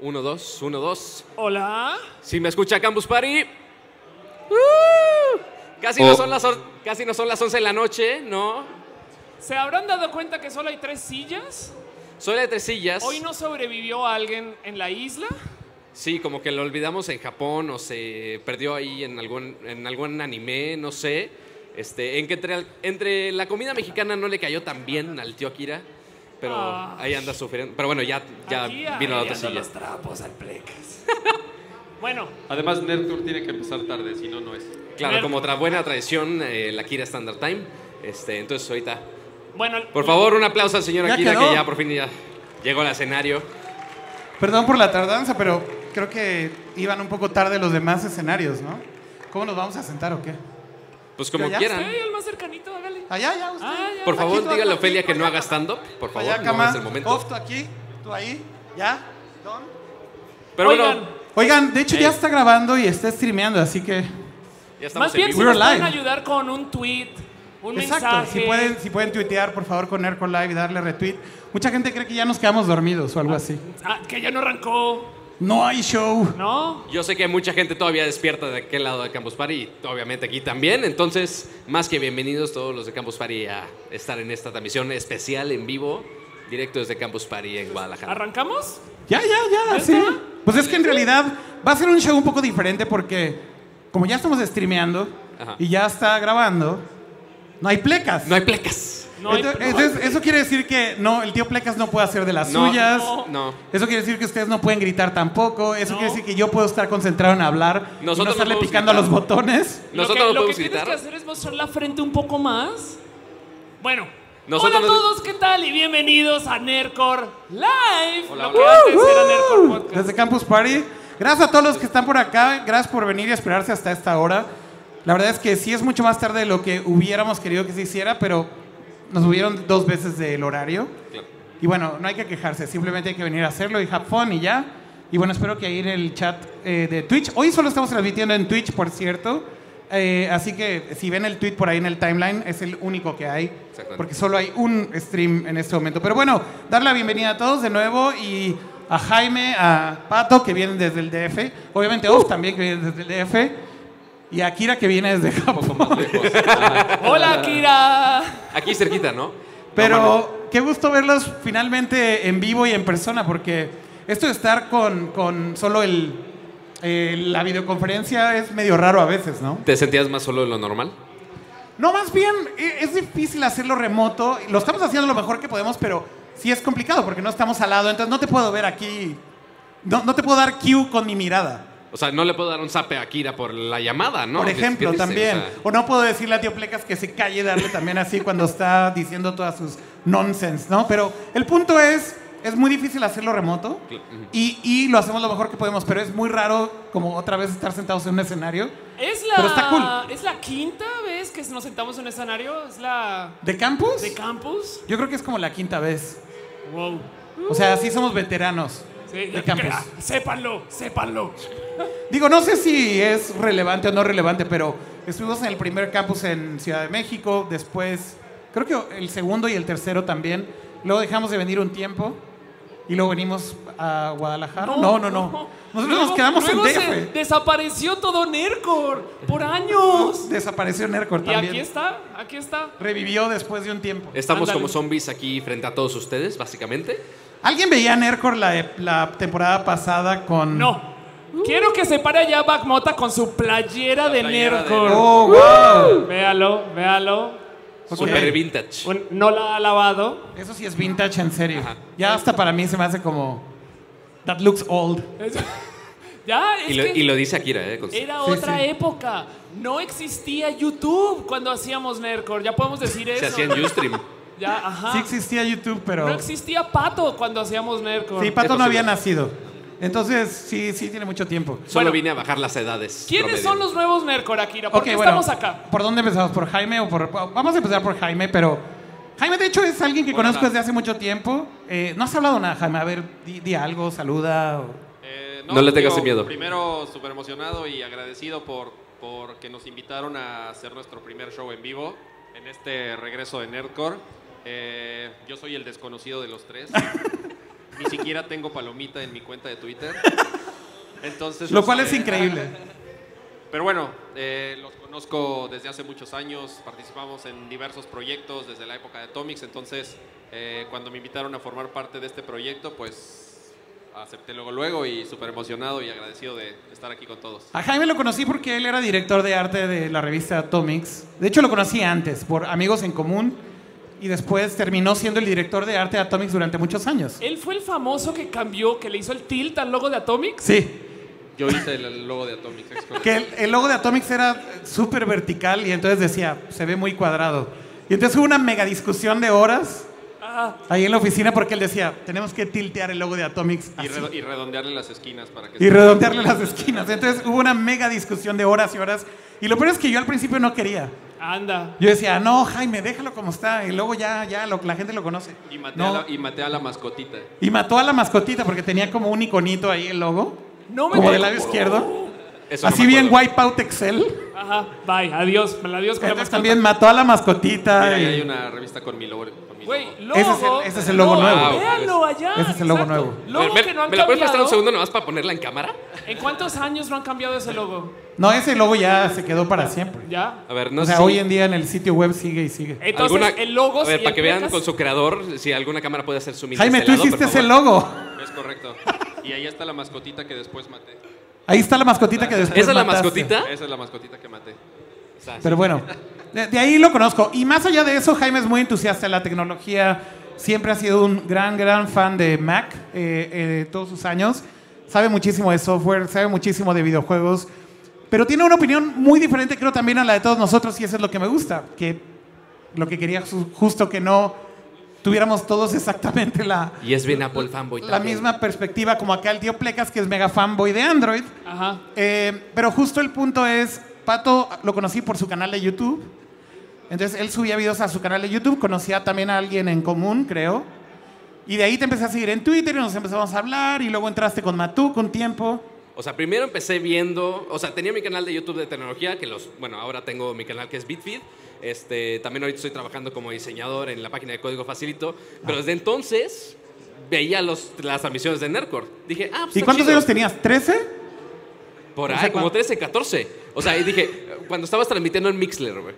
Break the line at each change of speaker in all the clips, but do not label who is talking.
Uno, dos, uno, dos.
Hola.
Si me escucha Campus Party. ¡Uh! Casi, no
Oh.
son las, on- casi no son las 11 de la noche, ¿no?
¿Se habrán dado cuenta que solo hay tres sillas?
Soy de tres sillas.
Hoy no sobrevivió alguien en la isla.
Sí, como que lo olvidamos en Japón o se perdió ahí en algún, en algún anime, no sé. Este, en que entre, al- entre la comida mexicana no le cayó tan bien al tío Akira, pero
Ah.
ahí anda sufriendo. Pero bueno, ya, ya
Aquí, ahí
vino la otra
andan
silla.
los trapos al plecas. bueno,
Además, Nerd Tour tiene que empezar tarde, si no, no es.
Claro,
Nerd.
como otra buena tradición, eh, la Akira Standard Time. Este, entonces ahorita,
bueno.
por favor, un aplauso al señor
Ya
Akira
quedó.
que ya por fin ya llegó al escenario.
Perdón por la tardanza, pero creo que iban un poco tarde los demás escenarios, ¿no? ¿Cómo nos vamos a sentar o qué?
Pues como
Ya, ya.
quieran.
Ey, al más cercanito, hágale.
Allá, ya, usted.
Ah, ya.
Por favor,
Aquí, tú
dígale a
acá,
Ofelia
aquí,
que
tú
no
acá.
haga stand-up, por favor,
Allá,
no
cama.
es el momento. Eh,
Off, tú aquí, tú ahí, ya, don.
Pero
Oigan,
bueno,
Oigan, de hecho ya
Ey.
está grabando y está streameando, así que...
ya estamos
más bien
en
si
vivo.
nos
We're
pueden
live.
ayudar con un tweet, un
Exacto,
mensaje.
si pueden, si pueden tuitear, por favor, con Erco Live y darle retweet. Mucha gente cree que ya nos quedamos dormidos o algo así.
Ah, que ya no arrancó,
No hay show.
¿no?
Yo sé que hay mucha gente todavía despierta de aquel lado de Campus Party y obviamente aquí también. Entonces, más que bienvenidos todos los de Campus Party a estar en esta transmisión especial en vivo, directo desde Campus Party en Guadalajara.
¿Arrancamos?
Ya, ya, ya,
¿Ya
sí.
está?
Pues es que en realidad va a ser un show un poco diferente porque como ya estamos streameando
Ajá.
y ya está grabando, no hay plecas.
No hay plecas.
No hay-
Entonces, entonces, eso quiere decir que no, el tío Plecas no puede hacer de las
No,
suyas.
no, no.
Eso quiere decir que ustedes no pueden gritar tampoco. Eso
No.
quiere decir que yo puedo estar concentrado en hablar y
Nosotros
no
no
estarle
podemos
picando a los
gritar.
botones.
Nosotros no
lo que,
podemos
lo que tienes
gritar.
que hacer es mostrar la frente un poco más. Bueno.
Nosotros
hola a
no-
todos, ¿qué tal? Y bienvenidos a Nercor Live.
Hola,
lo
hola.
que antes era Nercor Podcast.
Desde Campus Party. Gracias a todos los que están por acá. Gracias por venir y esperarse hasta esta hora. La verdad es que sí es mucho más tarde de lo que hubiéramos querido que se hiciera, pero nos hubieron dos veces del horario.
Claro.
Y bueno, no hay que quejarse, simplemente hay que venir a hacerlo y have fun y ya. Y bueno, espero que ahí en el chat eh, de Twitch. Hoy solo estamos transmitiendo en Twitch, por cierto. Eh, así que si ven el tweet por ahí en el timeline, es el único que hay.
Exactamente.
Porque solo hay un stream en este momento. Pero bueno, dar la bienvenida a todos de nuevo y a Jaime, a Pato, que vienen desde el DF. Obviamente, Off también, que viene desde el DF. Y a Akira, que viene desde Japón.
Poco más lejos. Ajá.
Hola, Kira.
Aquí cerquita, ¿no?
Pero
No, mano.
qué gusto verlos finalmente en vivo y en persona, porque esto de estar con, con solo el, eh, la videoconferencia es medio raro a veces, ¿no?
¿Te sentías más solo de lo normal?
No, más bien e- es difícil hacerlo remoto. Lo estamos haciendo lo mejor que podemos, pero sí es complicado porque no estamos al lado, entonces no te puedo ver aquí. No, no te puedo dar cue con mi mirada.
O sea, no le puedo dar un zape a Kira por la llamada, ¿no?
por
¿Qué- qué
ejemplo,
dice? O
también. O,
sea,
no puedo decirle a tío Plecas que se calle y darle también así cuando está diciendo todas sus nonsense, ¿no? Pero el punto es, es muy difícil hacerlo remoto
Cl- ujú.
y, y lo hacemos lo mejor que podemos, pero es muy raro como otra vez estar sentados en un escenario
Es la,
Pero está cool.
es la quinta vez que nos sentamos en un escenario. Es la
de campus.
de campus.
Yo creo que es como la quinta vez.
Wow.
O sea, sí somos veteranos.
Sí,
De campus.
Sépanlo, sépanlo.
Digo, no sé si es relevante o no relevante, pero estuvimos en el primer campus en Ciudad de México, después creo que el segundo y el tercero también. Luego dejamos de venir un tiempo y luego venimos a Guadalajara. No, no, no. Nosotros nos
Luego-
quedamos en
luego
DF.
se desapareció todo Nercor por años.
Desapareció Nercor
Y
también.
aquí está, aquí está.
Revivió después de un tiempo.
Estamos
Ándale.
como zombies aquí frente a todos ustedes, básicamente.
¿Alguien veía Nercor la, la temporada pasada con...
No. Quiero que se pare allá Bagmota con su playera de
playera de
Nercor.
Oh, wow.
Véalo, véalo.
Ok.
Super vintage.
Un- no la ha lavado.
Eso sí es vintage, en serio.
Ajá.
Ya hasta para mí se me hace como... That looks old.
Es- ya, es
y, lo,
que
y lo dice Akira, ¿eh? Con-
era
Sí,
otra
sí.
época. No existía YouTube cuando hacíamos Nercor. Ya podemos decir eso.
Se hacía en Ustream.
Ya, ajá.
Sí existía YouTube, pero...
Ah. No existía Pato cuando hacíamos Nercor.
Sí, Pato no
posible.
había nacido. Entonces, sí, sí, tiene mucho tiempo.
Solo
Bueno.
vine a bajar las edades.
¿Quiénes
promedio.
son los nuevos Nercor, Akira? ¿Por
Ok,
qué
bueno,
estamos acá?
¿Por dónde empezamos? ¿Por Jaime o por.? Vamos a empezar por Jaime, pero. Jaime, de hecho, es alguien que
Hola.
conozco desde hace mucho tiempo. Eh, no has hablado nada, Jaime. A ver, di, di algo, saluda. o-
Eh,
No le tengas miedo.
Primero, súper emocionado y agradecido por, por que nos invitaron a hacer nuestro primer show en vivo en este regreso de Nerdcore. Eh, yo soy el desconocido de los tres. Ni siquiera tengo palomita en mi cuenta de Twitter. Entonces,
Lo cual es
este,
increíble.
Pero bueno, eh, los conozco desde hace muchos años, participamos en diversos proyectos desde la época de Atomics, entonces eh, cuando me invitaron a formar parte de este proyecto, pues acepté luego luego y súper emocionado y agradecido de estar aquí con todos.
A Jaime lo conocí porque él era director de arte de la revista Atomics. De hecho, lo conocí antes por Amigos en Común y después terminó siendo el director de arte de Atomics durante muchos años.
Él fue el famoso que cambió, que le hizo el tilt al logo de Atomics.
Sí,
Yo hice el logo de Atomics. es correcto.
que el, el logo de Atomics era eh, súper vertical y entonces decía, se ve muy cuadrado. Y entonces hubo una mega discusión de horas
Ah,
ahí en la oficina porque él decía, tenemos que tiltear el logo de Atomics
Y,
así".
redo- y redondearle las esquinas para que...
y redondearle las esquinas. Entonces hubo una mega discusión de horas y horas. Y lo peor es que yo al principio no quería.
anda.
Yo decía, no, Jaime, déjalo como está. Y luego ya, ya, lo- la gente lo conoce.
Y maté,
No.
a la, y maté a la mascotita.
Y mató a la mascotita porque tenía como un iconito ahí el logo.
No me
como del
digas.
lado izquierdo.
Eso no
Así
me
bien
acuerdo.
Wipeout Excel.
Ajá, bye, adiós, adiós con la
Entonces
mascota.
también mató a la mascotita.
Mira, ahí
y-
hay una revista con mi logo. con mi
Güey,
logo.
logo.
Ese es el- ese es el logo
No,
nuevo.
Véanlo allá.
Ese es el logo nuevo.
Logo
¿Me,
que no han
me la puedes prestar
cambiado.
un segundo nomás para ponerla en cámara?
¿En cuántos años no han cambiado ese logo?
No, ese logo ya se quedó para siempre.
¿Ya?
A ver, no
o sea,
sé. si-
hoy en día en el sitio web sigue y sigue.
Entonces,
alguna-
el logo...
A ver,
sí,
para
el
que vean
placas-
con su creador si alguna cámara puede hacer zoom in de
Jaime,
este
tú
lado,
hiciste
por
ese
favor.
logo.
Es correcto. Y ahí está la mascotita que después maté.
Ahí está la mascotita que después.
¿Esa es la
mataste.
mascotita?
Esa es la mascotita que maté.
Pero bueno, de, de ahí lo conozco. Y más allá de eso, Jaime es muy entusiasta de la tecnología. Siempre ha sido un gran, gran fan de Mac eh, eh, todos sus años. Sabe muchísimo de software, sabe muchísimo de videojuegos. Pero tiene una opinión muy diferente, creo, también a la de todos nosotros. Y eso es lo que me gusta. Que lo que quería su- justo que no tuviéramos todos exactamente la,
Y es bien Apple fanboy
la
también.
misma perspectiva como acá el tío Plecas, que es mega fanboy de Android.
Ajá.
Eh, pero justo el punto es, Pato lo conocí por su canal de YouTube. Entonces él subía videos a su canal de YouTube, conocía también a alguien en común, creo. Y de ahí te empecé a seguir en Twitter y nos empezamos a hablar y luego entraste con Matuk un tiempo.
O sea, primero empecé viendo, o sea, tenía mi canal de YouTube de tecnología, que los, bueno, ahora tengo mi canal que es Bitfeed. Este, también ahorita estoy trabajando como diseñador en la página de código facilito, pero desde entonces veía los, las ambiciones de Nerdcore. Dije, ah, pues
¿Y
está
cuántos
chido.
años tenías? ¿13?
Por
O
ahí,
sea,
como
cuan-
13, 14. O sea, y dije, cuando estabas transmitiendo en Mixler, güey.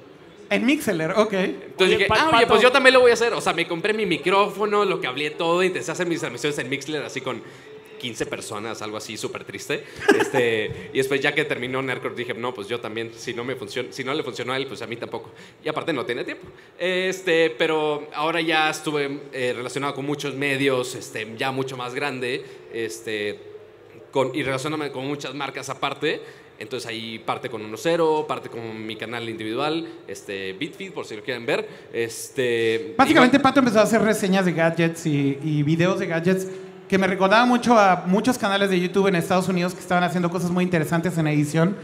En Mixeler, ok.
Entonces
Oye,
dije,
Pat-
ah, oye,
Pato.
pues yo también lo voy a hacer. O sea, me compré mi micrófono, lo que hablé todo, y te hacer mis transmisiones en Mixler así con 15 personas, algo así súper triste. Este, y después ya que terminó Nerdcore dije, no, pues yo también, si no me funciona, si no le funcionó a él, pues a mí tampoco. Y aparte no tiene tiempo. Este, pero ahora ya estuve eh, relacionado con muchos medios, este, ya mucho más grande, este, con, y relacionándome con muchas marcas aparte. Entonces ahí parte con 1.0, parte con mi canal individual, este, Bitfeed, por si lo quieren ver. Este,
Básicamente
y-
Pato empezó a hacer reseñas de gadgets y, y videos de gadgets que me recordaba mucho a muchos canales de YouTube en Estados Unidos que estaban haciendo cosas muy interesantes en edición.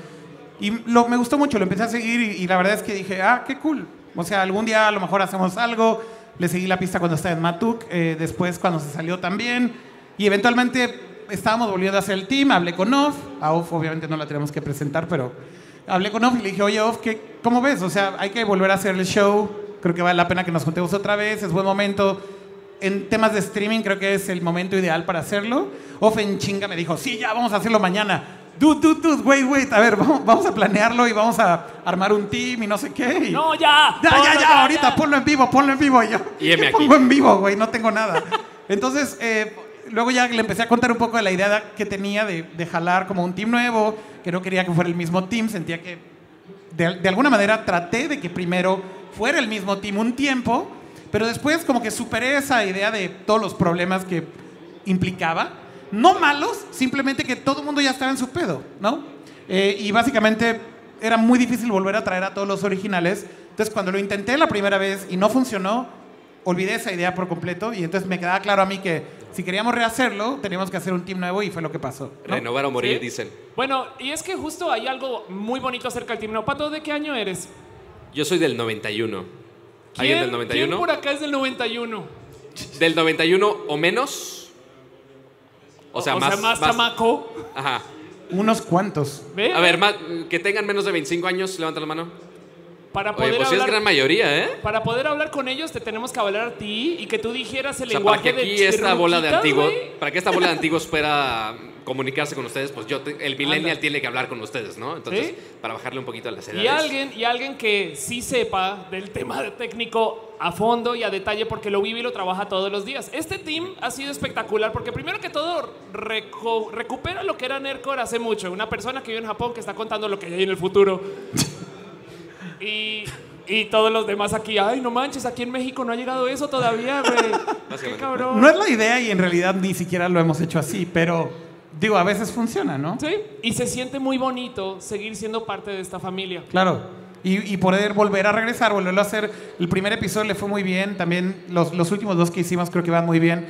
Y lo, me gustó mucho, lo empecé a seguir y, y la verdad es que dije, ah, qué cool. O sea, algún día a lo mejor hacemos algo. Le seguí la pista cuando estaba en Matuk, eh, después cuando se salió también. Y eventualmente estábamos volviendo a hacer el team, hablé con Off. A Off obviamente no la tenemos que presentar, pero hablé con Off y le dije, oye Off, ¿qué, ¿cómo ves? O sea, hay que volver a hacer el show. Creo que vale la pena que nos juntemos otra vez, es buen momento. En temas de streaming creo que es el momento ideal para hacerlo. Off en chinga me dijo, sí, ya vamos a hacerlo mañana. Dude, dude, dude, wait, wait. A ver, vamos, vamos a planearlo y vamos a armar un team y no sé qué. y-
No, ya.
ya, ya,
Ponlo,
ya, ahorita, ponlo en vivo, ponlo en vivo. Y yo,
Y heme
¿qué
aquí.
pongo en vivo, güey? No tengo nada. Entonces, eh, luego ya le empecé a contar un poco de la idea que tenía de, de jalar como un team nuevo, que no quería que fuera el mismo team, sentía que de, de alguna manera traté de que primero fuera el mismo team un tiempo, pero después como que superé esa idea de todos los problemas que implicaba. No malos, simplemente que todo el mundo ya estaba en su pedo, ¿no? Eh, y básicamente era muy difícil volver a traer a todos los originales. Entonces cuando lo intenté la primera vez y no funcionó, olvidé esa idea por completo y entonces me quedaba claro a mí que si queríamos rehacerlo, teníamos que hacer un team nuevo y fue lo que pasó. ¿no?
Renovar o morir,
¿Sí?
dicen.
Bueno, y es que justo hay algo muy bonito acerca del team. No, Pato, ¿de qué año eres?
Yo soy del 91. ¿Alguien
¿Quién-
del
¿Quién
91?
por acá es del 91?
¿Del 91 o menos? O sea, más, más-
chamaco.
Ajá.
Unos cuantos.
¿Ve?
A ver, más- que tengan menos de 25 años, levanta la mano.
Para poder
Oye, pues sí es
hablar.
gran mayoría, ¿eh?
Para poder hablar con ellos te tenemos que hablar a ti y que tú dijeras el
O sea, para que
lenguaje
aquí
de
esta bola de
ruquitas,
antiguos,
güey.
para que esta bola de antiguos pueda comunicarse con ustedes, pues yo, te- el millennial
Anda.
tiene que hablar con ustedes, ¿no? Entonces,
¿Sí?
para bajarle un poquito a las edades.
Y alguien, y alguien que sí sepa del tema técnico a fondo y a detalle porque lo vive y lo trabaja todos los días. Este team ha sido espectacular porque primero que todo reco- recupera lo que era Nercor hace mucho. Una persona que vive en Japón que está contando lo que hay en el futuro. y, y todos los demás aquí, ay, no manches, aquí en México no ha llegado eso todavía, güey. Qué
Básicamente.
cabrón.
No es la idea y en realidad ni siquiera lo hemos hecho así, pero digo, a veces funciona, ¿no?
Sí, y se siente muy bonito seguir siendo parte de esta familia.
Claro. Y, y poder volver a regresar, volverlo a hacer. El primer episodio le fue muy bien, también los, los últimos dos que hicimos creo que van muy bien.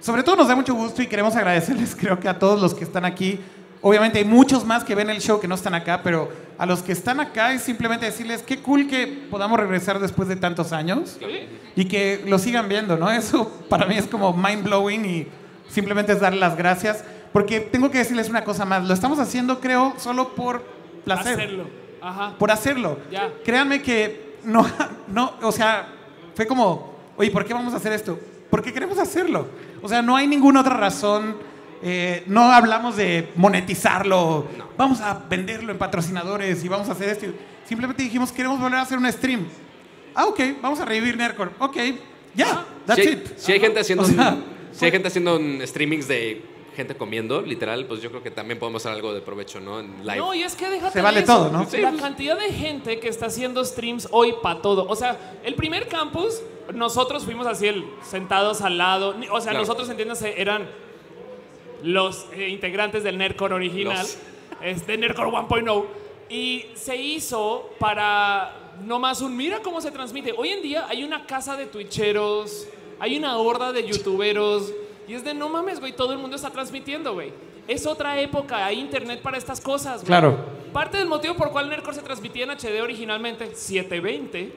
Sobre todo nos da mucho gusto y queremos agradecerles creo que a todos los que están aquí. Obviamente hay muchos más que ven el show que no están acá, pero a los que están acá es simplemente decirles qué cool que podamos regresar después de tantos años y que lo sigan viendo, ¿no? Eso para mí es como mind blowing y simplemente es dar las gracias. Porque tengo que decirles una cosa más, lo estamos haciendo creo solo por placer
Hacerlo. Ajá.
por hacerlo.
Ya.
Créanme que no, no, o sea, fue como, oye, ¿por qué vamos a hacer esto? Porque queremos hacerlo. O sea, no hay ninguna otra razón. eh, no hablamos de monetizarlo, vamos a venderlo en patrocinadores y vamos a hacer esto. Simplemente dijimos, queremos volver a hacer un stream. Ah, ok, vamos a revivir Nerdcore. Ok, ya, that's
si hay,
it.
si hay gente haciendo,
O sea,
un- si hay gente haciendo un streamings de gente comiendo, literal, pues yo creo que también podemos hacer algo de provecho, ¿no? En live.
No, y es que déjate
Se vale
de eso.
todo, ¿no?
La cantidad de gente que está haciendo streams hoy para todo. O sea, el primer campus, nosotros fuimos así, el, sentados al lado. Ni- O sea,
Claro.
nosotros, entiéndase, eran los eh, integrantes del Nerdcore original,
Los.
este Nerdcore 1.0. Y se hizo para nomás un mira cómo se transmite. Hoy en día hay una casa de twitcheros, hay una horda de youtuberos. Y es de no mames, güey, todo el mundo está transmitiendo, güey. Es otra época, hay internet para estas cosas, güey.
Claro.
Parte del motivo por cual Nerdcore se transmitía en HD originalmente, 720,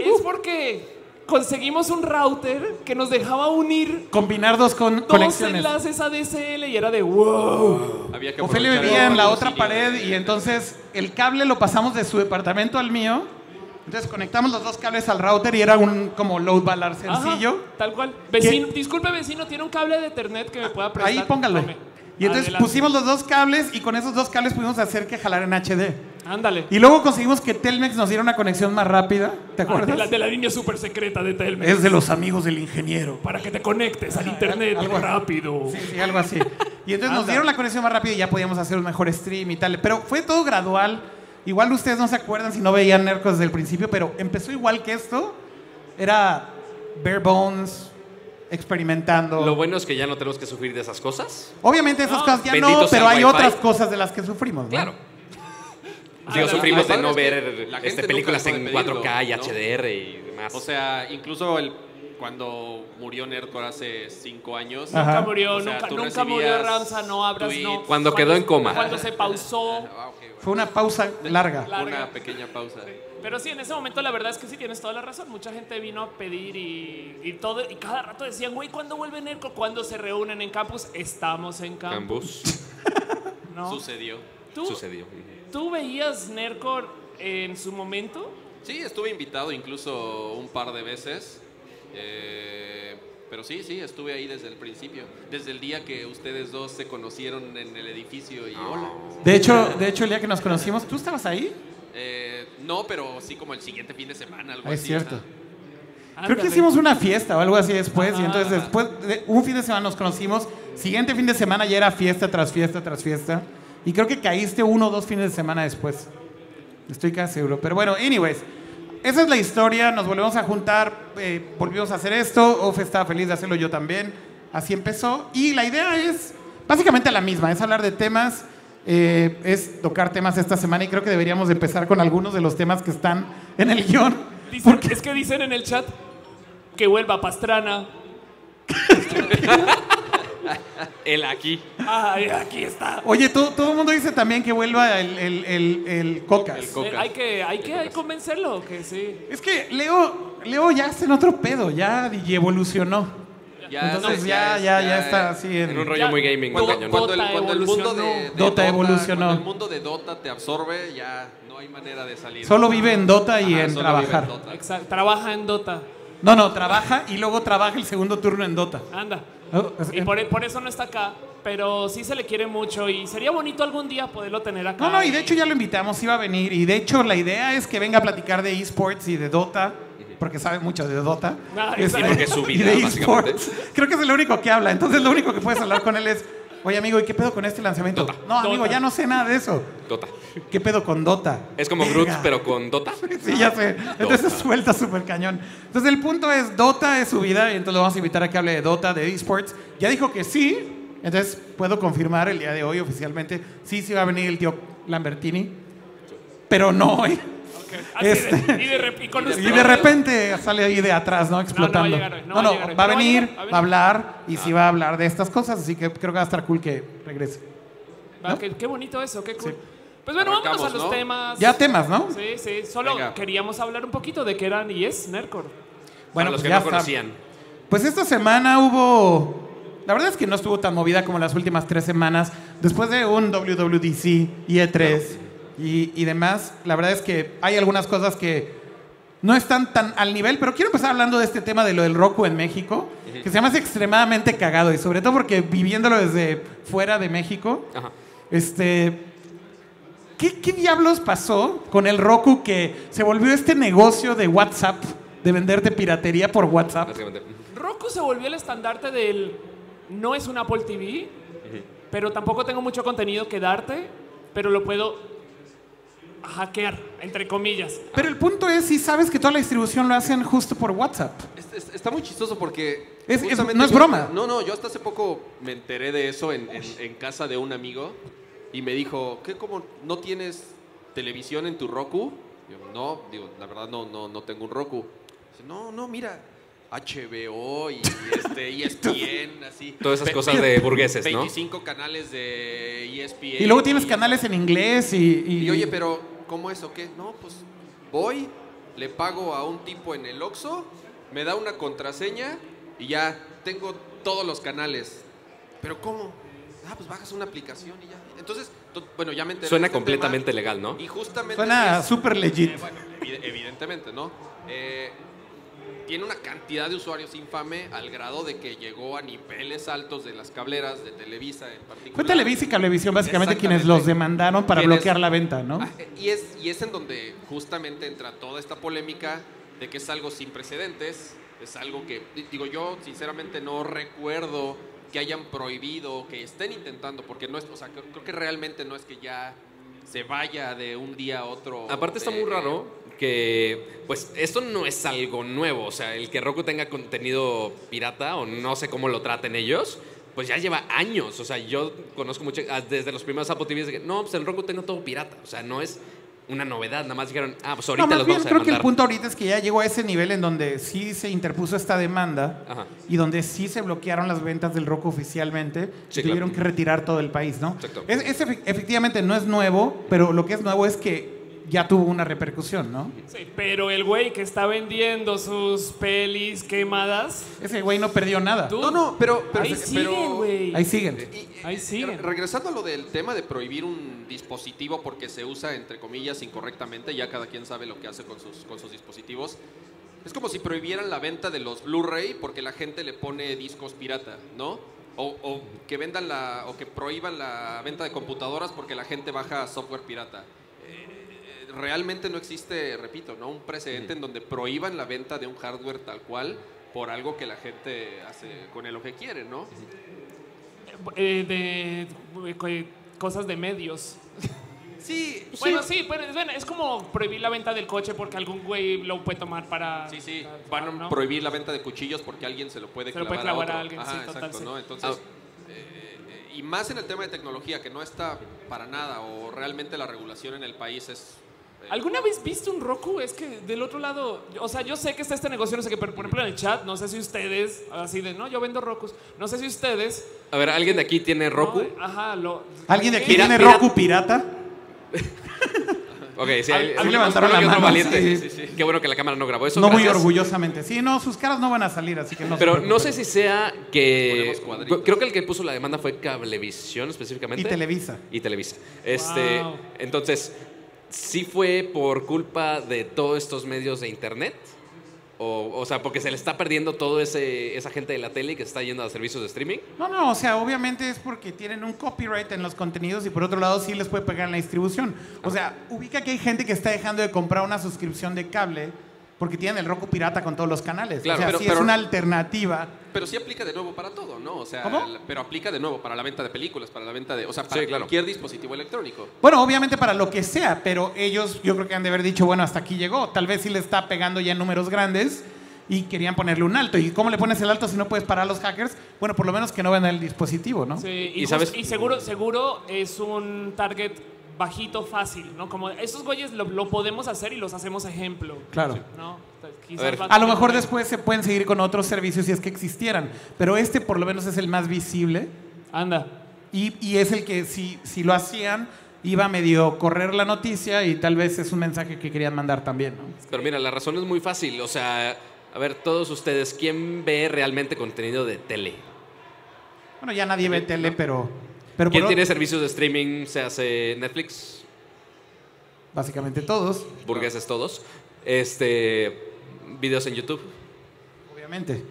es porque conseguimos un router que nos dejaba unir
combinar dos con
dos
conexiones.
enlaces ADSL y era de wow.
Había que
Ofelia
aprovechar
vivía
el
en la
patrocinio
otra pared
de-
y entonces el cable lo pasamos de su departamento al mío. Entonces conectamos los dos cables al router y era un como load balar
Ajá,
sencillo.
tal cual. Vecino, disculpe, vecino, tiene un cable de Ethernet que me pueda prestar.
Ahí póngalo.
Tome.
Y entonces
Adelante.
pusimos los dos cables y con esos dos cables pudimos hacer que jalar en HD.
Ándale.
Y luego conseguimos que Telmex nos diera una conexión más rápida.
de,
¿Te
Ah, la,
acuerdas?
de la línea súper secreta de Telmex.
Es de los amigos del ingeniero.
Para que te conectes al internet
algo-
rápido.
Sí, sí, algo así. Y entonces nos
Anda.
dieron la conexión más rápida y ya podíamos hacer un mejor stream y tal. Pero fue todo gradual. Igual ustedes no se acuerdan si no veían Nercos desde el principio, pero empezó igual que esto. Era bare bones, experimentando.
Lo bueno es que ya no tenemos que sufrir de esas cosas.
Obviamente esas
Ah,
cosas ya
bendito
no,
sea
pero
el
hay
wifi.
otras cosas de las que sufrimos. ¿no?
Claro.
Ah,
Digo,
la-
sufrimos
la-
de no
la-
ver
la gente
este,
nunca
películas
dejó de
en
pedirlo,
4K y
¿no?
HDR y demás.
O sea, incluso el, cuando murió Nerdcore hace cinco años.
Ajá.
Nunca murió,
O sea,
nunca,
tú
nunca murió
recibías
Ramsa, no abras, no.
tweets.
Cuando quedó en coma.
Cuando se pausó.
Ah, ok, bueno.
Fue una pausa larga.
Larga.
Una pequeña pausa.
Pero sí, en ese momento la verdad es que sí tienes toda la razón. Mucha gente vino a pedir y, y todo y cada rato decían, güey, ¿cuándo vuelve Nerco? ¿Cuándo se reúnen en campus? Estamos en campus.
Ambos
¿no?
Sucedió.
¿Tú,
sucedió.
¿Tú veías Nerco en su momento?
Sí, estuve invitado incluso un par de veces. eh, pero sí, sí, estuve ahí desde el principio. Desde el día que ustedes dos se conocieron en el edificio y hola.
De hecho, de hecho, el día que nos conocimos, ¿tú estabas ahí?
Eh, no, pero sí como el siguiente fin de semana, algo
Ah, es
así.
cierto.
ajá.
Creo que
Ándale.
hicimos una fiesta o algo así después. Y
Ah.
entonces después, de un fin de semana nos conocimos. Siguiente fin de semana ya era fiesta tras fiesta tras fiesta. Y creo que caíste uno o dos fines de semana después. Estoy casi seguro. Pero bueno, anyways. Esa es la historia. Nos volvemos a juntar. eh, volvimos a hacer esto. Ofe estaba feliz de hacerlo yo también. Así empezó. Y la idea es básicamente la misma. Es hablar de temas. eh, es tocar temas esta semana. Y creo que deberíamos de empezar con algunos de los temas que están en el guión.
Dicen- es que dicen en el chat que vuelva Pastrana.
Él aquí.
Ay, aquí está.
Oye, todo, todo el mundo dice también que vuelva el, el, el, el Cocas.
El co- Cocas.
Eh, hay que, hay que hay convencerlo que sí.
es que Leo, Leo ya está en otro pedo, ya evolucionó.
Ya,
Entonces
se-
ya, ya, ya está así en-
En un rollo
Ya,
muy gaming.
todo-
muy
Cuando,
cañón.
cuando el,
Dota
cuando el mundo de, de
evolucionó.
Dota evolucionó.
cuando el mundo de Dota te absorbe, ya no hay manera de salir.
Solo vive en Dota y
Ajá,
en
solo vive
trabajar.
Dota.
Exacto. Trabaja en Dota.
No, no, trabaja y luego trabaja el segundo turno en Dota.
Anda.
Oh, es-
Y por, por eso no está acá, pero sí se le quiere mucho y sería bonito algún día poderlo tener acá.
No, no, y de hecho ya lo invitamos, iba a venir. Y de hecho la idea es que venga a platicar de esports y de Dota, porque sabe mucho de Dota.
Ah,
Este,
y porque
es su
y de
vida, básicamente.
esports. Creo que es el único que habla. Entonces lo único que puedes hablar con él es, oye amigo, ¿y qué pedo con este lanzamiento?
Dota.
No, amigo,
Dota.
ya no sé nada de eso.
Dota.
¿Qué pedo con Dota?
Es como Groot,
Verga.
pero con Dota.
Sí, ya sé. Entonces suelta súper cañón. Entonces el punto es, Dota es su vida y entonces lo vamos a invitar a que hable de Dota, de esports. Ya dijo que sí, entonces puedo confirmar el día de hoy oficialmente, sí, sí va a venir el tío Lambertini, pero no hoy.
Así de-
Este-
y de, rep- y con los-
Y de repente sale ahí de atrás, ¿no? Explotando.
No, no va a llegar hoy, no
No,
va a
no,
llegar hoy.
va a
No va a
venir,
llegar, va a venir. Ah.
va a hablar y sí va a hablar de estas cosas, así que creo que va a estar cool que regrese.
Va, qué, qué bonito eso, qué cool.
Sí.
Pues bueno, vámonos a
Arrancamos,
los
¿no?
temas.
Ya temas, ¿no?
Sí, sí, solo
Venga.
queríamos hablar un poquito de qué eran y es Nercor.
Para los
pues
que
ya
no
está.
conocían.
Pues esta semana hubo. La verdad es que no estuvo tan movida como las últimas tres semanas. Después de un WWDC, IE3 E y, y demás, la verdad es que hay algunas cosas que no están tan al nivel, pero quiero empezar hablando de este tema de lo del Roku en México, que se me hace extremadamente cagado y sobre todo porque viviéndolo desde fuera de México,
Ajá.
este. ¿qué, qué diablos pasó con el Roku que se volvió este negocio de WhatsApp, de venderte piratería por WhatsApp?
Básicamente.
Roku se volvió el estandarte del no es un Apple TV, pero tampoco tengo mucho contenido que darte, pero lo puedo hackear, entre comillas.
Pero el punto es si sabes que toda la distribución lo hacen justo por WhatsApp.
Es- es- está muy chistoso porque...
Es- es-
justamente
no es
yo-
broma.
No, no, yo hasta hace poco me enteré de eso en, en- en casa de un amigo y me dijo, ¿qué como no tienes televisión en tu Roku? Yo, no, digo, la verdad no, no, no tengo un Roku. Dice, no, no, mira, HBO y este, ESPN, así.
Todas esas
Ve-
cosas de burgueses, ¿no?
25 canales de E ESPN.
Y luego tienes canales en inglés y... y-
Y oye, pero ¿cómo eso? ¿Qué? No, pues voy, le pago a un tipo en el Oxxo, me da una contraseña y ya tengo todos los canales. ¿Pero cómo? Ah, pues bajas una aplicación y ya. Entonces, to- bueno, ya me enteré. de
Suena
este
completamente
tema.
legal, ¿no?
Y justamente...
Suena
es-
súper legit.
eh, bueno, evi- evidentemente, ¿no? Eh, tiene una cantidad de usuarios infame al grado de que llegó a niveles altos de las cableras de Televisa en particular.
Fue Televisa y Cablevisión básicamente quienes
Exactamente.
los demandaron para
Quienes-
bloquear la venta, ¿no?
Ah, eh, Y es, y es en donde justamente entra toda esta polémica de que es algo sin precedentes, es algo que, di- digo yo, sinceramente no recuerdo que hayan prohibido, que estén intentando, porque no es, o sea, creo, creo que realmente no es que ya se vaya de un día a otro. eh,
Aparte está
de-
muy raro que, pues, esto no es algo nuevo. O sea, el que Roku tenga contenido pirata o no sé cómo lo traten ellos, pues ya lleva años. O sea, yo conozco mucho, ah, desde los primeros Apple TVs, de que no, pues el Roku tengo todo pirata. O sea, no es una novedad. Nada más dijeron, ah, pues ahorita
no, más
los
bien
vamos a
creo que el
demandar.
punto ahorita es que ya llegó a ese nivel en donde sí se interpuso esta demanda
Ajá.
y donde sí se bloquearon las ventas del Roku oficialmente
Sí,
y tuvieron
claro.
que retirar todo el país, ¿no?
Exacto.
Es, es efe- efectivamente no es nuevo, pero lo que es nuevo es que ya tuvo una repercusión, ¿no?
Sí, pero el güey que está vendiendo sus pelis quemadas,
Ese güey no perdió nada.
tú,
No, no, pero... pero
ahí
pero-
siguen, güey.
Ahí siguen.
Y- y-
Ahí siguen.
re- Regresando a lo del tema de prohibir un dispositivo porque se usa, entre comillas, incorrectamente, ya cada quien sabe lo que hace con sus, con sus dispositivos. Es como si prohibieran la venta de los Blu-ray porque la gente le pone discos pirata, ¿no? O, o que vendan la, o que prohíban la venta de computadoras porque la gente baja software pirata. Eh, Realmente no existe, repito, ¿no? un precedente en donde prohíban la venta de un hardware tal cual por algo que la gente hace con él lo que quiere, ¿no?
eh, de, eh, co- eh, cosas de medios.
Sí,
Bueno, sí, pero es, bueno, es como prohibir la venta del coche porque algún güey lo puede tomar para...
Sí, sí,
para-
van a
¿no?
prohibir la venta de cuchillos porque alguien se lo puede
Se lo puede
clavar,
clavar
a,
a
otro.
alguien,
Ajá,
sí, total,
exacto,
sí. Ah.
¿no? Entonces, eh, eh, y más en el tema de tecnología, que no está para nada, o realmente la regulación en el país es... eh,
¿Alguna vez viste un Roku? Es que del otro lado, o sea, yo sé que está este negocio, no sé qué, pero por ejemplo en el chat, no sé si ustedes, así de, no, yo vendo Rokus, no sé si ustedes...
A ver, ¿alguien de aquí tiene Roku?
No, ajá, lo...
¿Alguien de aquí
Pira-
tiene
pirata.
Roku pirata?
Ok, sí, hay-
a mí
un-
levantaron
uno
la
que otro
mano,
valiente. Sí,
sí.
sí. Qué bueno que la cámara no grabó eso.
No muy
gracias.
orgullosamente. Sí, no, sus caras no van a salir, así que no. se
Pero
preocupen.
no sé si sea que.
Ponemos cuadritos.
Creo que el que puso la demanda fue Cablevisión específicamente.
Y Televisa.
Y Televisa. Este,
Wow.
Entonces, ¿sí fue por culpa de todos estos medios de Internet? O, o sea, porque se le está perdiendo todo ese esa gente de la tele que está yendo a servicios de streaming.
No, no, o sea, obviamente es porque tienen un copyright en los contenidos y por otro lado sí les puede pegar en la distribución. O sea, ubica que hay gente que está dejando de comprar una suscripción de cable porque tienen el Roku pirata con todos los canales.
Claro,
o sea,
pero-
sí es
pero-
una alternativa.
Pero sí aplica de nuevo para todo, ¿no? O sea,
¿Cómo?
la- pero aplica de nuevo para la venta de películas, para la venta de, o sea, para
Sí, claro.
cualquier dispositivo electrónico.
Bueno, obviamente para lo que sea, pero ellos yo creo que han de haber dicho, bueno, hasta aquí llegó. Tal vez sí le está pegando ya en números grandes y querían ponerle un alto. ¿Y cómo le pones el alto si no puedes parar a los hackers? Bueno, por lo menos que no vendan el dispositivo, ¿no?
Sí, y,
¿Y
just-
sabes?
y seguro, seguro es un target bajito fácil, ¿no? Como esos güeyes lo, lo podemos hacer y los hacemos ejemplo.
Claro.
¿no? Entonces, quizás
A ver.
va
A lo mejor
tener-
después se pueden seguir con otros servicios si es que existieran, pero este por lo menos es el más visible
Anda.
y, y es el que si, si lo hacían iba a medio correr la noticia y tal vez es un mensaje que querían mandar también. ¿no?
Pero mira, la razón es muy fácil. O sea, a ver, todos ustedes, ¿quién ve realmente contenido de tele?
Bueno, ya nadie ve tele, pero... pero
¿Quién
por-
tiene servicios de streaming? ¿Se hace Netflix?
Básicamente todos,
burgueses todos, este, videos en YouTube.
obviamente.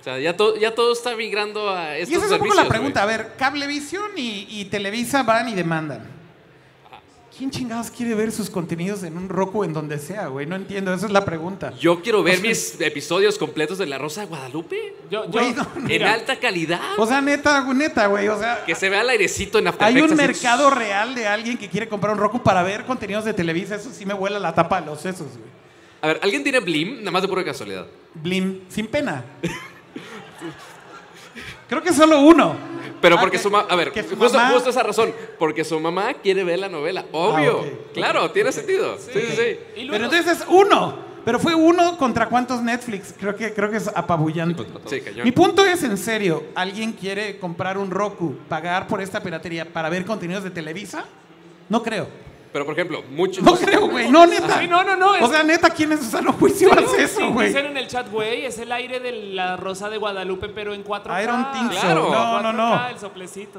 O sea, ya, to- ya todo está migrando a estos
Y esa es un poco
servicios.
la pregunta. A ver, Cablevisión y, y Televisa van y demandan. ¿Quién chingados quiere ver sus contenidos en un Roku en donde sea, güey? No entiendo, esa es la pregunta.
güey. Yo quiero ver
O sea-
mis episodios completos de La Rosa de Guadalupe
Yo, yo-
Güey, no, no.
en
mira,
alta calidad.
O sea, neta, güey, neta, güey, o sea...
que se vea el airecito en After
Hay
Effects,
un
así.
mercado real de alguien que quiere comprar un Roku para ver contenidos de Televisa. Eso sí me vuela la tapa de los sesos, güey.
A ver, ¿alguien tiene Blim? Nada más de pura casualidad.
Blim, sin pena. Creo que solo uno.
Pero
Ah,
porque
que-
su mamá... A ver,
que su
justo,
mamá-
justo esa razón. Porque su mamá quiere ver la novela. Obvio.
Ah, ok.
Claro, tiene sentido. Sí, sí, sí.
y luego-
Pero entonces es uno. Pero fue uno contra cuántos Netflix. Creo que, creo que es apabullante.
Sí, cañón.
Mi punto es, en serio, ¿alguien quiere comprar un Roku, pagar por esta piratería para ver contenidos de Televisa? No creo.
Pero, por ejemplo, muchos...
No creo, güey. No, neta.
Sí, no, no, no,
O
es-
sea, neta, ¿quién es su sano juicio
Sí,
hace eso,
sí,
güey?
Dicen en el chat, güey, es el aire de la Rosa de Guadalupe, pero en 4K.
I don't think so.
Claro.
No, no, no.
4K, el soplecito.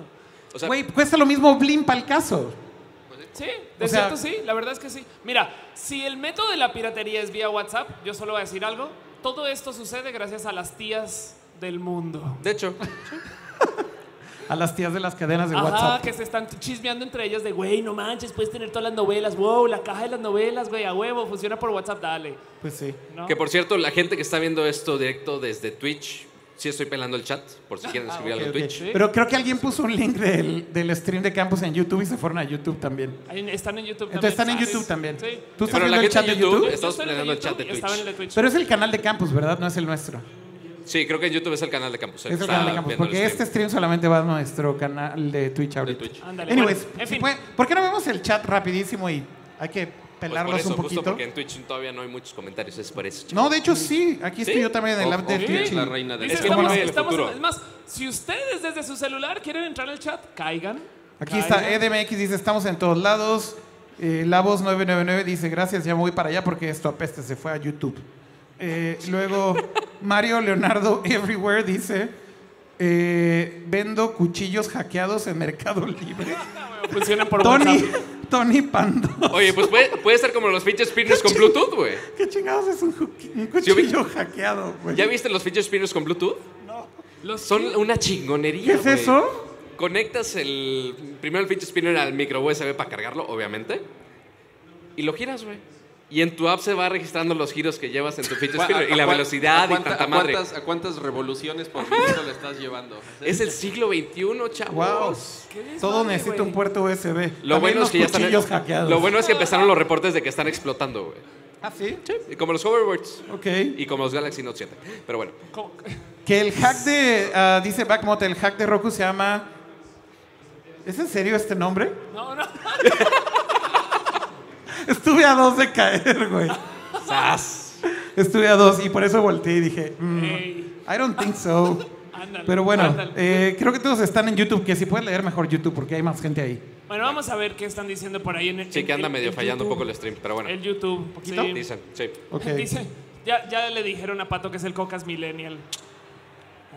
o sea,
Güey, cuesta lo mismo Blim para el caso.
Sí, de
O sea-
cierto sí, la verdad es que sí. Mira, si el método de la piratería es vía WhatsApp, yo solo voy a decir algo. Todo esto sucede gracias a las tías del mundo.
de hecho,
A las tías de las cadenas de
Ajá,
WhatsApp.
que se están chismeando entre ellas de, güey, no manches, puedes tener todas las novelas, wow, la caja de las novelas, güey, a huevo, funciona por WhatsApp, dale.
Pues sí.
¿no?
Que por cierto, la gente que está viendo esto directo desde Twitch, sí estoy pelando el chat, por si quieren escribir algo
Ah, Ok,
en
ok.
Twitch.
Pero creo que alguien puso un link del, del stream de campus en YouTube y se fueron a YouTube también.
Ahí Están en YouTube
Entonces están
también.
en
¿sabes?
YouTube también.
Ah, Sí.
¿Tú
Pero la
estás viendo el
gente
chat
en
de YouTube?
YouTube- Estamos
Yo estoy en
planeando el chat de
YouTube y estaba en el de Twitch.
Pero es el canal de campus, ¿verdad? No es el nuestro.
Sí, creo que en YouTube es el canal de Campus.
es el canal de campus. Porque este stream solamente va a nuestro canal de Twitch ahorita.
Twitch.
Ándale,
Anyways,
bueno, en
si
fin.
puede- ¿por qué no vemos el chat rapidísimo y hay que pelarlos
Pues por eso,
un
Justo
poquito?
porque en Twitch todavía no hay muchos comentarios, es por eso.
No, de hecho sí. Aquí estoy
¿Sí?
yo también en
O-
el app de
ok.
Twitch. y-
La reina del
Dice,
Es que
estamos,
bueno, el
estamos-
futuro.
es más, si ustedes desde su celular quieren entrar al chat, caigan.
Aquí está E
caigan.
EDMX, dice, estamos en todos lados. Eh, Lavos999 dice, gracias, ya me voy para allá porque esto apeste, se fue a YouTube. Eh, luego, Mario Leonardo Everywhere dice, eh, vendo cuchillos hackeados en Mercado Libre.
Funciona por
Tony,
WhatsApp.
Tony Pando.
Oye, pues puede, puede ser como los fidget spinners con Bluetooth, güey.
¿Qué chingados es un, ju- un
Yo vi-
cuchillo hackeado, güey?
¿Ya viste los fidget spinners con Bluetooth?
Los
Son una chingonería.
¿Qué es
güey.
eso?
Conectas el primero el fidget spinner al micro USB para cargarlo, obviamente. Y lo giras, güey. Y en tu app se va registrando los giros que llevas en tu fidget
¿A-
spinner
a
Este y la
cuán-
velocidad
a
y
cuánta-
tanta
a
madre.
cuántas- ¿A cuántas revoluciones por minuto le estás llevando?
Es el siglo XXI, chavos.
Wow.
desmadre,
Todo necesita
güey.
un puerto USB.
Lo
También
bueno,
los
es que ya están,
cuchillos hackeados.
lo bueno es que empezaron los reportes de que están explotando, güey.
¿Ah, sí?
Y Como los hoverboards
Ok.
y como los Galaxy Note 7. Pero bueno,
¿Cómo?
Que el hack de. ah, dice Backmot, el hack de Roku se llama. ¿Es en serio este nombre?
No, no.
Estuve a dos de caer, güey.
¡zas!
Estuve a dos y por eso volteé y dije, mm,
Ey.
I don't think so.
Ándale,
Pero bueno,
ándale.
eh, creo que todos están en YouTube, que si puedes leer mejor YouTube porque hay más gente ahí.
Bueno, vamos a ver qué están diciendo por ahí en el.
Sí, que
en-
anda
en-
medio
en
fallando un
YouTube.
poco el stream, pero bueno.
El YouTube. un poquito.
Sí, Dicen, sí.
Ok.
Dice, ya, ya le dijeron a Pato que es el Cocas Millennial.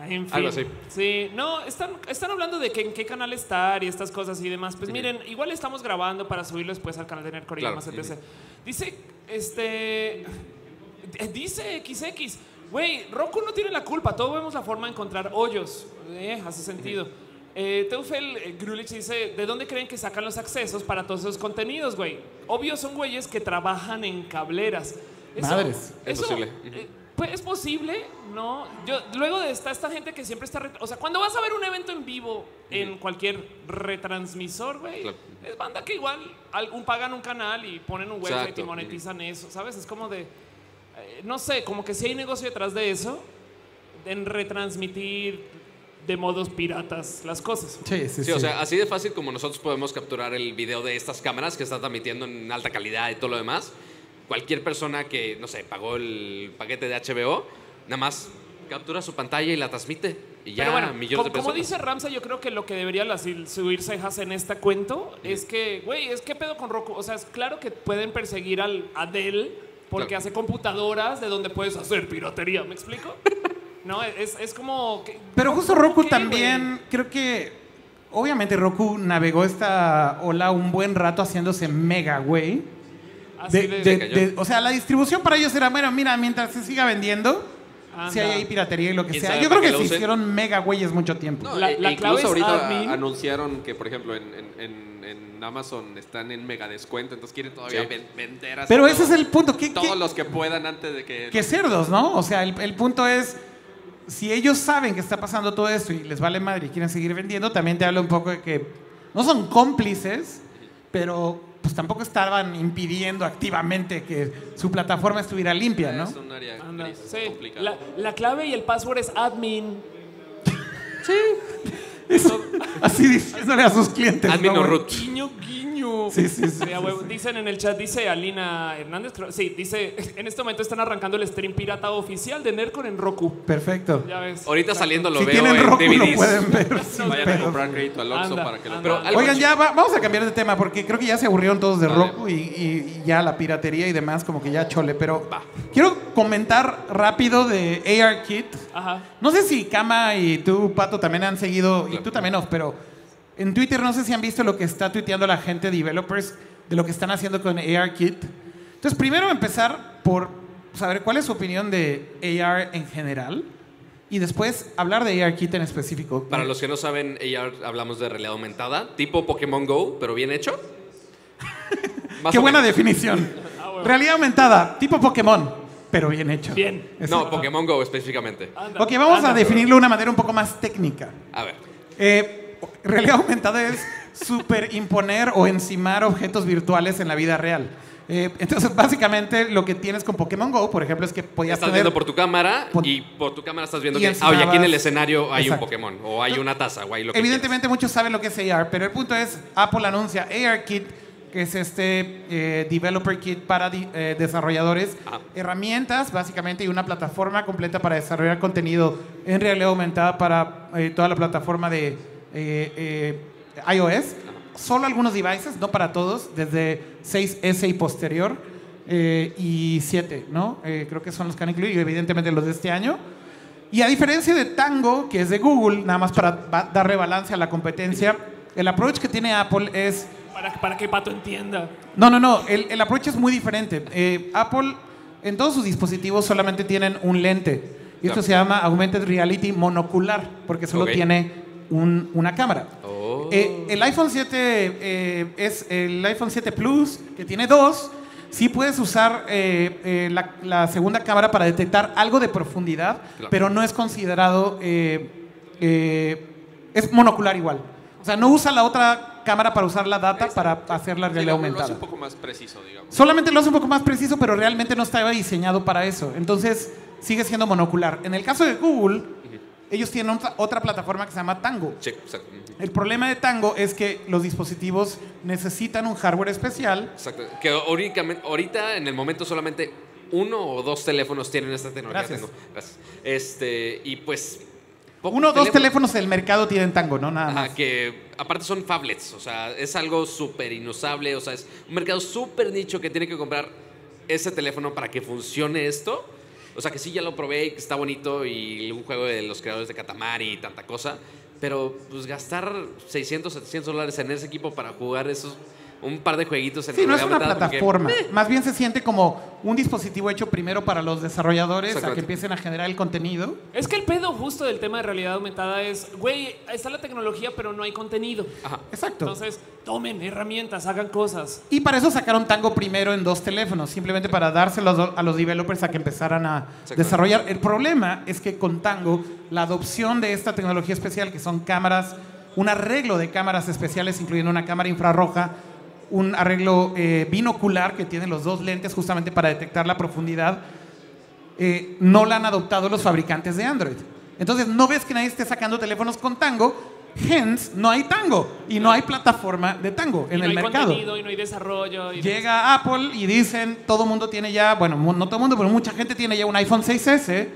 En fin.
Algo así.
Sí, no, están, están hablando de que en qué canal estar y estas cosas y demás. Pues miren, igual estamos grabando para subirlo después al canal de Nerdcore y
Claro.
demás, etc. Dice, este. eh, Dice XX. Güey, Roku no tiene la culpa. Todos vemos la forma de encontrar hoyos. Eh, hace sentido. Eh, Teufel eh, Grulich dice, ¿de dónde creen que sacan los accesos para todos esos contenidos, güey? Obvio son güeyes que trabajan en cableras.
Madres.
Es
eso,
posible.
eh, pues es posible, ¿no? Yo, luego de esta, esta gente que siempre está... ret- O sea, cuando vas a ver un evento en vivo en cualquier retransmisor, güey,
Claro.
es banda que igual algún pagan un canal y ponen un website
Exacto.
y monetizan eso, ¿sabes? Es como de... eh, no sé, como que si hay negocio detrás de eso, en retransmitir de modos piratas las cosas.
Sí, sí,
Sí, o sea, así de fácil como nosotros podemos capturar el video de estas cámaras que están transmitiendo en alta calidad y todo lo demás, cualquier persona que, no sé, pagó el paquete de HBO, nada más captura su pantalla y la transmite. Y ya
Pero bueno,
millones
como,
de
como
personas.
dice Ramsa, yo creo que lo que debería las- subir cejas en esta cuento es que, güey, es que pedo con Roku. O sea, es claro que pueden perseguir al Adel porque
Claro.
hace computadoras de donde puedes hacer piratería. ¿Me explico? no, es, es como. que-
Pero justo
¿por
Roku
qué,
también, creo que obviamente Roku navegó esta ola un buen rato haciéndose mega, güey.
güey?
Ah,
Así
De-
de-
de-
cayó.
de- o sea, la distribución para ellos era, bueno, mira, mientras se siga vendiendo, si hay
Anda.
ahí piratería y lo que
¿Quién
sea.
sabe
Yo
para
creo que,
qué lo
se
usen?
hicieron mega güeyes mucho tiempo.
No,
La-
e-
la
incluso
clave es
ahorita
admin.
anunciaron que, por ejemplo, en, en- en- en Amazon están en mega descuento, entonces quieren todavía
Sí.
ven- vender así
Pero
todo-
ese es el punto. ¿Qué,
Todos
qué-
los que puedan antes de que...
qué cerdos, no? O sea, el, el punto es, si ellos saben que está pasando todo esto y les vale madre y quieren seguir vendiendo, también te habla un poco de que no son cómplices, pero pues tampoco estaban impidiendo activamente que su plataforma estuviera limpia, ¿no?
Es un área
Anda,
gris,
sí.
complicada.
La, la clave y el password es admin.
Eso- así diciéndole a sus clientes.
Admin
¿no,
o
güey?
root.
Guiño, guiño.
Sí, sí, sí,
Sí, a huevo. Dicen en el chat, dice Alina Hernández. creo- Sí, dice, en este momento están arrancando el stream pirata oficial de Nercon en Roku.
Perfecto.
Ya ves.
Ahorita saliendo lo
si
veo
tienen
en
Roku lo
DVDs.
pueden ver. sin
Vayan a
pedo.
comprar crédito al Oxxo
Anda,
para que lo
anda.
Pero algo
Oigan,
ch-
ya va- vamos a cambiar de tema porque creo que ya se aburrieron todos de
Vale.
Roku y, y- y ya la piratería y demás como que ya chole, pero quiero comentar rápido de ARKit.
Ajá.
No sé si Kama y tú, Pato, también han seguido, y tú también, Oz, pero en Twitter no sé si han visto lo que está tuiteando la gente, developers, de lo que están haciendo con ARKit. Entonces, primero empezar por saber cuál es su opinión de AR en general y después hablar de ARKit en específico.
Para los que no saben, ya hablamos de realidad aumentada, tipo Pokémon Go, pero bien hecho. Más
Qué
o
buena
menos. Ah,
definición. Realidad aumentada, tipo Pokémon, pero bien hecho.
Bien.
No, Pokémon Go específicamente.
Anda,
Ok, vamos
anda.
a definirlo de una manera un poco más técnica.
A ver.
Eh, realidad aumentada es superimponer o encimar objetos virtuales en la vida real. Eh, entonces, básicamente, lo que tienes con Pokémon Go, por ejemplo, es que podías
Estás
tener...
viendo por tu cámara
Pon-
y por tu cámara estás viendo
Y
que, ah, oye, aquí en
encimabas-
el escenario hay un
Exacto.
Pokémon o hay una taza o hay lo que quieras.
Evidentemente muchos saben lo que es AR, pero el punto es, Apple anuncia ARKit, que es este eh, developer kit para di- eh, desarrolladores,
Ah.
herramientas básicamente y una plataforma completa para desarrollar contenido en realidad aumentada para eh, toda la plataforma de eh, eh, iOS. Solo algunos devices, no para todos, desde 6S y posterior eh, y 7, ¿no? Eh, creo que son los que han incluido, y evidentemente los de este año. Y a diferencia de Tango, que es de Google, nada más para ba- darle balance a la competencia, el approach que tiene Apple es...
Para, para que Pato entienda.
No, no, no, el, el approach es muy diferente. Eh, Apple en todos sus dispositivos solamente tienen un lente. Y
Claro.
esto se llama Augmented Reality Monocular, porque solo
Ok.
tiene un- una cámara.
Oh.
Eh, el iPhone 7 eh, es el iPhone 7 Plus, que tiene dos. Sí puedes usar eh, eh, la, la segunda cámara para detectar algo de profundidad,
Claro.
pero no es considerado. eh, eh, es monocular igual. O sea, no usa la otra cámara para usar la data para hacer la
Sí,
realidad
lo- lo hace
aumentada.
un poco más preciso, digamos.
Solamente lo hace un poco más preciso, pero realmente no estaba diseñado para eso. Entonces, sigue siendo monocular. En el caso de Google, ellos tienen otra- otra plataforma que se llama Tango.
Sí, exacto. Ujú.
El problema de Tango es que los dispositivos necesitan un hardware especial.
Exacto. Que ahorita, ahorita, en el momento, solamente uno o dos teléfonos tienen esta tecnología.
Gracias.
Tengo- Gracias. Este, y pues pocos
Uno o dos teléfonos del mercado tienen tango, ¿no? Nada
Ajá,
más.
que aparte son phablets, o sea, es algo súper inusable, o sea, es un mercado súper nicho que tiene que comprar ese teléfono para que funcione esto. O sea, que sí, ya lo probé y que está bonito y un juego de los creadores de Katamari y tanta cosa, pero pues gastar 600, 700 dólares en ese equipo para jugar esos, un par de jueguitos en
Sí, no es
realidad
una
aumentada, porque- Eh.
plataforma. Más bien se siente como un dispositivo hecho primero para los desarrolladores a que
Exactamente.
empiecen a generar el contenido.
Es que el pedo justo del tema de realidad aumentada es, güey, está la tecnología, pero no hay contenido.
Exacto.
Entonces, tomen herramientas, hagan cosas.
y para eso sacaron Tango primero en dos teléfonos, simplemente para dárselos a los developers a que empezaran a desarrollar. El problema es que con Tango, la adopción de esta tecnología especial, que son cámaras, un arreglo de cámaras especiales, incluyendo una cámara infrarroja, un arreglo eh, binocular que tiene los dos lentes justamente para detectar la profundidad, eh, no la han adoptado los fabricantes de Android. Entonces no ves que nadie esté sacando teléfonos con Tango, hence no hay Tango y no hay plataforma de Tango
y
en
no
el
hay
mercado.
contenido y no hay desarrollo. y-
Llega Apple y dicen, todo mundo tiene ya, bueno, mu- no todo mundo, pero mucha gente tiene ya un iPhone 6S,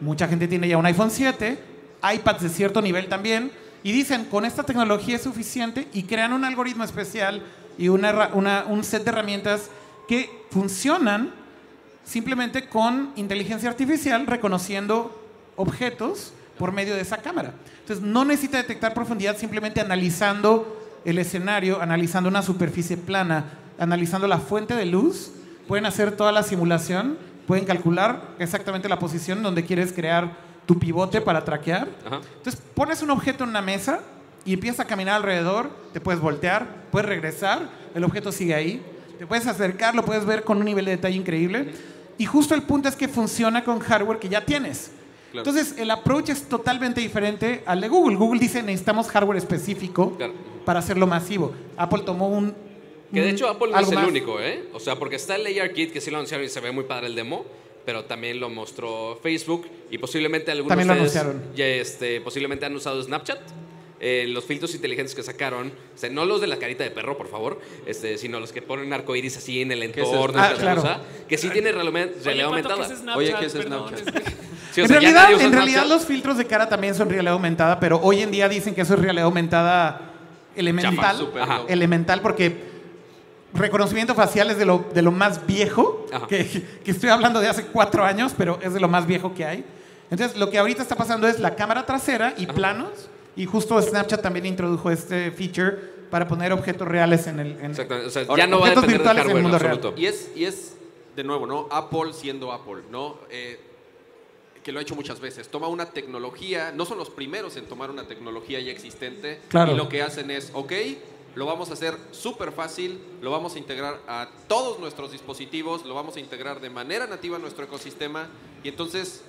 mucha gente tiene ya un iPhone 7, iPads de cierto nivel también, y dicen, con esta tecnología es suficiente y crean un algoritmo especial y una herra- una- un set de herramientas que funcionan simplemente con inteligencia artificial reconociendo objetos por medio de esa cámara. Entonces no necesita detectar profundidad simplemente analizando el escenario, analizando una superficie plana, analizando la fuente de luz, pueden hacer toda la simulación, pueden calcular exactamente la posición donde quieres crear tu pivote para traquear.
Ajá.
Entonces pones un objeto en una mesa y empiezas a caminar alrededor, te puedes voltear, puedes regresar, el objeto sigue ahí, te puedes acercar, lo puedes ver con un nivel de detalle increíble. Y justo el punto es que funciona con hardware que ya tienes.
Claro.
Entonces el approach es totalmente diferente al de Google. Google dice necesitamos hardware específico
Claro.
para hacerlo masivo. Apple tomó un...
Que de
un-
hecho Apple no
algo
es el
más.
único, ¿eh? O sea, porque está el Layer Kit que sí lo anunciaron y se ve muy padre el demo, pero también lo mostró Facebook y posiblemente algunos
También lo
de ustedes
anunciaron.
ya este, posiblemente han usado Snapchat. Eh, los filtros inteligentes que sacaron, o sea, no los de la carita de perro, por favor, este, sino los que ponen arcoiris así en el
¿Qué es eso?
entorno,
Ah,
y tal
claro.
cosa, que sí tiene realme-
Oye,
realidad
Pato, ¿qué
aumentada.
es Snapchat?
Oye, ¿qué es
Perdón,
Snapchat?
es que-
Sí, o sea,
en
ya
realidad,
nadie usa
en realidad
Snapchat.
los filtros de cara también son realidad aumentada, pero hoy en día dicen que eso es realidad aumentada elemental.
súper
Ajá.
loco.
elemental porque reconocimiento facial es de lo, de lo más viejo,
Ajá.
que, que estoy hablando de hace cuatro años, pero es de lo más viejo que hay. Entonces, lo que ahorita está pasando es la cámara trasera y planos, y justo Snapchat también introdujo este feature para poner objetos reales en el... en-
Exactamente, o sea,
Ahora,
ya no va a
objetos
depender del
virtuales en
hardware en
mundo real.
absoluto.
Y es, y es, de nuevo, ¿no? Apple siendo Apple, ¿no? Eh, que lo ha hecho muchas veces. Toma una tecnología, no son los primeros en tomar una tecnología ya existente.
Claro.
Y lo que hacen es, ok, lo vamos a hacer súper fácil, lo vamos a integrar a todos nuestros dispositivos, lo vamos a integrar de manera nativa a nuestro ecosistema. Y entonces,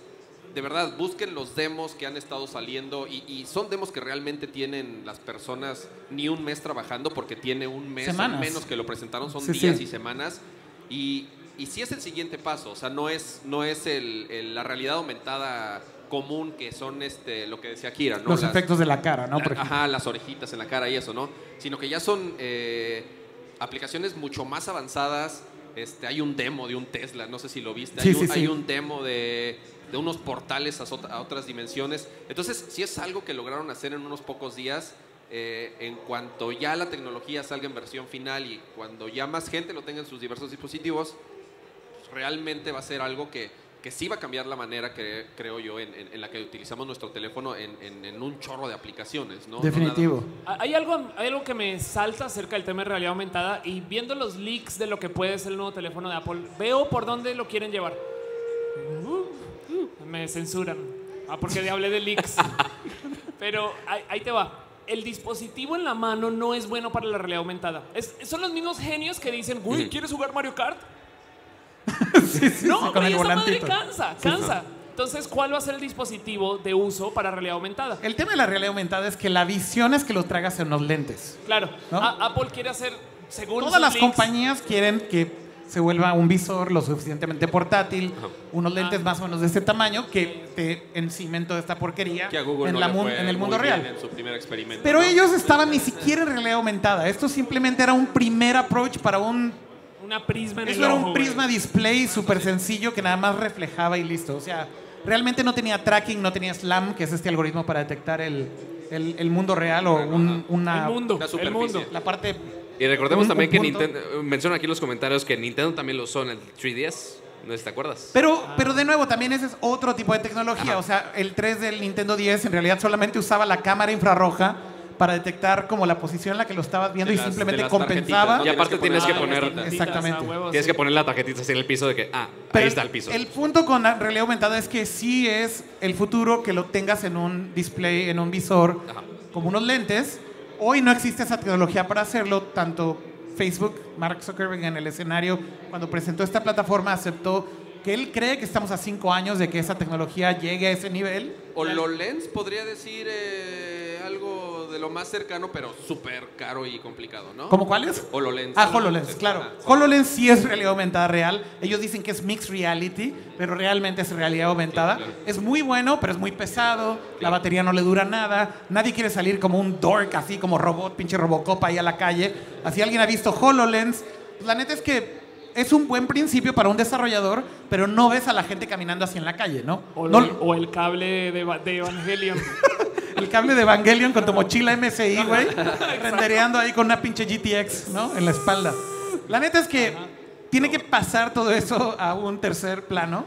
de verdad, busquen los demos que han estado saliendo y, y son demos que realmente tienen las personas ni un mes trabajando porque tiene un mes
Semanas.
menos que lo presentaron, son
Sí,
días
sí.
y semanas. Y, y sí es el siguiente paso, o sea, no es, no es el, el- la realidad aumentada común que son este, lo que decía Kira, ¿no?
Los
Las-
efectos de la cara, ¿no? Por
Ah,
ejemplo.
Ajá, las orejitas en la cara y eso, ¿no? Sino que ya son eh, aplicaciones mucho más avanzadas. Este, hay un demo de un Tesla, no sé si lo viste. hay,
Sí,
un,
sí, sí.
hay un demo de, de unos portales a, sot- a otras dimensiones. Entonces, sí es algo que lograron hacer en unos pocos días. eh, en cuanto ya la tecnología salga en versión final y cuando ya más gente lo tenga en sus diversos dispositivos, realmente va a ser algo que, que sí va a cambiar la manera, que, creo yo, en, en- en la que utilizamos nuestro teléfono en, en- en un chorro de aplicaciones, ¿no? No
Definitivo.
Ah, Hay algo, hay algo que me salta acerca del tema de realidad aumentada y viendo los leaks de lo que puede ser el nuevo teléfono de Apple, veo por dónde lo quieren llevar. Uh, uh, Me censuran. Ah, porque hablé de leaks. Pero ahí, ahí te va. El dispositivo en la mano no es bueno para la realidad aumentada. Es- son los mismos genios que dicen, uy, ¿quieres jugar Mario Kart?
Sí, sí, sí,
No,
con
güey,
el
esa madre
volantito.
cansa, cansa. Entonces, ¿cuál va a ser el dispositivo de uso para realidad aumentada?
El tema de la realidad aumentada es que la visión es que lo tragas en los lentes.
Claro,
¿No?
A- Apple quiere hacer, según
Todas
sus
las
leaks,
compañías quieren que se vuelva un visor lo suficientemente portátil, unos lentes más o menos de este tamaño que te encimen toda esta porquería
Que a Google
en,
no
la
le
mun-
fue
en el
muy
mundo
bien
real.
En su primer experimento.
Pero
¿no?
ellos estaban ni siquiera en realidad aumentada. Esto simplemente era un primer approach para un...
una prisma en el
Eso era
ojo,
un
güey.
prisma display súper sencillo que nada más reflejaba y listo. O sea, realmente no tenía tracking, no tenía SLAM, que es este algoritmo para detectar el, el- el mundo real o un- una...
el mundo,
Una
el
superficie.
mundo.
La parte...
Y recordemos
un-
también
un
que
punto.
Nintendo, eh, menciona aquí en los comentarios que Nintendo también lo usó en el 3DS. ¿No sé si te acuerdas?
Pero, pero de nuevo, también ese es otro tipo de tecnología. O sea, el 3 del Nintendo 10 en realidad solamente usaba la cámara infrarroja para detectar como la posición en la que lo estabas viendo
De
y
las- de
simplemente
las
compensaba.
tarjetitas, ¿no?
Y aparte tienes que
Ah,
poner-
las tarjetitas,
Exactamente.
a huevo,
Tienes
sí.
que poner la tarjetita así en el piso de que, ah,
Pero
ahí está el piso.
punto con la realidad aumentada es que sí es el futuro que lo tengas en un display, en un visor,
Ajá.
como unos lentes. Hoy no existe esa tecnología para hacerlo, tanto Facebook, Mark Zuckerberg en el escenario, cuando presentó esta plataforma, aceptó que él cree que estamos a cinco años de que esa tecnología llegue a ese nivel.
O Lolens podría decir eh, algo de lo más cercano, pero súper caro y complicado, ¿no?
¿Cómo cuál es?
HoloLens.
Ah, HoloLens, claro.
Ah, sí.
HoloLens sí es realidad aumentada real. Ellos dicen que es mixed reality, pero realmente es realidad aumentada.
Claro, claro.
Es muy bueno, pero es muy pesado. La batería no le dura nada. Nadie quiere salir como un dork, así como robot, pinche Robocop ahí a la calle. Así alguien ha visto HoloLens. Pues, la neta es que es un buen principio para un desarrollador, pero no ves a la gente caminando así en la calle, ¿no?
O,
No-
el- o el cable de, Eva- de Evangelion.
el cable de Evangelion con tu mochila MSI, güey, rendereando ahí con una pinche GTX, ¿no? En la espalda. La neta es que tiene que pasar todo eso a un tercer plano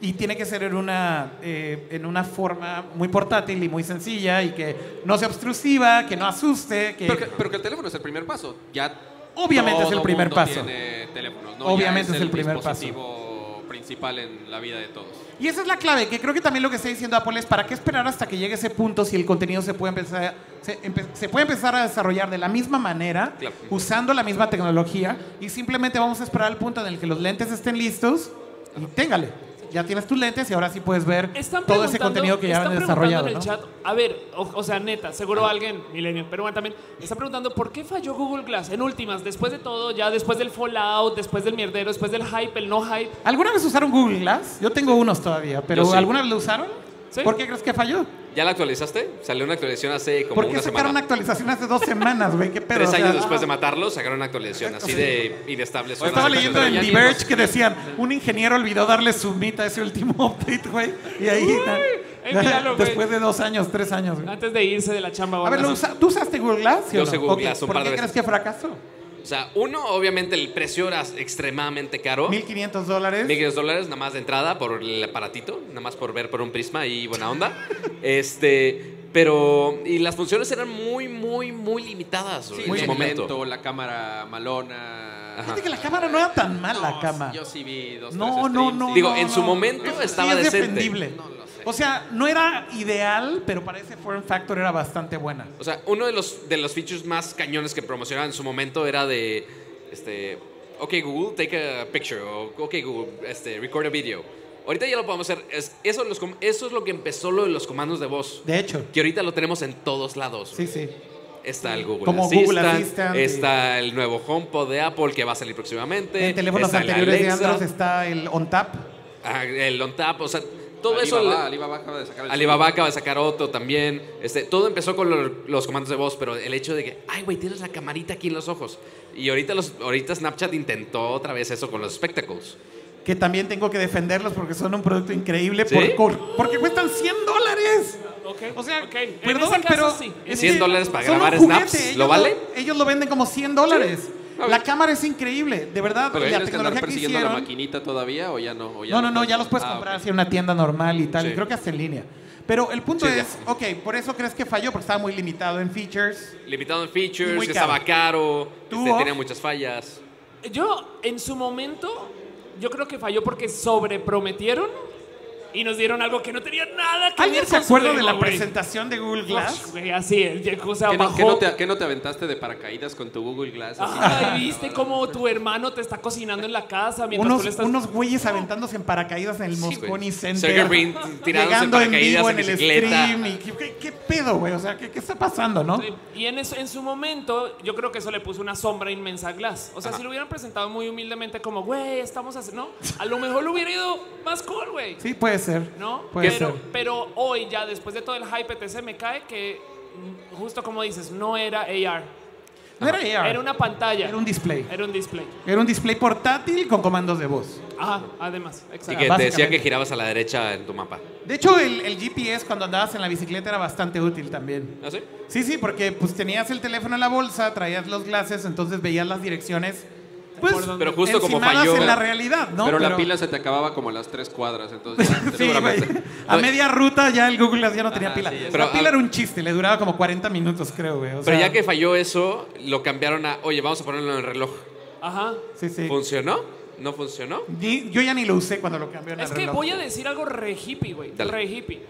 y tiene que ser en una, eh, en una forma muy portátil y muy sencilla y que no sea obstrusiva, que no asuste, que...
Pero que, pero que el teléfono es el primer paso. Ya
Eh, Obviamente es
todo
el primer
mundo
paso.
tiene teléfonos, ¿no?
Obviamente
Ya
es el primer paso.
dispositivo principal en la vida de todos.
Y esa es la clave, que creo que también lo que está diciendo Apple es para qué esperar hasta que llegue ese punto si el contenido se puede empezar, se, empe- se puede empezar a desarrollar de la misma manera,
Claro.
usando la misma tecnología, y simplemente vamos a esperar al punto en el que los lentes estén listos y téngale. Ya tienes tus lentes y ahora sí puedes ver
Están
todo ese
preguntando-
contenido que ya
están
han
preguntando
desarrollado.
en el
¿no?
chat, a ver, o, o sea, neta, seguro alguien, Millennium, pero bueno, también está preguntando por qué falló Google Glass en últimas, después de todo, ya después del Fallout, después del mierdero, después del hype, el no hype.
¿Alguna vez usaron Google Glass? Yo tengo unos todavía, pero
Yo sí.
¿alguna vez lo usaron?
Sí.
¿Por qué crees que falló?
¿Ya la actualizaste? Salió una actualización hace como
¿Por qué
una
sacaron
semana.
una actualización hace dos semanas, güey? ¿Qué pedo?
Tres
O sea, ah,
años después de matarlos, sacaron una actualización así de inestable.
Yo estaba
Una
leyendo
actualización.
en
ya ni
Diverge
los-
que decían, un ingeniero olvidó darle submit a ese último update, güey. Y ahí, na-
Ey, míralo, güey.
después de dos años, tres años,
Ah,
güey.
Antes de irse de la chamba.
A ver, ¿lo
bueno,
usa- ¿tú usaste Google Glass? sí o
Yo
no?
usé Google
Ok,
Glass un
¿Por
par
qué
de
crees
veces.
que fracasó?
O sea, uno, obviamente el precio era extremadamente caro.
1.500 dólares.
1.500 dólares nada más de entrada por el aparatito, nada más por ver por un prisma y buena onda. este, pero. Y las funciones eran muy, muy, muy limitadas
Sí,
en
muy
su
momento.
momento.
la cámara malona.
Ajá.
Fíjate que la cámara no era tan mala,
No,
cama.
Yo sí vi dos,
No,
tres
no,
streams
no,
y-
Digo,
no,
en su
no.
momento
Eso
estaba
sí es
decente.
defendible.
No lo sé.
O sea, no era ideal, pero para ese form factor era bastante buena.
O sea, uno de los, de los features más cañones que promocionaban en su momento era de, este, ok Google, take a picture, o ok Google, este, record a video. Ahorita ya lo podemos hacer. Es- eso, los com- eso es lo que empezó lo de los comandos de voz.
De hecho,
Que ahorita lo tenemos en todos lados.
sí, sí.
Está el Google
Como
Assistant.
Google Assistant y-
está el nuevo HomePod de Apple que va a salir próximamente.
En teléfonos
está el
anteriores de
Alexa,
Android está el OnTap.
ah, el OnTap. O sea, todo eso...
Alibaba,
le-
Alibaba acaba de sacar el
Pues, Alibaba acaba de sacar otro también. Este, todo empezó con lo- los comandos de voz, pero el hecho de que, ay, güey, tienes la camarita aquí en los ojos. Y ahorita, los, ahorita Snapchat intentó otra vez eso con los spectacles.
que también tengo que defenderlos porque son un producto increíble
¿Sí?
por- por- porque cuestan 100 dólares.
ok,
O sea,
ok. En
perdón,
ese caso,
pero
sí.
¿Y
es
100
que
dólares para
son un
grabar
juguete,
snaps?
ellos
¿Lo vale?
ellos lo venden como 100 dólares.
A
La
ver.
cámara es increíble, de verdad.
Pero
la
tienes que andar
tecnología que
persiguiendo la
hicieron.
maquinita todavía o ya no. ¿O ya lo
No, no, no,
puedes?
ya los puedes
Ah,
comprar
ok.
así en una tienda normal y tal.
pues. Sí.
Y creo que hasta en línea. Pero el punto
Sí, ya.
es, ok, por eso crees que falló, porque estaba muy limitado en features.
Limitado en features,
Muy
que
caro.
estaba caro,
¿Tú, oh,
este,
Off?
tenía muchas fallas.
Yo, en su momento, yo creo que falló porque sobreprometieron y nos dieron algo que no tenía nada que
¿Alguien
ver
se
con su
acuerda de
demo,
la
güey?
presentación de Google
Ush,
Glass?
güey, así, el- o sea,
¿Qué no,
bajó-
qué no te, qué no te aventaste de paracaídas con tu Google Glass? así?
Ah,
Ay, viste cómo tu hermano te está cocinando en la casa mientras tú
Unos,
le estás.
unos güeyes aventándose en paracaídas en el
Sí,
Moscone
güey.
Center.
Sergey Brin tirándose
llegando
en
en
paracaídas,
vivo en
en
el
bicicleta.
stream. y ¿qué, qué- qué pedo, güey? O sea, ¿qué, qué está pasando, no?
Sí, Y en, eso, en su momento, yo creo que eso le puso una sombra inmensa a Glass. O sea, si lo hubieran presentado muy humildemente, como, güey, estamos haciendo. No, a lo mejor lo hubiera ido más cool, güey.
Sí, puede ser.
¿No?
Puede
pero,
ser.
pero hoy, E ya después de todo el hype, etc., me cae que, mm, justo como dices, no era AR.
No era AR.
Era una pantalla.
Era un display.
Era un display.
Era un display portátil con comandos de voz.
Ajá, además.
Y
Exacto.
que te decía que
ah, básicamente.
girabas a la derecha en tu mapa.
De hecho, el, el GPS cuando andabas en la bicicleta era bastante útil también.
¿Ah, sí?
Sí, sí, porque pues tenías el teléfono en la bolsa, traías los glasses, entonces veías las direcciones. Pues,
Por donde-
Pero justo como
encimadas
falló.
en la realidad, ¿no?
pero, la pila se te acababa como a las tres cuadras, entonces ya,
Sí,
seguramente.
güey. A media ruta ya el Google Glass ya no tenía pila.
sí, ya
Pero,
la pila
a-
era un chiste, le duraba como 40 minutos, creo, güey. o
Pero
sea,
ya que falló eso, lo cambiaron a, oye, vamos a ponerlo en el reloj.
Ajá.
Sí, sí.
¿Funcionó? ¿No funcionó?
Ni- yo ya ni lo usé cuando lo cambió en
Es
el
que
reloj.
voy a decir algo re hippie, güey.
Dale.
Re hippie.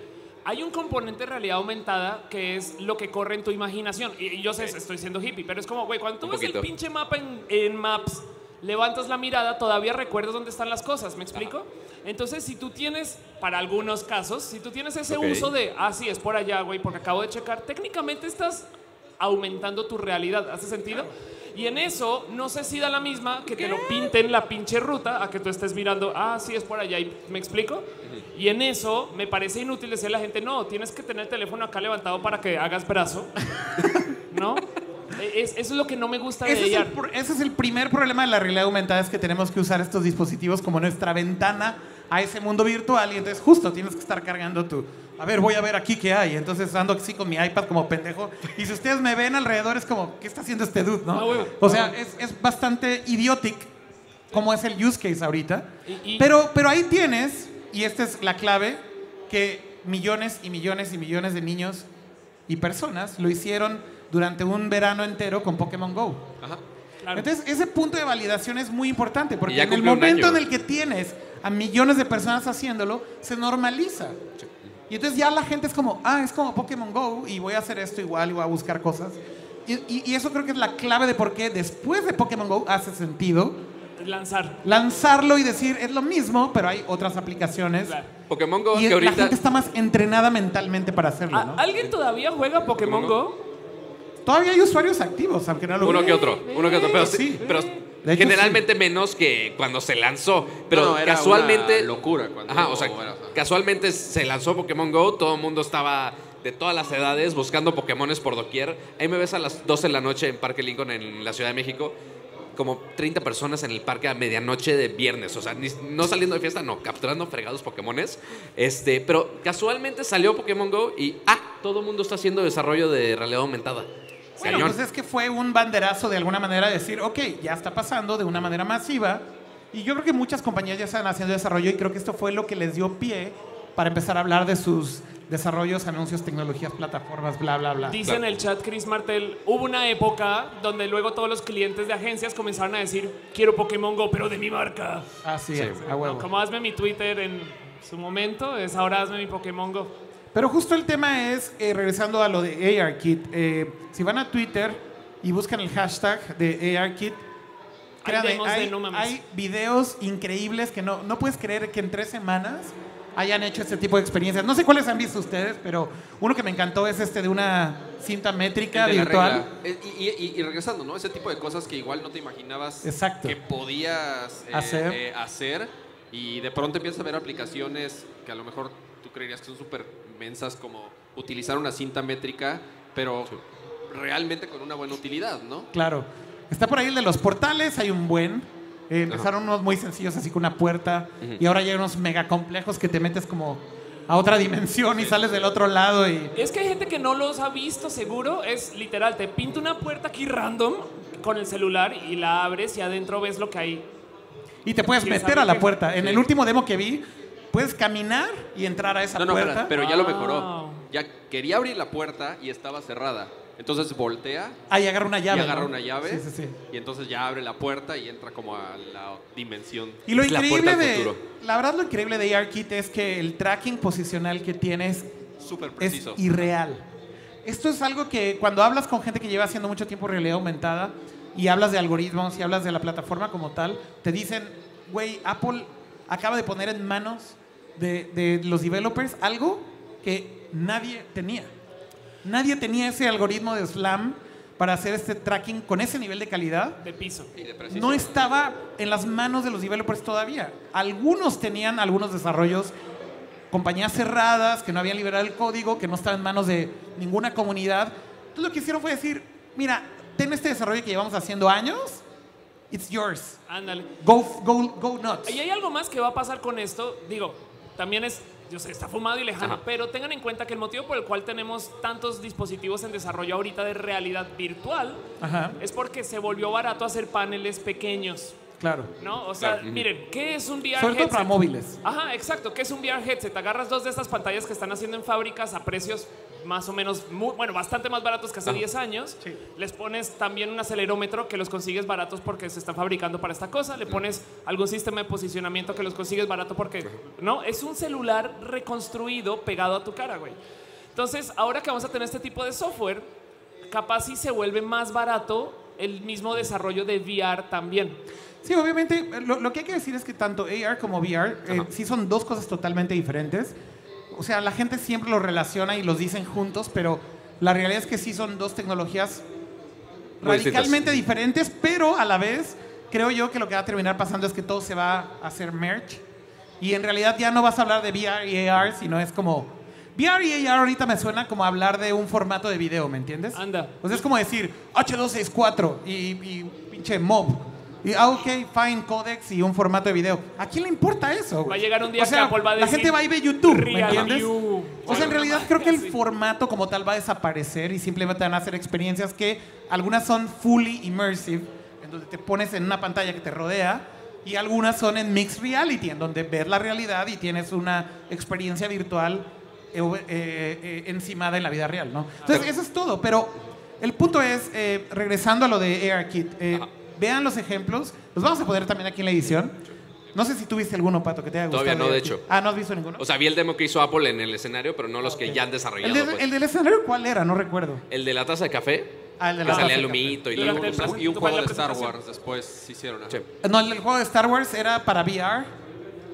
Hay un componente de realidad aumentada que es lo que corre en tu imaginación. Y, y yo sé, estoy siendo hippie, pero es como, güey, cuando tú
Un
ves el
poquito.
pinche mapa en, en Maps, levantas la mirada, todavía recuerdas dónde están las cosas, ¿me explico? Entonces, si tú tienes, para algunos casos, si tú tienes ese
Ok.
uso de, ah, sí, es por allá, güey, porque acabo de checar, técnicamente estás aumentando tu realidad. ¿Hace sentido? Y en eso, no sé si da la misma que te lo pinten la pinche ruta a que tú estés mirando, ah, sí, es por allá, y ¿me explico? Y en eso, me parece inútil decirle a la gente, no, tienes que tener el teléfono acá levantado para que hagas brazo, ¿no? E, Es- eso es lo que no me gusta de
Ese es, el,
AR.
pr- ese es el primer problema de la realidad aumentada, es que tenemos que usar estos dispositivos como nuestra ventana a ese mundo virtual y entonces justo tienes que estar cargando tu... A ver, voy a ver aquí qué hay. Entonces ando así con mi iPad como pendejo. Y si ustedes me ven alrededor es como, ¿qué está haciendo este dude? ¿no?
Ah, huevo.
o sea, es, es bastante idiotic como es el use case ahorita.
Y- y-
Pero, pero ahí tienes, y esta es la clave, que millones y millones y millones de niños y personas lo hicieron durante un verano entero con Pokémon Go.
Ajá.
Claro.
Entonces, ese punto de validación es muy importante porque
ya
en el
cumplió un
momento en
año.
el que tienes a millones de personas haciéndolo, se normaliza. Y entonces ya la gente es como, ah, es como Pokémon Go y voy a hacer esto igual y voy a buscar cosas. Y, y- y eso creo que es la clave de por qué después de Pokémon Go hace sentido
Lanzar.
lanzarlo y decir, es lo mismo, pero hay otras aplicaciones.
Claro.
Pokémon Go,
Y
que
la
ahorita... Ah,
gente está más entrenada mentalmente para hacerlo,
¿A-
¿no?
¿Alguien todavía juega Pokémon
Pokémon
Go?
Todavía hay usuarios activos, aunque no lo
Uno
vean.
que otro, uno que otro. Pero, sí,
Sí.
pero
De hecho,
generalmente menos que cuando se lanzó. Pero
No, era
casualmente.
una locura cuando
Ajá, o sea,
era, o sea.
casualmente se lanzó Pokémon Go, todo el mundo estaba de todas las edades buscando Pokémones por doquier. Ahí me ves a las 12 de la noche en Parque Lincoln en la Ciudad de México. Como 30 personas en el parque a medianoche de viernes. O sea, ni- no saliendo de fiesta, no, capturando fregados Pokémones. Este, pero casualmente salió Pokémon Go y ah, todo el mundo está haciendo desarrollo de realidad aumentada.
Bueno,
Cañón.
pues es que fue un banderazo de alguna manera decir, ok, ya está pasando de una manera masiva. Y yo creo que muchas compañías ya están haciendo desarrollo y creo que esto fue lo que les dio pie para empezar a hablar de sus desarrollos, anuncios, tecnologías, plataformas, bla, bla, bla.
Dice en el chat Chris Martel, hubo una época donde luego todos los clientes de agencias comenzaron a decir, quiero Pokémon Go, pero de mi marca.
Así es, a huevo.
Como hazme mi Twitter en su momento, es ahora hazme mi Pokémon Go.
Pero justo el tema es, eh, regresando a lo de ARKit, eh, si van a Twitter y buscan el hashtag de ARKit,
Hay
créanme,
demos de
hay,
no mames.
hay videos increíbles que no, no puedes creer que en tres semanas hayan hecho este tipo de experiencias. No sé cuáles han visto ustedes, pero uno que me encantó es este de una cinta métrica
El de la
virtual.
regla. Eh, Y, y- y- y regresando, ¿no? Ese tipo de cosas que igual no te imaginabas
Exacto.
que podías eh,
Hacer.
eh, hacer, Y de pronto empiezas a ver aplicaciones que a lo mejor tú creerías que son súper mensas, como utilizar una cinta métrica, pero realmente con una buena utilidad, ¿no?
Claro. Está por ahí el de los portales, hay un buen. Eh, empezaron unos muy sencillos, así con una puerta. Y ahora ya hay unos mega complejos que te metes como a otra dimensión y sales del otro lado y...
Es que hay gente que no los ha visto seguro, es literal, te pinta una puerta aquí random con el celular y la abres y adentro ves lo que hay.
Y te puedes
¿Quién
meter
sabe
a la
qué?
puerta. En el último demo que vi, puedes caminar y entrar a esa
No, no,
puerta.
espera, pero ya lo mejoró.
Wow.
Ya quería abrir la puerta y estaba cerrada. Entonces voltea
Ah, y agarra una llave.
y agarra
¿no?
una llave
Sí, sí, sí.
y entonces ya abre la puerta y entra como a la dimensión.
Y lo
Es la puerta
increíble
al
de.
futuro.
La verdad, lo increíble de ARKit es que el tracking posicional que tienes
Súper
es
preciso.
irreal. Esto es algo que cuando hablas con gente que lleva haciendo mucho tiempo realidad aumentada y hablas de algoritmos y hablas de la plataforma como tal, te dicen, güey, Apple acaba de poner en manos de, de los developers algo que nadie tenía. Nadie tenía ese algoritmo de SLAM para hacer este tracking con ese nivel de calidad
De piso.
Y de preciso.
no estaba en las manos de los developers todavía. Algunos tenían algunos desarrollos, compañías cerradas, que no habían liberado el código, que no estaba en manos de ninguna comunidad. Entonces lo que hicieron fue decir, mira, ten este desarrollo que llevamos haciendo años, it's yours.
Ándale.
Go, go, go nuts.
Y hay algo más que va a pasar con esto. Digo, también es, yo sé, está fumado y lejano,
Ajá.
pero tengan en cuenta que el motivo por el cual tenemos tantos dispositivos en desarrollo ahorita de realidad virtual
Ajá,
es porque se volvió barato hacer paneles pequeños,
claro.
¿no? O sea,
Claro.
miren, ¿qué es un VR
Sobre todo para
headset?
móviles.
Ajá, exacto. ¿Qué es un VR headset? Agarras dos de estas pantallas que están haciendo en fábricas a precios más o menos, muy- bueno, bastante más baratos que hace
Ajá.
10 años.
Sí.
Les pones también un acelerómetro que los consigues baratos porque se están fabricando para esta cosa. Le pones algún sistema de posicionamiento que los consigues barato porque, ¿no? Es un celular reconstruido pegado a tu cara, güey. Entonces, ahora que vamos a tener este tipo de software, capaz si se vuelve más barato el mismo desarrollo de VR también.
Sí, obviamente, lo, lo que hay que decir es que tanto AR como VR eh, sí son dos cosas totalmente diferentes. O sea, la gente siempre los relaciona y los dicen juntos, pero la realidad es que sí son dos tecnologías
Muy
radicalmente diferentes, pero a la vez creo yo que lo que va a terminar pasando es que todo se va a hacer merge y en realidad ya no vas a hablar de VR y AR, sino es como VR y AR ahorita me suena como hablar de un formato de video, ¿me entiendes?
Anda.
O sea, es como decir H264 y, y pinche mob. Y, ah, ok, fine, codex y un formato de video. ¿A quién le importa eso? güey?
Va a llegar un día
O sea,
que Apple va a
La
decir,
gente va y ve YouTube, ¿me
"Real
entiendes?
view".
O sea, en realidad creo que
Sí.
el formato como tal va a desaparecer y simplemente van a hacer experiencias que algunas son fully immersive, en donde te pones en una pantalla que te rodea, y algunas son en mixed reality, en donde ves la realidad y tienes una experiencia virtual eh, eh, eh, encimada en la vida real, ¿no? Entonces, eso es todo, pero el punto es, eh, regresando a lo de ARKit, eh, vean los ejemplos, los vamos a poner también aquí en la edición. No sé si tuviste alguno, Pato, que te haya gustado.
Todavía no, de
ARKit.
hecho.
Ah, ¿no has visto ninguno?
O sea, vi el demo que hizo Apple en el escenario, pero no los que ya han desarrollado.
Ah, El, de-
pues.
el del escenario, ¿cuál era? No recuerdo.
El de la taza de café,
Ah, el de
que
la
salía
taza de
el humito y
café.
luego...
Durante el-
Y
¿Cuál
un
es
juego
la
de Star
presentación?
Wars después se hicieron. ajá.
Sí.
café. No, el del juego de Star Wars era para VR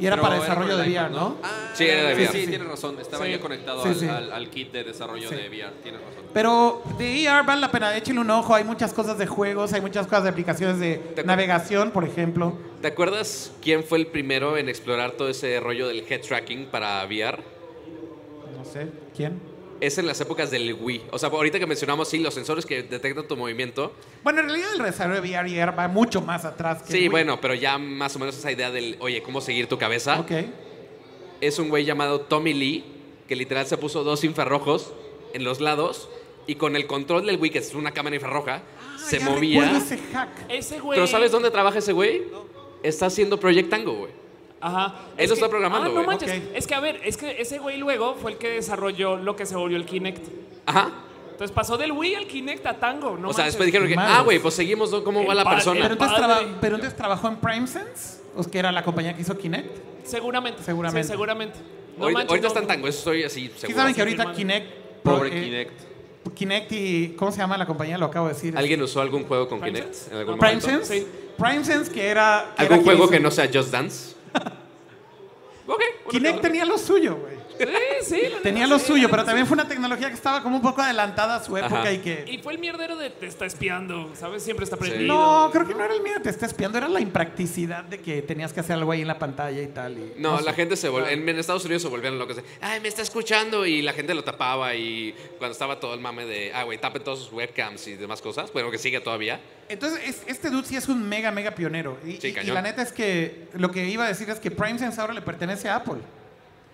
y era
Pero
para
era
desarrollo
por
de
el
VR,
iPad,
¿no?
Ah,
Sí, era de
sí,
VR.
Sí,
Sí.
tienes razón. Estaba
Sí.
ya conectado
Sí,
al,
sí.
al- al kit de desarrollo
Sí.
de VR. Tienes razón.
Pero de AR vale la pena, échenle un ojo. Hay muchas cosas de juegos, hay muchas cosas de aplicaciones de
acuerdo.
navegación, por ejemplo.
¿Te acuerdas quién fue el primero en explorar todo ese rollo del head tracking para VR?
No sé, ¿quién?
Es en las épocas del Wii. O sea, ahorita que mencionamos, sí, los sensores que detectan tu movimiento.
Bueno, en realidad el desarrollo de VR y AR va mucho más atrás que
Sí,
el Wii.
bueno, ah, pero ya más o menos esa idea del, oye, ¿cómo seguir tu cabeza?
Ok.
Es un güey llamado Tommy Lee, que literal se puso dos infrarrojos en los lados y con el control del Wii, que es una cámara infrarroja, se
Ah, Ya
movía.
recuerdo ese hack.
Ese güey.
Pero ¿sabes dónde trabaja ese güey? Está haciendo Project Tango, güey.
Ajá.
Él
Es
lo
que-
está programando,
Ah, no
güey.
manches.
Ok.
Es que, a ver, es que ese güey luego fue el que desarrolló lo que se volvió el Kinect.
Ajá.
Entonces pasó del Wii al Kinect a Tango, ¿no?
o sea,
manches.
después dijeron que,
madres.
ah, güey, pues seguimos ¿no? cómo
El
va la
padre.
Pero
persona.
entonces,
Padre.
traba- pero entonces trabajó en PrimeSense, o que era la compañía que hizo Kinect.
Seguramente.
Seguramente.
Sí, seguramente. No
Ahorita,
manches,
ahorita
no.
está en tango, eso estoy así
Sí
seguro.
saben que
así
ahorita
firmado.
Kinect...
Pobre
eh,
Kinect.
Kinect y... ¿Cómo se llama la compañía? Lo acabo de decir.
¿Alguien usó algún juego con
¿Prime
Kinect
Sense?
en algún
No,
momento?
PrimeSense.
Sí.
PrimeSense que era... que era
¿Algún
quien
juego
hizo-
que no sea Just Dance? ok. bueno,
Kinect tenía lo suyo, güey.
Sí, sí. la
Tenía
neta,
lo
sí,
suyo,
la
pero
neta,
también fue una tecnología que estaba como un poco adelantada a su época
Ajá.
y que...
sí. Y fue el mierdero de te está espiando, ¿sabes? Siempre está prendido.
No, creo que no era el miedo, te está espiando, era la impracticidad de que tenías que hacer algo ahí en la pantalla y tal. y-
No, la
sé.
gente se volvió. En, en Estados Unidos se volvieron locos. de, Ay, me está escuchando. Y la gente lo tapaba. Y cuando estaba todo el mame de, ah, güey, tapen todos sus webcams y demás cosas. Bueno, que sigue todavía.
Entonces, es- este dude sí es un mega, mega pionero. Y,
Sí,
y- y
cañón.
la neta es que lo que iba a decir es que PrimeSense ahora le pertenece a Apple.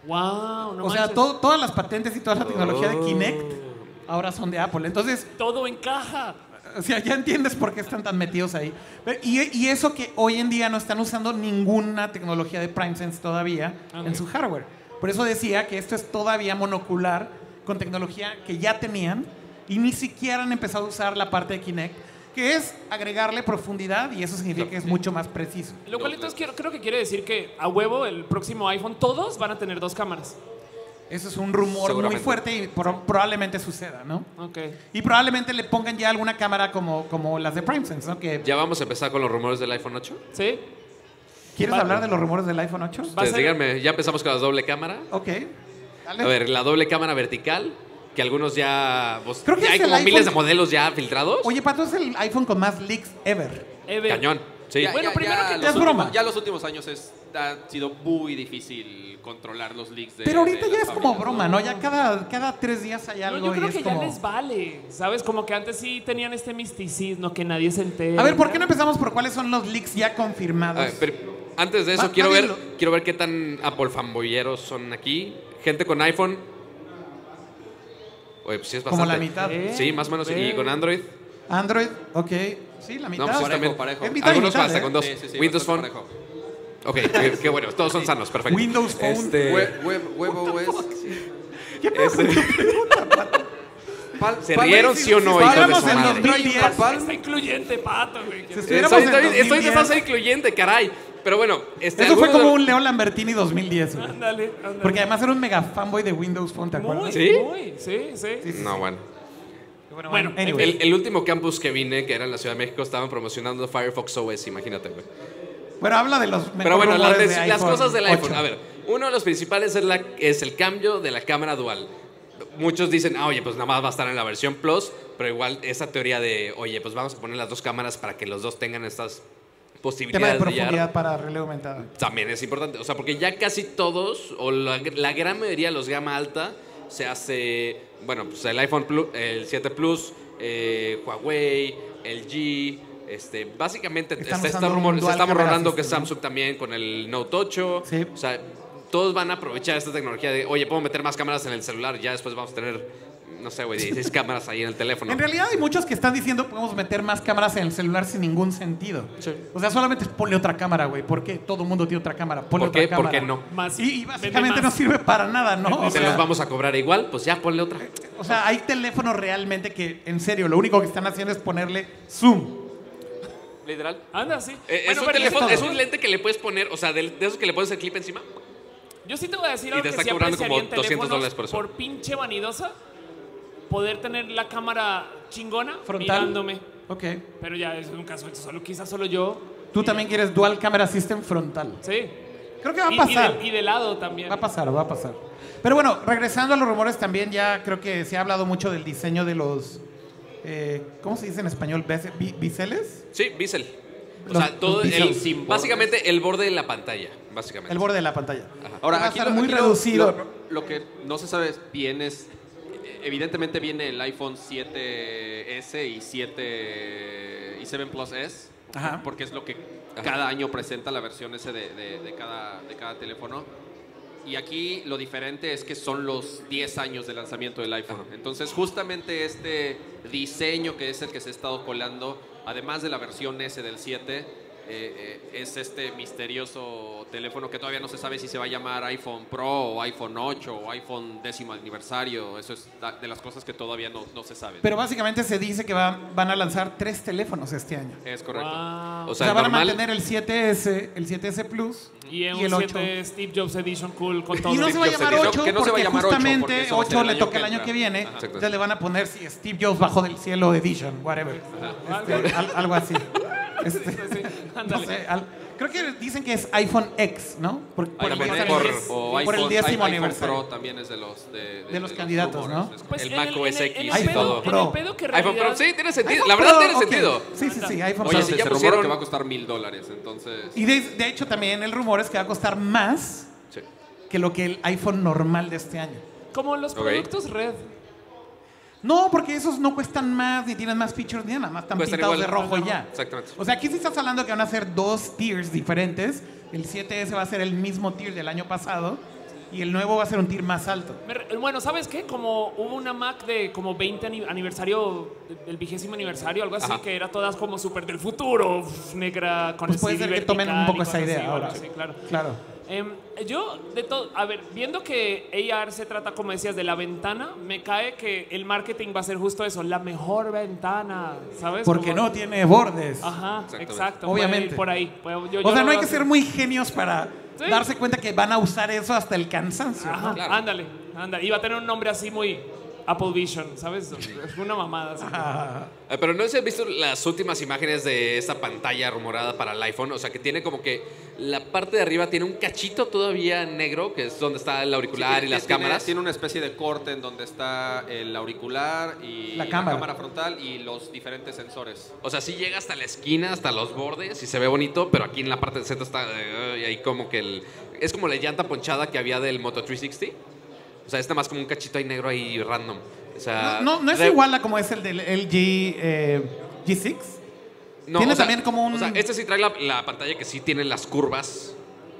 Wow, no
o sea,
manches.
todo- todas las patentes y toda la tecnología
Oh.
de Kinect ahora son de Apple. Entonces,
Todo encaja.
O sea, ya entiendes por qué están tan metidos ahí. Pero- y, y eso que hoy en día no están usando ninguna tecnología de PrimeSense todavía
Ah,
en
ok.
su hardware. Por eso decía que esto es todavía monocular con tecnología que ya tenían y ni siquiera han empezado a usar la parte de Kinect, que es agregarle profundidad y eso significa que es mucho más preciso.
Lo cual entonces quiero- creo que quiere decir que a huevo el próximo iPhone todos van a tener dos cámaras.
Eso es un rumor muy
Seguramente.
fuerte y pro- probablemente suceda, ¿no?
Ok.
Y probablemente le pongan ya alguna cámara como, como las de PrimeSense, ¿no? Que,
Ya vamos a empezar con los rumores del iPhone 8.
¿Sí?
¿Quieres
va-
hablar de los rumores del iPhone 8?
Va a
Ustedes
ser-
díganme, ya empezamos con la doble cámara.
Ok. Dale.
A ver, la doble cámara vertical. Que algunos ya. pues,
Creo que
ya
es
hay
el
como miles de
iPhone-
modelos ya filtrados.
Oye, Pato, es el iPhone con más leaks ever.
Ever.
Cañón. Sí.
Bueno, primero que
los
ya es
últimos-
broma.
Ya los últimos años es ha sido muy difícil controlar los leaks de.
Pero ahorita
de
ya
las
es como
fábricas,
broma, ¿no? Ya cada, cada tres días hay
No,
algo
yo
y
creo
es
que
como...
ya les vale, ¿sabes? Como que antes sí tenían este misticismo que nadie se entera.
A ver, ¿por qué no empezamos por cuáles son los leaks ya confirmados?
A ver, pero antes de eso,
Va-
quiero,
va
ver,
bien
quiero ver qué tan Apple fanboyeros son aquí. Gente con iPhone. Oye, pues sí es
como
bastante.
la mitad.
Eh.
Sí, más o menos. Y
Ve.
con Android.
Android, ok. Sí, la mitad.
pues
Parejo,
también.
parejo.
Es mitad y
Algunos
mitad,
basta
¿eh?
con dos.
Sí, sí, sí,
Windows Phone.
bastante parejo.
Ok, qué, qué bueno. Todos son sanos, perfecto.
Windows Phone.
Este,
Web, web, web OS.
¿Qué pedo con tu pregunta, Pato?
Pal-
¿Se
pal-
rieron sí o no,
si
hijos de
hablamos
su
en
madre?
2010.
Está incluyente, pato, güey.
Si
Estoy,
estuviéramos
Eh,
en
estoy- estoy
2010.
demasiado incluyente, caray. Pero bueno, este,
Eso fue
algunos
como
de-
un Leo Lambertini 2010, güey.
Ándale, ándale.
Porque además era un mega fanboy de Windows Phone, ¿te
Muy,
acuerdas?
¿Sí?
muy, sí, sí.
Sí, sí,
No,
sí.
bueno.
Bueno,
Anyway.
El, el último campus que vine, que era en la Ciudad de México, estaban promocionando Firefox OS, imagínate, güey.
Pero habla de los
Pero bueno, las,
rumores
des-
de
las
iPhone
cosas del
8.
iPhone. A ver, uno de los principales es, la, es el cambio de la cámara dual. Muchos dicen, ah, oye, pues nada más va a estar en la versión Plus, pero igual esa teoría de, oye, pues vamos a poner las dos cámaras para que los dos tengan estas
Tema de
posibilidades de hallar",
profundidad para realidad aumentada.
también es importante. O sea, porque ya casi todos, o la, la gran mayoría de los gama alta, se hace, bueno, pues el iPhone Plus, el 7 Plus, eh, Huawei, LG, este, básicamente
Están
está- está
usando un
rumor- se
dual
está
camera
rumorando que
system, ¿no?
Samsung también con el Note 8.
Sí.
O sea, todos van a aprovechar esta tecnología de, oye, puedo meter más cámaras en el celular, ya después vamos a tener, no sé, güey, 16 cámaras ahí en el teléfono.
En realidad hay muchos que están diciendo podemos meter más cámaras en el celular sin ningún sentido. O sea, solamente es ponle otra cámara, güey. ¿Por qué todo el mundo tiene otra cámara?
¿Por
Ponle otra
qué? ¿Por
cámara.
qué no?
Más,
Y, y
vende
básicamente no
más.
sirve para nada, ¿no? O
Se
sea,
los vamos a cobrar igual, pues ya ponle otra.
o sea, hay teléfonos realmente que, en serio, lo único que están haciendo es ponerle zoom.
Literal.
Anda, sí.
Eh,
Bueno,
es, un
pero
teléfono-
yo-
es un lente que le puedes poner, o sea, del- de, esos que le pones el clip encima.
Yo sí te voy a decir
Y
algo
te
que
está
sí
cobrando
apreciaría
como
en
200
teléfonos
dólares por eso.
pinche vanidosa, poder tener la cámara chingona
Frontal.
mirándome.
Ok.
Pero ya es un caso, solo quizás solo yo.
Tú también quieres dual camera system frontal.
Sí.
Creo que va a
Y-
pasar.
Y, de, y de lado también.
Va a pasar, va a pasar. Pero bueno, regresando a los rumores también, ya creo que se ha hablado mucho del diseño de los. eh, ¿Cómo se dice en español? ¿Bes- bi- ¿Biseles?
Sí, bisel. O
Los-
sea, todo
los
el,
bisel.
sin básicamente el borde de la pantalla, básicamente.
El borde de la pantalla.
Ahora,
va a
aquí
estar
lo-
muy
aquí lo-
reducido.
Lo, lo que no se sabe bien es. eh, Evidentemente viene el iPhone 7S y 7 y 7 Plus S,
Ajá.
porque es lo que
Ajá.
cada año presenta la versión S de, de- de cada, de cada teléfono. Y aquí lo diferente es que son los 10 años de lanzamiento del iPhone.
Ajá.
Entonces, justamente este diseño que es el que se ha estado colando, además de la versión S del 7, eh, eh, es este misterioso teléfono que todavía no se sabe si se va a llamar iPhone Pro o iPhone 8 o iPhone décimo aniversario. Eso es da- de las cosas que todavía no, no se sabe.
Pero básicamente se dice que va- van a lanzar tres teléfonos este año.
es correcto.
Wow.
O
O sea,
sea,
van
normal.
a mantener el 7S, el 7S Plus
y E en
y el
un
8.
7 Steve Jobs Edition cool con todo.
Y no se va a
Jobs
llamar
Edition.
8
Que no se va a
porque
llamar 8, porque
justamente
eso va a ser
8
el
le
año
toca
que
el año
entra.
que viene.
Ajá.
Exacto.
Entonces le van a poner sí, Steve Jobs bajo del cielo edition, whatever. Este, al- algo así. Este,
Sí,
no
ándale.
sé, al- creo que dicen que es iPhone X, ¿no? Por, por el,
iPhone X.
diez aniversario-
Por-
o
por el
iPhone-
décimo
iPhone
aniversario.
Pro también es de los, de, de-
los
los
candidatos,
rumores.
¿no?
Es
El
en
Mac
en
OS
en
X
y
pedo-
todo.
En el pedo que en
iPhone Pro,
realidad-
sí, tiene sentido.
iPhone
La verdad
Pro,
tiene
Ah, ok.
sentido.
Sí, sí, sí, iPhone
Oye,
Pro.
si
se,
ya
se rumora
pusieron-
que va a costar mil dólares, entonces...
Y de, de hecho también el rumor es que va a costar más
Sí.
que lo que el iPhone normal de este año.
Como los
Ok.
productos red.
No, porque esos no cuestan más, ni tienen más features, ni nada más, están
Cuestan
pintados de
igual.
rojo y ya.
Exactamente.
O sea, aquí sí estás hablando que van a ser dos tiers diferentes. El 7S va a ser el mismo tier del año pasado y el nuevo va a ser un tier más alto.
Me re- Bueno, ¿sabes qué? Como hubo una Mac de como 20 ani- aniversario, del vigésimo aniversario, algo así,
Ajá.
que era todas como súper del futuro, uf, negra, con
Pues
el
puede
CD
ser que tomen
vertical
un
y
poco esa
cosas
idea
así,
ahora.
bueno, sí, claro.
Claro.
Em, yo, de todo, a ver, viendo que AR se trata, como decías, de la ventana, me cae que el marketing va a ser justo eso, la mejor ventana, ¿sabes?
Porque
Como-
no tiene bordes.
Ajá,
Exactamente.
exacto.
Obviamente.
Obviamente. Por ahí. Puede- yo- yo
o sea,
lo
no hay
veo
que
así.
ser muy genios para
Sí.
darse cuenta que van a usar eso hasta el cansancio.
Ajá,
Claro.
ándale, ándale. Y va a tener un nombre así muy Apple Vision, ¿sabes? Una mamada. así.
Ah, Pero no sé si has visto las últimas imágenes de esta pantalla rumorada para el iPhone. O sea, que tiene como que la parte de arriba tiene un cachito todavía negro, que es donde está el auricular y las
tiene-
cámaras.
Tiene una especie de corte en donde está el auricular y
La cámara.
frontal y los diferentes sensores.
O sea, sí llega hasta la esquina, hasta los bordes y se ve bonito, pero aquí en la parte del centro está eh, y ahí como que el... Es como la llanta ponchada que había del Moto 360. O sea, es nada más como un cachito ahí negro ahí random. O sea,
No, no es
de-
igual a como es el del LG eh, G6.
No,
Tiene
o sea,
también como un-
O sea, este sí trae la, la pantalla que sí tiene las curvas,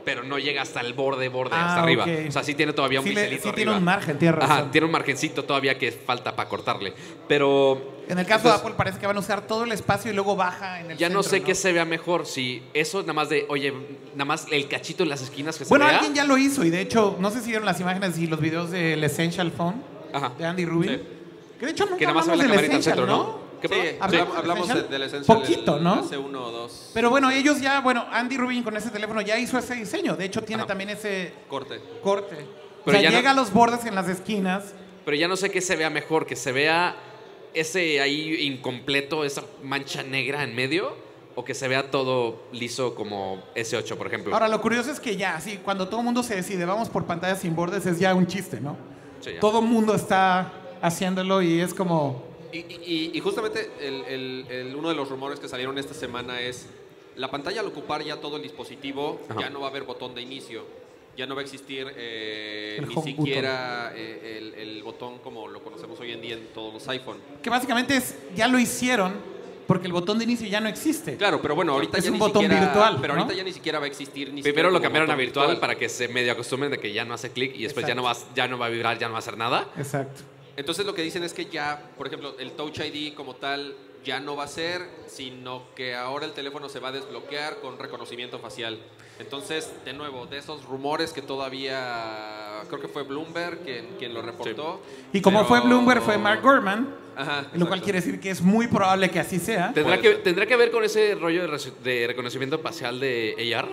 pero no llega hasta el borde, borde,
Ah,
hasta arriba.
ok.
O sea, sí tiene todavía un
Sí le-
biselito
sí tiene
arriba.
un margen, tiene razón.
Ajá, tiene un margencito todavía que falta para cortarle. Pero
En el caso de
Entonces-
Apple parece que van a usar todo el espacio y luego baja en el
ya no
centro,
sé qué se vea mejor, si eso nada más de, oye, nada más el cachito en las esquinas que
Bueno,
se vea.
alguien ya lo hizo y de hecho, no sé si vieron las imágenes y los videos del Essential Phone
Ajá.
de Andy Rubin.
Sí.
Que de hecho nunca
Que nada más se ve
hablamos
la
del
camarita al
Essential,
centro,
¿no?
¿no? ¿Qué
Sí,
pasa?
hablamos,
¿Hablamos
hablamos
del
del
Essential?
Essential
Poquito,
el-
¿no?
Hace uno o dos
Pero bueno, ellos ya, bueno, Andy Rubin con ese teléfono ya hizo ese diseño. De hecho, tiene
Ajá.
también ese
corte.
corte.
Pero
o sea,
ya no-
llega a los bordes en las esquinas.
Pero ya no sé qué se vea mejor, que se vea ese ahí incompleto, esa mancha negra en medio, o que se vea todo liso como S8, por ejemplo.
Ahora, lo curioso es que ya, así, cuando todo el mundo se decide, vamos por pantallas sin bordes, es ya un chiste, ¿no?
Sí, ya.
Todo el mundo está haciéndolo y es como...
Y, y- y justamente el- el- el- uno de los rumores que salieron esta semana es la pantalla al ocupar ya todo el dispositivo,
Ajá.
ya no va a haber botón de inicio, ya no va a existir eh,
El
ni
home
siquiera eh, el, el botón como lo conocemos hoy en día en todos los iPhone.
Que básicamente es, ya lo hicieron porque el botón de inicio ya no existe.
Claro, pero bueno, ahorita
Es
ya
un
ni
botón
siquiera,
virtual,
pero
¿no?
ahorita ya ni siquiera va a existir ni siquiera
Primero lo
como
cambiaron a
botón
virtual, para que se medio acostumbren de que ya no hace clic y después ya no, va, ya no va a vibrar, ya no va a hacer nada.
Exacto.
Entonces lo que dicen es que ya, por ejemplo, el Touch ID como tal ya no va a ser, sino que ahora el teléfono se va a desbloquear con reconocimiento facial. Entonces, de nuevo, de esos rumores que todavía creo que fue Bloomberg quien, quien lo reportó.
Y como
pero-
fue Bloomberg, fue Mark Gurman,
Ajá,
lo cual
exacto.
quiere decir que es muy probable que así sea.
¿Tendrá
Puede
que,
ser.
¿Tendrá que ver con ese rollo de, res- de reconocimiento facial de AR?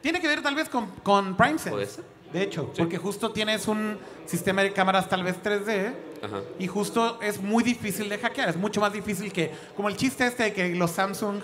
Tiene que ver tal vez con, con Prime Sense,
Puede ser.
De hecho,
Sí.
porque justo tienes un sistema de cámaras tal vez 3D
Ajá.
y justo es muy difícil de hackear. Es mucho más difícil que, como el chiste este de que los Samsung,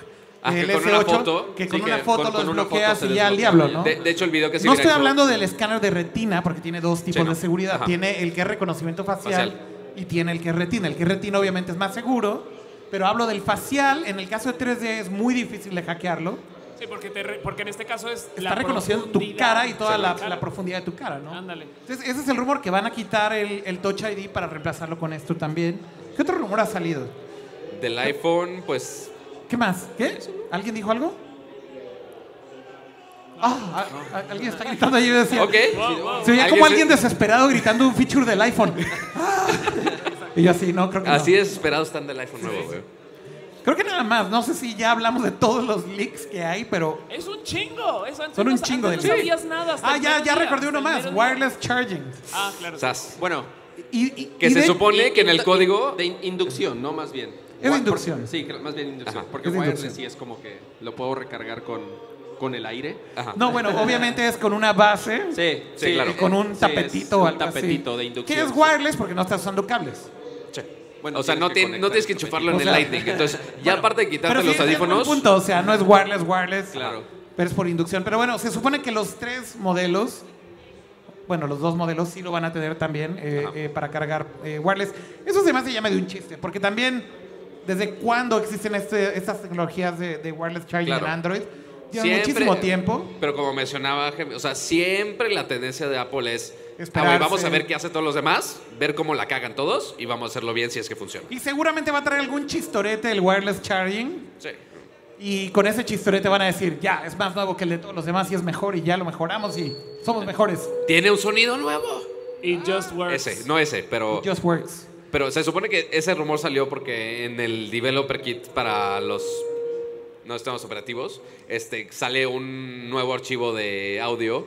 Ah, que
el
con una
S8,
foto,
que
sí,
con
que
una foto
con-
los
con una foto
bloqueas
se
y ya al
desbloquea.
diablo, ¿no?
De, de hecho, el video que se
no
viene
estoy hablando del escáner de retina, porque tiene dos tipos
no.
de seguridad.
Ajá.
Tiene el que es reconocimiento facial,
Facial.
y tiene el que es retina. El que es retina obviamente es más seguro, pero hablo del facial. En el caso de 3D es muy difícil de hackearlo.
Sí, porque, te re- porque en este caso es
Está reconociendo tu
profundidad.
cara y toda
Sí,
la,
claro.
la profundidad de tu cara, ¿no?
Ándale.
Entonces, ese es el rumor que van a quitar el, el Touch ID para reemplazarlo con esto también. ¿Qué otro rumor ha salido?
Del iPhone, pues.
¿Qué más? ¿Qué? ¿Alguien dijo algo? Ah, a- a- alguien está gritando ahí. Yo decía,
Ok.
Wow, wow.
Se veía
¿Alguien
como
se-
alguien desesperado gritando un feature del iPhone. Ah. y yo así, no, creo que no.
Así desesperados están del iPhone nuevo, güey.
Creo que nada más. No sé si ya hablamos de todos los leaks que hay, pero...
Es un chingo. Eso antes
Son
no-
un chingo de
antes No
leaks.
sabías nada. hasta
Ah,
el
ya,
mero
ya
día,
recordé uno
hasta el
más.
mero día.
Wireless charging.
Ah, claro.
Sas.
Bueno,
Y- y-
Que
y
se
de-
supone que en el
indu-
código.
de in- inducción, no más bien.
Es
Wa-
inducción.
porque- sí, que- más bien inducción,
Ajá,
porque
es
wireless
inducción.
sí es como que lo puedo recargar con, con el aire.
Ajá.
No, bueno, obviamente es con una base
Sí,
Sí, claro.
eh,
con un
sí, es
tapetito o
un
algo así.
tapetito de inducción.
Que es wireless porque no estás usando cables.
Bueno,
o sea, no,
tienes
tien-
que
no tienes que
conectar
enchufarlo en
O
el
sea-
Lightning. Entonces, ya aparte de quitarte
sí,
los
es un
audífonos.
punto, o sea, no es wireless, wireless.
Claro.
Pero es por inducción. Pero bueno, se supone que los tres modelos, bueno, los dos modelos sí lo van a tener también eh, eh, para cargar eh, wireless. Eso se me hace ya medio un chiste, porque también, ¿desde cuándo existen este- estas tecnologías de, de wireless charging
Claro.
en Android? Lleva
Siempre-
muchísimo tiempo.
Pero como mencionaba, Gem- o sea, siempre la tendencia de Apple es, ah, güey,
Esperarse.
vamos a ver qué hace todos los demás, ver cómo la cagan todos y vamos a hacerlo bien si es que funciona.
Y seguramente va a traer algún chistorete el wireless charging.
Sí.
Y con ese chistorete van a decir, ya, es más nuevo que el de todos los demás y es mejor y ya lo mejoramos y somos mejores.
Tiene un sonido nuevo.
Y Just Works.
Ah, Ese, no ese, pero,
Just works.
pero se supone que ese rumor salió porque en el developer kit para los no estamos operativos, este sale un nuevo archivo de audio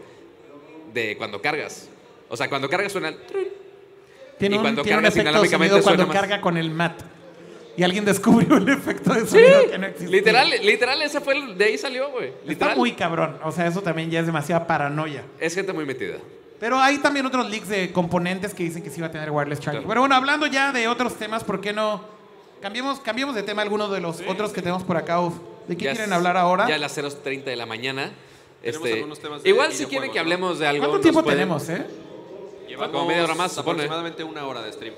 de cuando cargas. O sea, cuando cargas suena el trun.
Tiene
Y
un,
cuando
tiene un
cargas
efecto de
dinámicamente
sonido cuando
suena más.
carga con el mat. Y alguien descubrió el efecto de sonido que no existe.
Literal, literal, ese fue el, de ahí salió, güey.
Está
Literal.
muy cabrón. O sea, eso también ya es demasiada paranoia.
Es gente muy metida.
Pero hay también otros leaks de componentes que dicen que sí va a tener wireless charging. Pero bueno, hablando ya de otros temas, ¿por qué no cambiemos, cambiemos de tema algunos de los otros que tenemos por acá? Uf, ¿De qué
Ya
quieren
es-
hablar ahora?
Ya a las 0.30 de la mañana.
Tenemos
Este,
algunos temas de
igual si quieren
videojuegos,
que
¿no?
hablemos de algo.
¿Cuánto
nos
tiempo
pueden-
tenemos, eh?
Llevamos
Como media hora más, supone.
aproximadamente una hora de stream.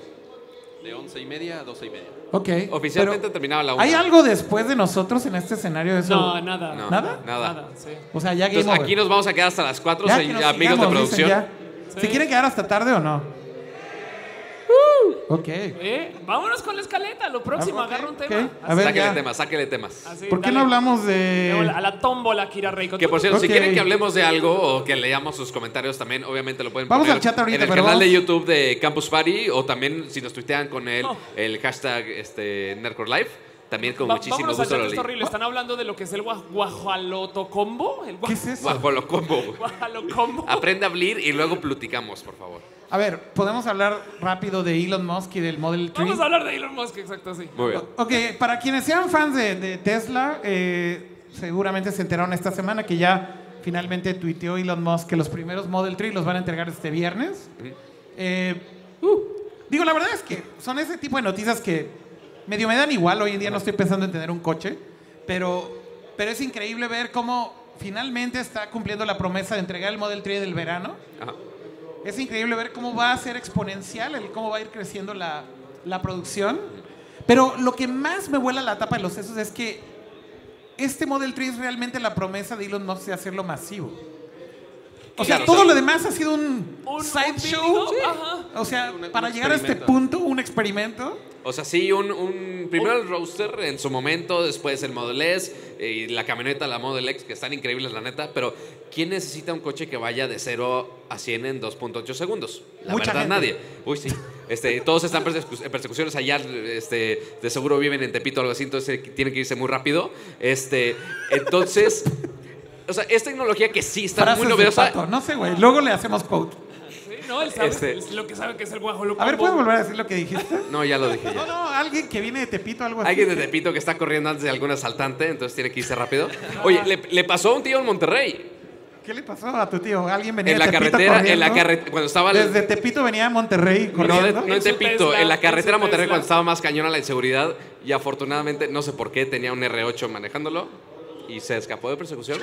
De 11 y media a 12 y media.
Ok.
Oficialmente
pero,
terminaba la una.
¿Hay algo después de nosotros en este escenario? de Eso?
No, nada.
No,
¿Nada?
Nada.
Nada, sí.
O sea, ya Game
Entonces
over.
aquí nos vamos a quedar hasta las 4,
Ya,
se-
que nos
amigos de
sigamos,
producción.
dicen ya. ¿Se
Sí.
quieren quedar hasta tarde o no? Ok.
Eh, vámonos con la escaleta, lo próximo,
Ah, ok,
agarra un
ok.
tema.
A ver,
sáquele
ya.
temas, sáquele temas.
Así,
¿Por qué
dale.
no hablamos
Luego
de...?
A la tómbola, Kira Reiko.
Que por cierto,
Ok.
si quieren que hablemos de algo o que leamos sus comentarios también, obviamente lo pueden
Vamos
poner
al chat ahorita,
en el
pero
canal de
vamos-
YouTube de Campus Party o también si nos tuitean con el,
Oh.
el hashtag este, Nerdcore Live, también con
Va-
muchísimo
vámonos al
gusto
chat,
lo
está
leí.
horrible. Están hablando de lo que es el guaj- guajaloto combo. El
¿Qué es eso?
Guau, lo combo. güey.
guajalo combo.
Aprende a abrir y luego platicamos, por favor.
A ver, ¿podemos hablar rápido de Elon Musk y del Model 3?
Vamos a hablar de Elon Musk, exacto, sí.
Muy bien.
Ok, para quienes sean fans de, de Tesla, eh, seguramente se enteraron esta semana que ya finalmente tuiteó Elon Musk que los primeros Model 3 los van a entregar este viernes. Eh, uh, digo, la verdad es que son ese tipo de noticias que medio me dan igual. Hoy en día no estoy pensando en tener un coche, pero, pero es increíble ver cómo finalmente está cumpliendo la promesa de entregar el Model 3 del verano.
Ajá.
Es increíble ver cómo va a ser exponencial, el cómo va a ir creciendo la, la producción. Pero lo que más me vuela la tapa de los sesos es que este Model 3 es realmente la promesa de Elon Musk de hacerlo masivo. O sea,
Claro,
todo
sí.
lo demás ha sido un,
Un- un
sideshow.
vídeo, Sí. ajá.
O sea,
Un- un
para llegar a este
experimento.
punto, un experimento.
O sea, sí, un, un- primero el roaster en su momento, después el Model S eh, y la camioneta, la Model X, que están increíbles, la neta, pero ¿quién necesita un coche que vaya de 0 a 100 en 2.8 segundos? La
Mucha
verdad,
gente.
nadie. Uy, sí. Este, todos están persecu- en persecuciones allá, este, de seguro viven en Tepito o algo así, entonces eh, tienen que irse muy rápido. Este, entonces, o sea, es tecnología que sí está
Frases
muy
de
novedosa.
Pato, No sé, güey. Luego le hacemos quote.
Sí, No, él sabe
Este-
es lo que sabe que es el guajalo combo.
A ver, ¿puedes volver a decir lo que dijiste?
No, ya lo dije ya.
No, no, alguien que viene de Tepito, algo así.
Alguien de Tepito que está corriendo antes de algún asaltante, entonces tiene que irse rápido. Oye, le, le pasó a un tío en Monterrey,
¿Qué le pasó a tu tío? Alguien venía
en
de
la
Tepito
carretera, en la
corriendo?
carretera, cuando estaba...
Desde Tepito venía a Monterrey
no, de-
corriendo.
no en
En su
Tepito,
Tesla,
en la carretera
en su
Monterrey
Tesla.
cuando estaba más cañona la inseguridad y afortunadamente, no sé por qué, tenía un R8 manejándolo y se escapó de persecución.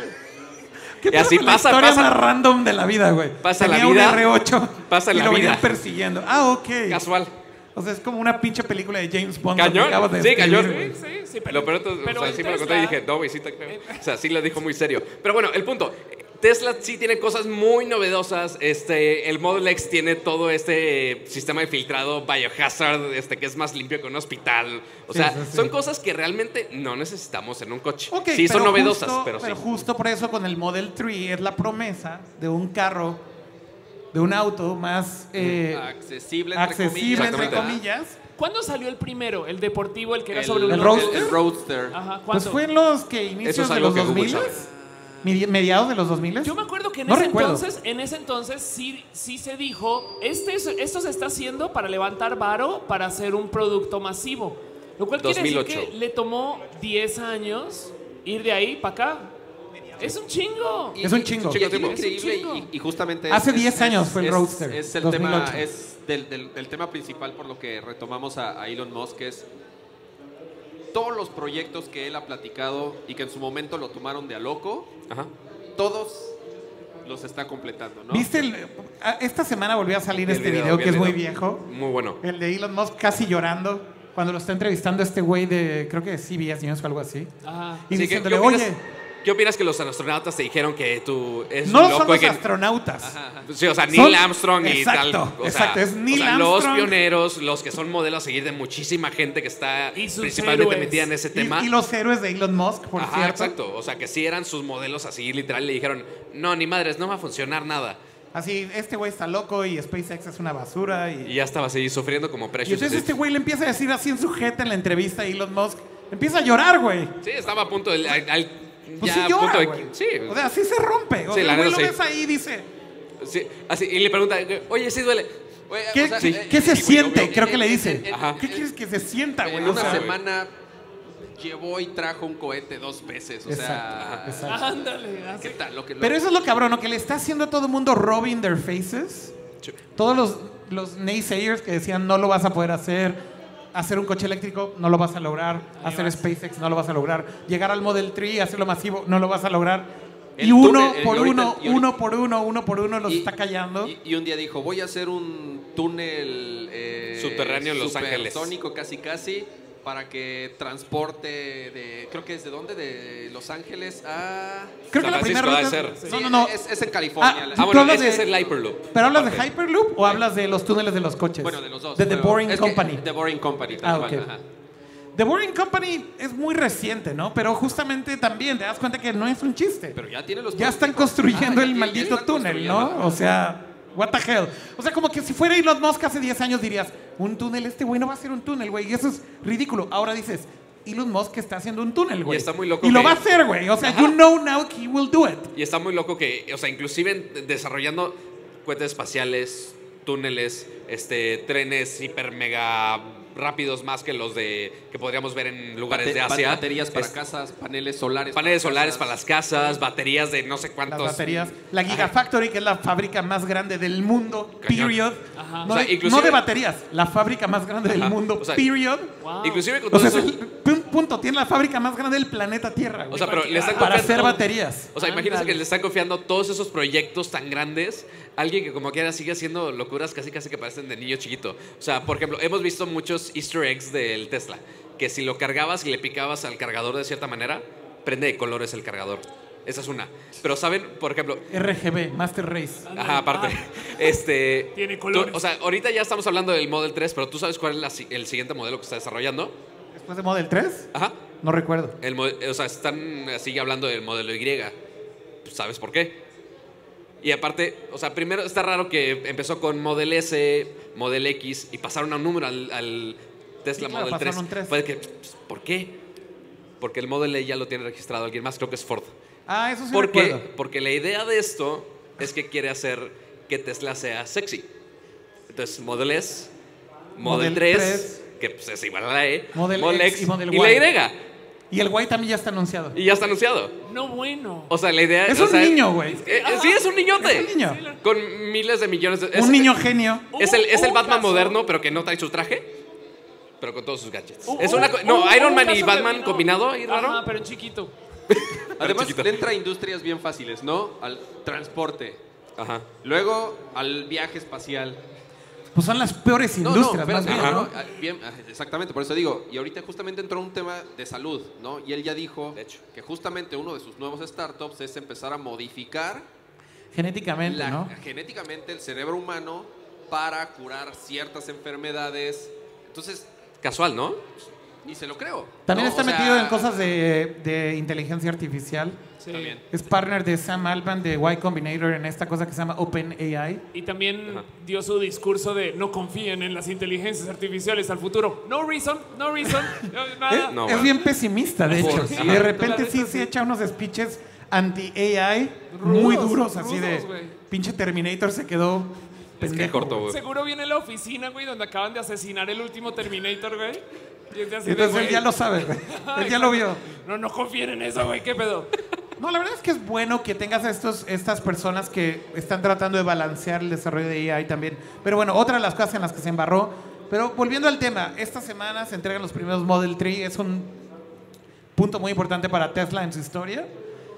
¿Qué
Y así
pedo con la
pasa,
historia
pasa.
más random de la vida, güey.
Pasa la
Tenía
vida,
un R8
pasa
y
la
lo venían
vida.
persiguiendo. Ah, ok.
Casual.
O sea, es como una pinche película de James Bond.
Cañón.
que acabas de
Sí,
escribir,
cañón.
güey.
Sí, sí, sí, pero,
Lo peor, es-
pero
o sea,
el
sí me lo conté y
Tesla- eh,
dije, no, güey, sí te creo. O sea, sí lo dijo muy serio. Pero bueno, el punto. Tesla sí tiene cosas muy novedosas. Este, el Model X tiene todo este sistema de filtrado biohazard, este, que es más limpio que un hospital. O
Sí,
sea,
sí, sí.
son cosas que realmente no necesitamos en un coche.
Ok,
sí, son
pero
novedosas,
justo-
pero sí.
justo por eso con el Model 3 es la promesa de un carro, de un auto más eh,
accesible, entre
accesible,
comillas.
entre
Exactamente.
comillas.
¿cuándo salió el primero? El deportivo, el que era
El,
sobre un
el
auto.
Roadster.
el Roadster.
Ajá, ¿cuánto?
Pues fue en los que inicios de
algo
los
que Google
2000 medi- mediados de los 2000
Yo me acuerdo que en
No
ese
recuerdo.
entonces, en ese entonces sí, sí se dijo, este, es- esto se está haciendo para levantar varo para hacer un producto masivo. Lo cual quiere
2008.
decir que le tomó 10 años ir de ahí para acá. Es un chingo.
Es un chingo.
Y aquí lo
Es un
increíble
chingo.
y, y justamente es-
Hace
es-
10 años fue el
es-
Roadster,
Es el
2008.
tema, es del, del- del tema principal por lo que retomamos a, a Elon Musk es todos los proyectos que él ha platicado y que en su momento lo tomaron de a loco,
Ajá.
todos los está completando, ¿no?
¿Viste? el- a- esta semana volvió a salir
El
este
video,
video,
vi
que
el
es muy
video.
viejo.
Muy bueno.
El de Elon Musk casi llorando cuando lo está entrevistando este güey de, creo que de CBS News o algo así.
Ajá.
Y
Sí, ¿qué-
diciéndole,
qué opinas-
oye,
¿Qué opinas que los astronautas te dijeron que tú es
no
loco
son
y
los
que-
astronautas.
Sí, o sea, Neil
Son-
Armstrong y
exacto,
tal. O
exacto,
sea,
es Neil
o sea, Los
Armstrong.
pioneros, los que son modelos a seguir de muchísima gente que está
Y sus
principalmente
héroes.
metida en ese
Y-
tema.
Y, los héroes de Elon Musk, por
Ajá,
cierto.
exacto. O sea, que sí eran sus modelos a seguir literal. Le dijeron, no, ni madres, no va a funcionar nada.
Así, este güey está loco y SpaceX es una basura.
Y
Y,
ya estaba así sufriendo como
y
Precious.
entonces
así.
este güey le empieza a decir así en su jeta en la entrevista a Elon Musk. Empieza a llorar, güey.
Sí, estaba a punto de... al- al- ya
Pues sí
a
llora,
punto de-
güey.
Sí,
O sea, así se rompe. O
Sí,
sea,
la
el güey
neta,
lo
sí.
ves ahí y dice,
sí, así, y le pregunta, oye, sí duele.
Oye,
¿qué,
o sea,
qué-
eh,
qué
eh,
se
güey,
siente?
obvio,
Creo
en-
que le
en-
dice.
en- en-
Ajá.
¿Qué quieres que se sienta, güey?
En
O
una
sea,
semana llevó y trajo un cohete dos veces. O sea,
Exacto, exacto.
Ándale, así.
¿qué tal? Lo que, lo-
Pero eso es lo cabrón, ¿no? que le está haciendo a todo el mundo rubbing their faces.
Sí.
Todos los, los naysayers que decían no lo vas a poder hacer. Hacer un coche eléctrico no lo vas a lograr. hacer SpaceX no lo vas a lograr. Llegar al Model 3 hacerlo masivo no lo vas a lograr.
El
y uno
túnel, el-
por
y ahorita-
uno,
y ahorita-
uno por uno, uno por uno los
y-
está callando.
Y, y un día dijo, voy a hacer un túnel eh,
Subterráneo en Los Ángeles.
supersónico casi casi para que transporte de, creo que es de dónde, de Los Ángeles a...
Creo que
San
la primera
Francisco ha de
ruta-
ser.
No,
Sí,
no, no.
Es, es en California.
Ah,
la-
Ah,
Tú
bueno,
hablas
ese
de-
es el Hyperloop.
¿Pero hablas de
Aparte.
Hyperloop o hablas de los túneles de los coches?
Eh. bueno, de los dos.
De The
pero-
Boring
es que-
Company.
The Boring Company, tal
Ah,
cual,
ok.
ajá.
The Boring Company es muy reciente, ¿no? Pero justamente también te das cuenta que no es un chiste.
Pero ya tiene los... Ah,
ya están
Ah,
construyendo el maldito túnel, ¿no? O sea, what the hell. O sea, como que si fuera Elon Musk hace 10 años dirías, un túnel, este güey no va a ser un túnel, güey. Y eso es ridículo. Ahora dices, Elon Musk está haciendo un túnel, güey.
está muy loco
Y lo
que-
va a hacer, güey. O sea, you know now he will do it.
Y está muy loco que, o sea, inclusive en- desarrollando cohetes espaciales, túneles, este, trenes hiper mega rápidos más que los de que podríamos ver en lugares de Asia.
Baterías para
Es-
casas, paneles solares.
Paneles
para
solares
casas.
para las casas, baterías de no sé
Las
cuántos.
baterías. La Gigafactory, que es la fábrica más grande del mundo,
Cañón.
period.
Ajá.
No,
O sea,
de,
inclusive-
no de baterías, la fábrica más grande del
Ajá.
mundo,
O sea,
period.
Wow.
Inclusive con
O
todo
sea, es
eso.
el pu- punto, tiene la fábrica más grande del planeta Tierra, güey.
O sea, pero le están confiando-
para hacer baterías.
O sea, imagínense
Ándale.
que le están confiando todos esos proyectos tan grandes a alguien que como quiera sigue haciendo locuras casi casi que parecen de niño chiquito. O sea, por ejemplo, hemos visto muchos easter eggs del Tesla, que si lo cargabas y le picabas al cargador de cierta manera, prende de colores el cargador. Esa es una. Pero saben, por ejemplo,
RGB, Master Race.
ajá, aparte, este...
Ah. Tiene
tú-
colores.
o sea, ahorita ya estamos hablando del Model 3, pero tú sabes cuál es la si- el siguiente modelo que está desarrollando.
Después de Model 3,
Ajá.
no recuerdo.
El, mo- o sea, están así hablando del modelo Y. Pues, ¿Sabes por qué? Y aparte, o sea, primero está raro que empezó con Model S, Model X y pasaron a un número al, al Tesla
Sí, claro,
Model 3.
pasaron un tres.
Fue de que, pues, ¿por qué? Porque el Model E ya lo tiene registrado alguien más, creo que es Ford.
Ah, eso sí
¿Por qué?
recuerdo.
Porque la idea de esto es que quiere hacer que Tesla sea sexy. Entonces, Model S, Model,
Model
3,
3,
que pues, es igual a la E,
Model X y Model
la
Y.
Y.
Y el güey también ya está anunciado.
Y ya está anunciado.
No bueno.
O sea, la idea
Es
o
un
sea,
niño, güey.
eh, eh, sí, es un niñote.
Es un niño.
Con miles de millones de. es-
Un niño genio.
Es el, es el
Un
Batman
caso-
moderno, pero que no trae su traje. Pero con todos sus gadgets.
Un-
es una.
un-
co- No,
un-
Iron
un
Man y
caso
Batman
femenino.
combinado y raro.
Ajá, pero en chiquito.
Además,
chiquito.
le entra a industrias bien fáciles, ¿no? Al transporte.
Ajá.
Luego al viaje espacial.
Pues son las peores
No,
industrias,
no,
más
espérate,
bien,
no,
¿no?
no, ah, bien, ah, exactamente, por eso digo. Y ahorita justamente entró un tema de salud, ¿no? Y él ya dijo
De hecho.
que justamente uno de sus nuevos startups es empezar a modificar
Genéticamente,
la-
¿no?
genéticamente el cerebro humano para curar ciertas enfermedades. Entonces,
Casual, ¿no?
y se lo creo.
También
¿no?
está
O sea,
metido en cosas de, de inteligencia artificial.
Sí.
También.
Es partner de Sam Altman de Y Combinator en esta cosa que se llama OpenAI.
Y también
Ajá.
dio su discurso de no confíen en las inteligencias artificiales al futuro. No reason, no reason. no, nada.
Es,
No,
es
bueno.
bien pesimista, de
Por
hecho.
sí.
Y de repente
Claro,
sí
eso sí.
se echa unos speeches anti-AI muy
Rudos,
duros, así de
rudos, güey.
pinche Terminator se quedó
Es que
pendejo.
corto, güey.
Seguro viene la oficina, güey, donde acaban de asesinar el último Terminator, güey. Y es de así de,
Entonces él
güey,
ya lo sabe, güey.
ay,
Él ya lo vio.
No, no confíen en eso, güey, qué pedo.
No, la verdad es que es bueno que tengas a estos, estas personas que están tratando de balancear el desarrollo de AI también. Pero bueno, otra de las cosas en las que se embarró. Pero volviendo al tema, esta semana se entregan los primeros Model 3. Es un punto muy importante para Tesla en su historia.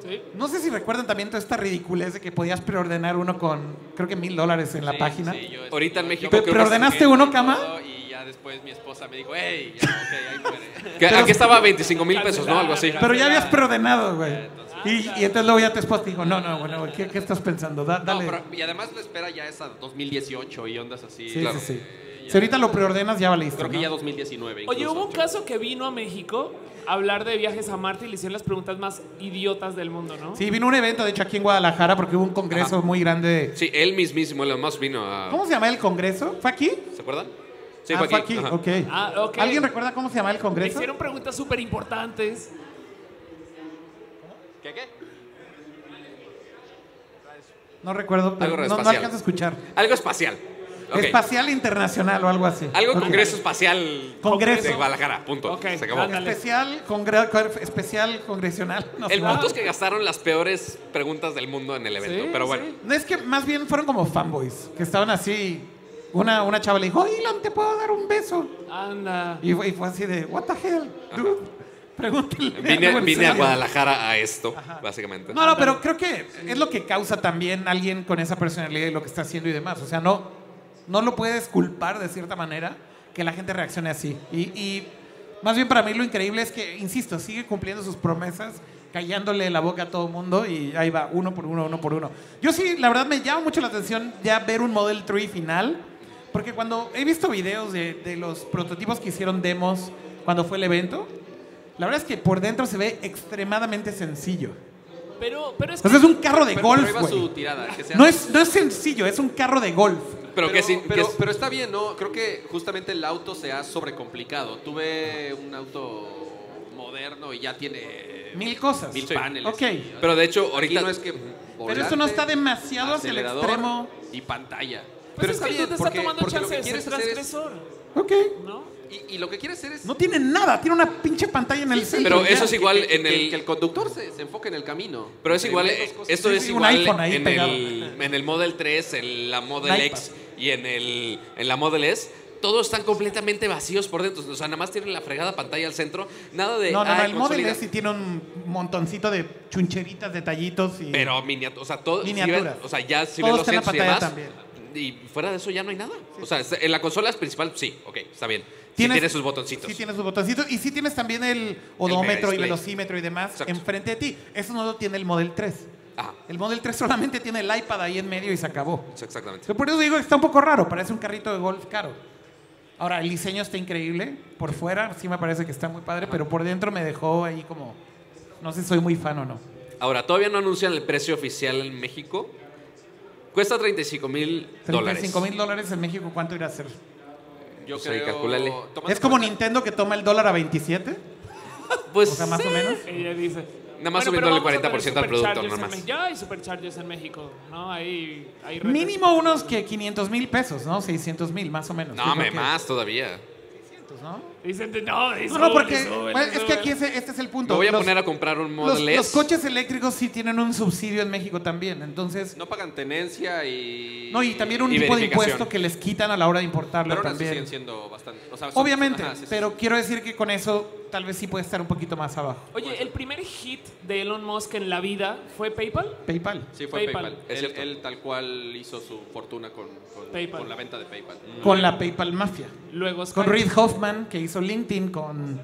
Sí.
No sé si recuerdan también toda esta ridiculez de que podías preordenar uno con, creo que mil dólares en la
Sí,
página.
sí, yo-
Ahorita en
yo-
México
yo-
creo que
¿Preordenaste
yo-
este uno, cama?
Y ya después mi esposa me dijo, hey, ya, ok, ahí muere.
Que aquí estaba 25 mil pesos, ¿no? Algo así.
Pero ya habías preordenado, güey. Y, y entonces luego ya tu esposa te dijo, no, no, bueno, güey, ¿qué, qué estás pensando? Da-
No,
dale.
pero- y además la espera ya es a 2018 y ondas así.
sí,
claro.
sí, sí. Si ahorita lo preordenas, ya va listo.
Creo que
¿no?
ya 2019.
Oye,
incluso.
hubo un caso que vino a México a hablar de viajes a Marte y le hicieron las preguntas más idiotas del mundo, ¿no?
Sí, vino un evento, de hecho, aquí en Guadalajara, porque hubo un congreso muy grande. de-
Sí, él mismísimo, Elon Musk vino a.
¿Cómo se llama el congreso? ¿Fue aquí?
¿Se acuerdan? Sí,
Ah,
fue aquí. Ajá.
ok.
Ah, ok.
¿Alguien recuerda cómo se llama el
Le
congreso?
hicieron preguntas súper importantes.
¿Qué, qué?
No recuerdo, pero
Algo
no, no
espacial.
alcanzo a escuchar.
Algo espacial. ok.
Espacial Internacional o algo así.
Algo
Ok.
Congreso Espacial
Congreso.
de Guadalajara, punto.
Ok,
Se acabó.
ándale.
Especial, congre- cor- especial congresional. no sé.
El punto es que gastaron las peores preguntas del mundo en el evento,
Sí,
pero bueno.
sí.
No es que más bien fueron como fanboys, que estaban así. Una, una chava le dijo, Elon, ¿te puedo dar un beso?
Anda.
Y fue, y fue así de, what the hell, dude. Pregúntale.
Vine,
algo en
vine a
serio".
Guadalajara a esto, básicamente.
No, no, pero creo que es lo que causa también alguien con esa personalidad y lo que está haciendo y demás. O sea, no, no lo puedes culpar de cierta manera que la gente reaccione así. Y, y más bien para mí lo increíble es que, insisto, sigue cumpliendo sus promesas, callándole la boca a todo el mundo y ahí va, uno por uno, uno por uno. Yo sí, la verdad me llama mucho la atención ya ver un Model 3 final, porque cuando he visto videos de, de los prototipos que hicieron demos cuando fue el evento, la verdad es que por dentro se ve extremadamente sencillo.
Pero, pero es que. pues
O sea, Pues es un carro de
Pero
golf,
prueba su
güey.
tirada. que sea-
No es, no es sencillo, es un carro de golf.
Pero, que sí, que
pero-
es-
pero está bien, ¿no? Creo que justamente el auto se ha sobrecomplicado. Tuve un auto moderno y ya tiene
Mil cosas.
mil
Sí.
paneles.
Ok.
Y-
pero de hecho,
Aquí
ahorita
no es que
Pero esto no está
volante,
demasiado hacia el
acelerador
extremo.
y pantalla.
Pues
Pero
pero
es
está
que tú
bien
te estás
porque,
tomando
porque lo
chance
que
de ser
quieres hacer es
transgresor,
Ok.
¿no?
y, y lo que quieres hacer es
No tiene nada, tiene una pinche pantalla en el centro.
pero
ya.
eso es igual
que,
en
que-
el-
que el conductor se, se enfoque en el camino.
Pero es
Entre
igual,
menos
eh,
cosas-
esto
Sí,
es
sí, un
igual
iPhone ahí
en
pegado.
el, en el Model 3, en la Model
Un
X y en, el, en la Model S. Todos están completamente vacíos por dentro. O sea, nada más tienen la fregada pantalla al centro. Nada de.
No, no, no,
"Ay,
el Model
consolida".
S sí tiene un montoncito de chuncheritas, detallitos y.
Pero miniatura. O sea, todo. si ven-
Miniaturas.
o sea, ya si
Todo
ven los
está en la
centros y demás.
pantalla
Y fuera de eso ya no hay nada. O sea, en la consola principal, sí, ok, está bien. Sí tiene sus botoncitos.
Sí tiene sus botoncitos. Y sí tienes también el odómetro
display.
y velocímetro y demás
Exacto.
enfrente de ti. Eso no lo tiene el Model 3.
Ajá,
El Model 3 solamente tiene el iPad ahí en medio y se acabó.
sí, exactamente.
Pero por eso digo que está un poco raro, parece un carrito de golf caro. Ahora, el diseño está increíble. Por fuera sí me parece que está muy padre, pero por dentro me dejó ahí como. No sé si soy muy fan o no.
Ahora, todavía no anuncian el precio oficial en México. Cuesta 35 mil dólares.
35 mil dólares en México, ¿cuánto irá a ser?
Yo
Pues ahí calcúlale.
tomando
Es como
en cuenta-
Nintendo que toma el dólar a 27,
Pues,
o sea, más
sí.
o menos.
Ella dice.
Nada más
pero
subiéndole
vamos a
40%
tener
al producto,
superchargers
nada
en
más.
Mex- Ya hay superchargers en México, ¿no? Ahí, ahí rentas.
Mínimo unos que 500 mil pesos, ¿no? 600 mil, más o menos. Yo
No,
creo
me
que-
más todavía.
600, ¿no?
Dicen, no,
No, no, porque bueno, es que aquí ese- este es el punto.
Me voy a
Los-
poner a comprar un
los,
Model S.
los coches eléctricos sí tienen un subsidio en México también, entonces.
No pagan tenencia y.
No, y también un
y
tipo de
verificación.
impuesto que les quitan a la hora de importarlo
Pero ahora sí
también.
siguen siendo bastante. o sea, son-
Obviamente,
ajá, sí, sí,
pero
sí.
quiero decir que con eso tal vez sí puede estar un poquito más abajo.
Oye, el primer hit de Elon Musk en la vida fue PayPal.
PayPal.
Sí, fue
PayPal.
PayPal.
Es
Él,
cierto.
él tal cual hizo su fortuna con, con,
PayPal.
con la venta de PayPal.
Con la PayPal Mafia.
Luego Skype.
Con Reid Hoffman, que hizo LinkedIn, con,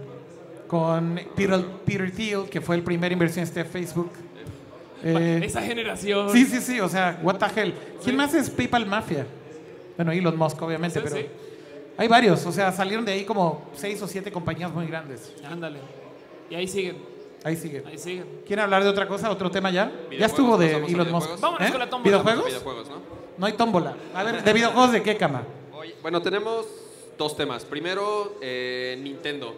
con Peter, Peter Thiel, que fue el primer inversionista de Facebook.
Ah,
Eh,
Esa generación.
sí, sí, sí, o sea, what the hell. ¿Quién más es PayPal Mafia? Bueno, Elon Musk, obviamente,
Sí,
pero
sí.
hay varios. O sea, salieron de ahí como seis o siete compañías muy grandes.
Ándale. Y ahí siguen,
Ahí sigue.
ahí siguen.
¿Quieren hablar de otra cosa, otro tema ya? Ya estuvo de
pasamos a
Elon Musk.
videojuegos.
Vámonos
¿Eh?
con la tómbola.
¿Videojuegos?
Videojuegos, ¿no?
No hay tómbola. A ver, ¿de videojuegos de qué cama?
Oye, bueno, tenemos dos temas. Primero, eh, Nintendo.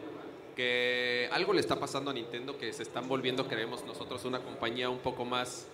Que algo le está pasando a Nintendo que se están volviendo, creemos nosotros, una compañía un poco más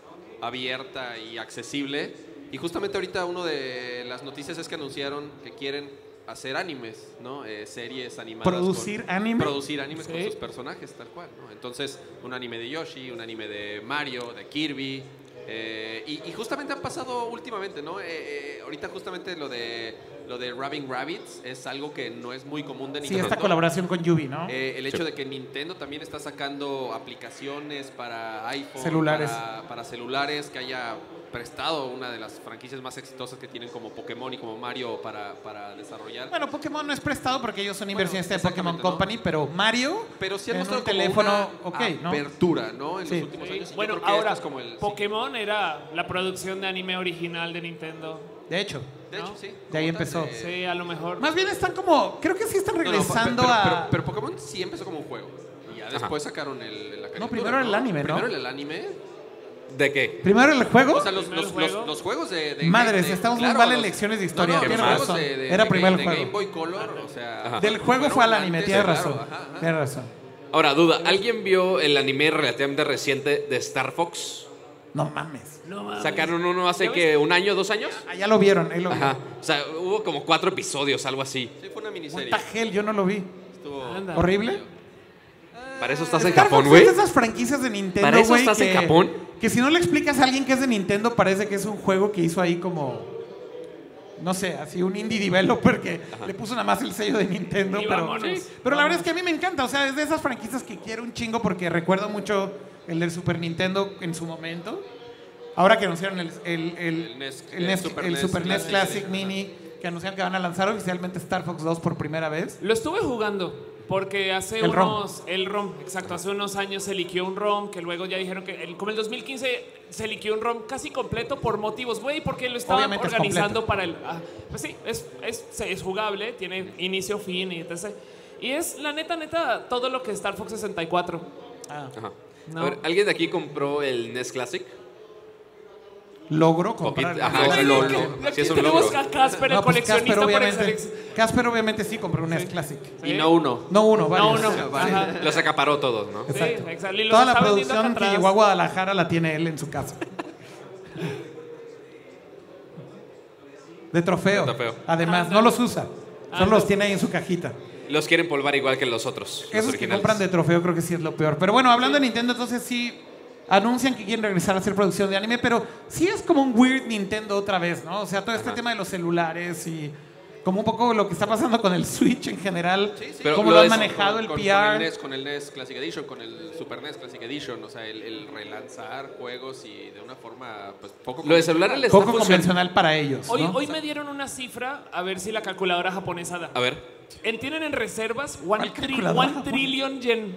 abierta y accesible. Y justamente ahorita una de las noticias es que anunciaron que quieren hacer animes, ¿no? Eh, series animadas.
¿Producir
con-
anime?
Producir animes con
Sí.
sus personajes, tal cual, ¿no? Entonces, un anime de Yoshi, un anime de Mario, de Kirby. eh, y, y justamente han pasado últimamente, ¿no? Eh, eh, ahorita justamente lo de lo de Rabbing Rabbits es algo que no es muy común de
Sí,
Nintendo.
esta colaboración con Yubi, ¿no?
Eh, el hecho de que Nintendo también está sacando aplicaciones para iPhone,
Celulares.
Para, para celulares, que haya prestado una de las franquicias más exitosas que tienen como Pokémon y como Mario para, para desarrollar.
Bueno, Pokémon no es prestado porque ellos son inversionistas de Pokémon
exactamente, ¿no?
Company, pero Mario
pero sí han
en
mostrado
un
como
teléfono,
una
ok, ¿no?
apertura, ¿no? En
Sí.
los últimos
Sí.
años. Y yo
Bueno,
creo que esto
ahora,
es como el-
Pokémon era la producción de anime original de Nintendo.
De hecho,
De
¿no?
hecho, sí.
De ahí
Como tal,
empezó.
eh,
Sí, a lo mejor.
más bien están como, creo que sí están
no, no,
regresando
pero-
a...
pero, pero Pokémon sí empezó como un juego. Y ya
Ajá.
después sacaron el, la caricatura,
primero el anime, ¿no?
Primero el anime.
¿De qué?
Primero el juego.
O sea, los,
Primero
los-
el juego.
los- los juegos de. de-
Madres,
de-
estamos muy mal en
los-
lecciones de historia,
los
tienes
juegos
razón.
de- de-
Era
de
primero el
Game-
juego.
De Game Boy Color, o sea.
Ajá.
Del juego
fueron
fue al anime,
antes,
tienes
claro,
razón.
ajá, ajá.
Tienes razón.
Ahora, duda, ¿alguien vio el anime relativamente reciente de Star Fox?
No mames.
Ah,
Sacaron uno hace que un año, dos años.
Allá lo vieron, ahí lo
Ajá. O sea, hubo como cuatro episodios, algo así.
Sí, fue una
vieron.
miniserie.
Puta gel, yo no lo vi.
Estuvo-
Anda.
¿Horrible?
Para eso estás en
Star
Japón,
Fox
güey.
Es de esas franquicias de Nintendo,
¿Para eso
güey,
estás en
que-
Japón?
Que si no le explicas a alguien que es de Nintendo, parece que es un juego que hizo ahí como. No sé, así un indie developer que le puso nada más el sello de Nintendo.
Y
pero
vámonos.
Sí, pero la verdad es que a mí me encanta. O sea, es de esas franquicias que quiero un chingo porque recuerdo mucho el del Super Nintendo en su momento. Ahora que anunciaron el, el, el,
El
E
NES-
el
el
NES-
Super
el
NES
Super NES
Classic.
Classic Mini, que anunciaron que van a lanzar oficialmente Star Fox 2 por primera vez.
Lo estuve jugando porque hace
El ROM.
unos. El ROM, exacto. Hace unos años se liquió un ROM que luego ya dijeron que. el- como el 2015 se liquió un ROM casi completo por motivos, güey, porque lo estaban
Obviamente es
organizando
completo.
para el. ah, pues sí, es, es, se- es jugable, tiene inicio, fin y etc. Y es la neta, neta, todo lo que es Star Fox 64.
Ajá.
No.
A ver, ¿alguien de aquí compró el NES Classic?
Logró comprar.
Poquito, ajá,
Oye,
lo-
¿qué-
lo-
de
sí es
aquí
un
tenemos
logro.
a Casper, el
No, pues
coleccionista por
obviamente,
excelencia.
Casper obviamente sí compró un NES Classic.
Sí.
Y no uno.
No uno, varios.
No, uno.
Sí,
Ajá.
Los acaparó todos, ¿no?
Sí,
Exacto.
exacto. Y los
Toda la
está vendiendo acá
producción que
atrás.
llegó a Guadalajara la tiene él en su casa. De trofeo.
De trofeo.
Además,
Ah,
no los usa. Solo los tiene ahí en su cajita.
Los quieren polvar igual que los otros. los
Esos que
originales.
compran de trofeo creo que sí es lo peor. Pero bueno, hablando de Nintendo, entonces sí anuncian que quieren regresar a hacer producción de anime, pero sí es como un weird Nintendo otra vez, ¿no? O sea, todo este tema de los celulares y como un poco lo que está pasando con el Switch en general,
Pero
cómo
lo
lo han
es-
manejado el
con, Con el,
PR.
NES, con el NES Classic Edition, con el Super NES Classic Edition. O sea, el, el relanzar juegos y de una forma pues, poco...
Lo de celular les está
Poco
funcionando.
convencional para ellos.
Hoy,
¿no?
hoy me dieron una cifra, a ver si la calculadora japonesa da.
A ver,
En- tienen en reservas one,
¿Cuál
tri-
calculadora?
one trillion yen.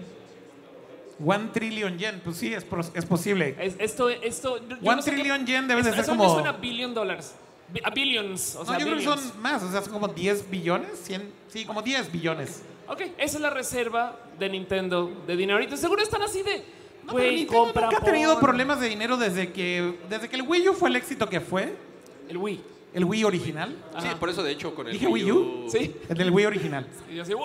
One trillion yen, pues sí, es, pros- es posible.
Es- esto, esto. yo- yo
One
no sé qué-
trillion yen debe de
eso-
ser
eso
como-
me suena a billion dólares. Bi- A billions. O sea,
no, yo creo que
billions.
son más, o sea, son como 10 billones, 100, sí, como 10 billones.
Ok, esa es la reserva de Nintendo de dinero. Ahorita seguro están así de.
No, pero
Güey,
Nintendo
compra
nunca ha
por-
tenido problemas de dinero desde que, desde que el Wii U fue el éxito que fue,
El Wii.
el Wii original.
Sí, por eso de hecho con el
¿Dije Wii U?
Sí.
El del Wii original.
Y yo así, wow.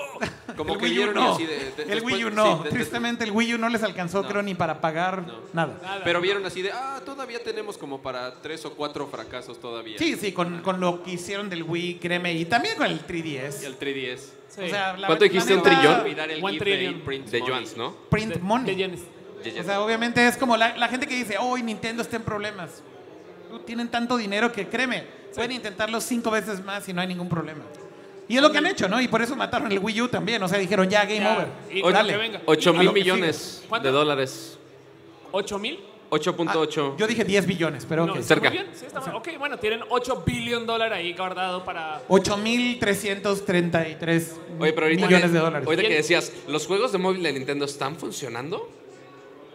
Como
el
que
Wii U
vieron y
no.
así de- de-
el
después-
Wii U
sí,
no.
de- de-
Tristemente, el Wii U no les alcanzó, creo, ni para pagar nada.
Pero vieron así de, ah, todavía tenemos como para tres o cuatro fracasos todavía.
Sí, sí, con, con lo que hicieron del Wii, créeme, y también con el 3DS.
Y el 3DS.
Sí.
O sea, la-
¿Cuánto
la
dijiste, un
neta,
trillón?
Olvidar el
One
GIF
trillion.
de Print
de
Money.
Joans, ¿no?
Print
de
money.
yenes.
De
O
Joans.
sea, obviamente es como la, la gente que dice, hoy Nintendo está en problemas. Tú, Tienen tanto dinero que, créeme, pueden intentarlo cinco veces más y no hay ningún problema. Y es lo que han hecho, ¿no? Y por eso mataron el Wii U también. O sea, dijeron, ya, game
Ya,
over.
y
Ocho-
dale. que venga.
ocho
Y- Ah, a
mil
lo que
millones
¿Cuánto?
de dólares.
¿Ocho mil?
Ah,
8.8.
Yo dije 10 billones, pero ok.
No,
Cerca.
Muy bien, sí, está mal. Ok, bueno, tienen 8 billion dólares ahí guardado para.
8.333
Oye, pero ahorita
millones
que,
de dólares.
ahorita que decías, ¿los juegos de móvil de Nintendo están funcionando?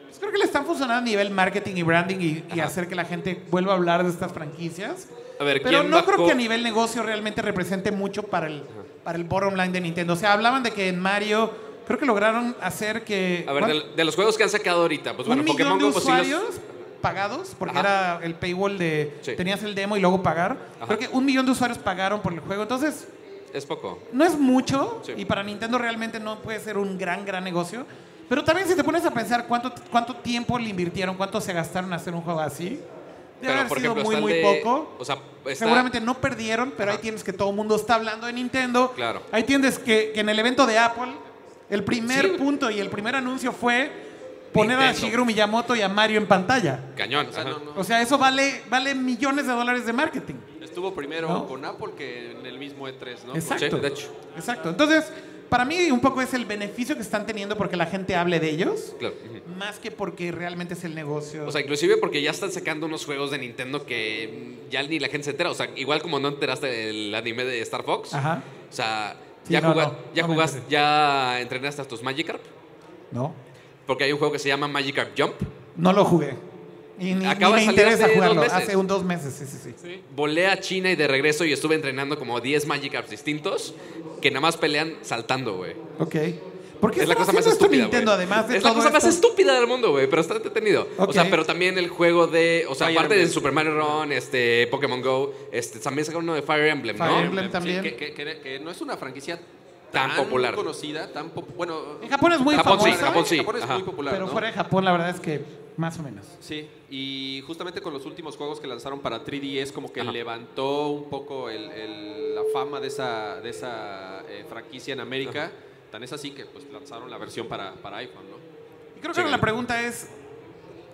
Pues creo que le están funcionando a nivel marketing y branding y, y hacer que la gente vuelva a hablar de estas franquicias.
A ver,
Pero
¿quién
no
bajó?
creo que a nivel negocio realmente represente mucho para el, para el bottom line de Nintendo. O sea, hablaban de que en Mario creo que lograron hacer que
A ver,
¿cuán-
de, de los juegos que han sacado ahorita, pues
un
bueno, Pokémon
millón de
Go pues sí los-
usuarios pagados, porque
Ajá.
era el paywall de
Sí.
tenías el demo y luego pagar.
Ajá.
Creo que un millón de usuarios pagaron por el juego. Entonces,
es poco.
no es mucho
Sí.
y para Nintendo realmente no puede ser un gran, gran negocio. Pero también si te pones a pensar cuánto, cuánto tiempo le invirtieron, cuánto se gastaron en hacer un juego así, debe
Pero
haber
por
sido
ejemplo,
muy,
está el
muy
de-
poco.
O sea, está-
Seguramente no perdieron, pero ahí tienes que todo el mundo está hablando de Nintendo.
Claro.
Ahí tienes que, que en el evento de Apple, el primer
Sí.
punto y el primer anuncio fue poner a
Nintendo.
Shigeru Miyamoto y a Mario en pantalla.
cañón.
O sea,
ajá.
no, no.
O sea, eso vale, vale millones de dólares de marketing.
Estuvo primero
No.
con Apple que en el mismo E3, ¿no?
Exacto.
Sí, de hecho.
Exacto. Entonces, para mí un poco es el beneficio que están teniendo porque la gente hable de ellos,
Claro, ujú.
más que porque realmente es el negocio.
O sea, inclusive porque ya están sacando unos juegos de Nintendo que mm, ya ni la gente se entera. O sea, igual como no enteraste del anime de Star Fox.
Ajá.
O sea,
Sí,
ya,
no,
juga-
no,
ya
no me
jugaste,
enteré.
ya entrenaste a tus Magikarp.
No,
Porque hay un juego que se llama Magikarp Jump.
no lo jugué. Y ni, ni
Acaba de
me
salir
interesa
hace dos
jugarlo.
meses.
Hace un dos meses, sí, sí, sí.
Sí.
Volé a China y de regreso y estuve entrenando como 10 Magikarps distintos que nada más pelean saltando, güey.
Ok. ¿Por qué
Es la cosa
están
más
haciendo esto
estúpida.
Nintendo,
güey.
además de
es la
todo
cosa más
esto?
estúpida del mundo, güey, pero está entretenido.
Ok.
O sea, pero también el juego de. O sea,
Fire
aparte de
Emblem.
Super Mario Run, este, Pokémon Go, este, también sacaron uno de Fire Emblem,
Fire
¿no?
Emblem
Sí,
también.
que, que- que- que no es una franquicia
Tan
tan,
popular.
conocida, tan pop- bueno,
En Japón es muy
Japón sí,
famosa,
Japón sí.
Japón es
ajá.
muy popular,
pero
¿no?
fuera de Japón la verdad es que Más o menos.
Sí, y justamente con los últimos juegos que lanzaron para 3DS como que levantó un poco el- el- la fama de esa, de esa eh, franquicia en América. Tan es así que pues lanzaron la versión para, para iPhone, ¿no?
Y creo que ahora la pregunta es,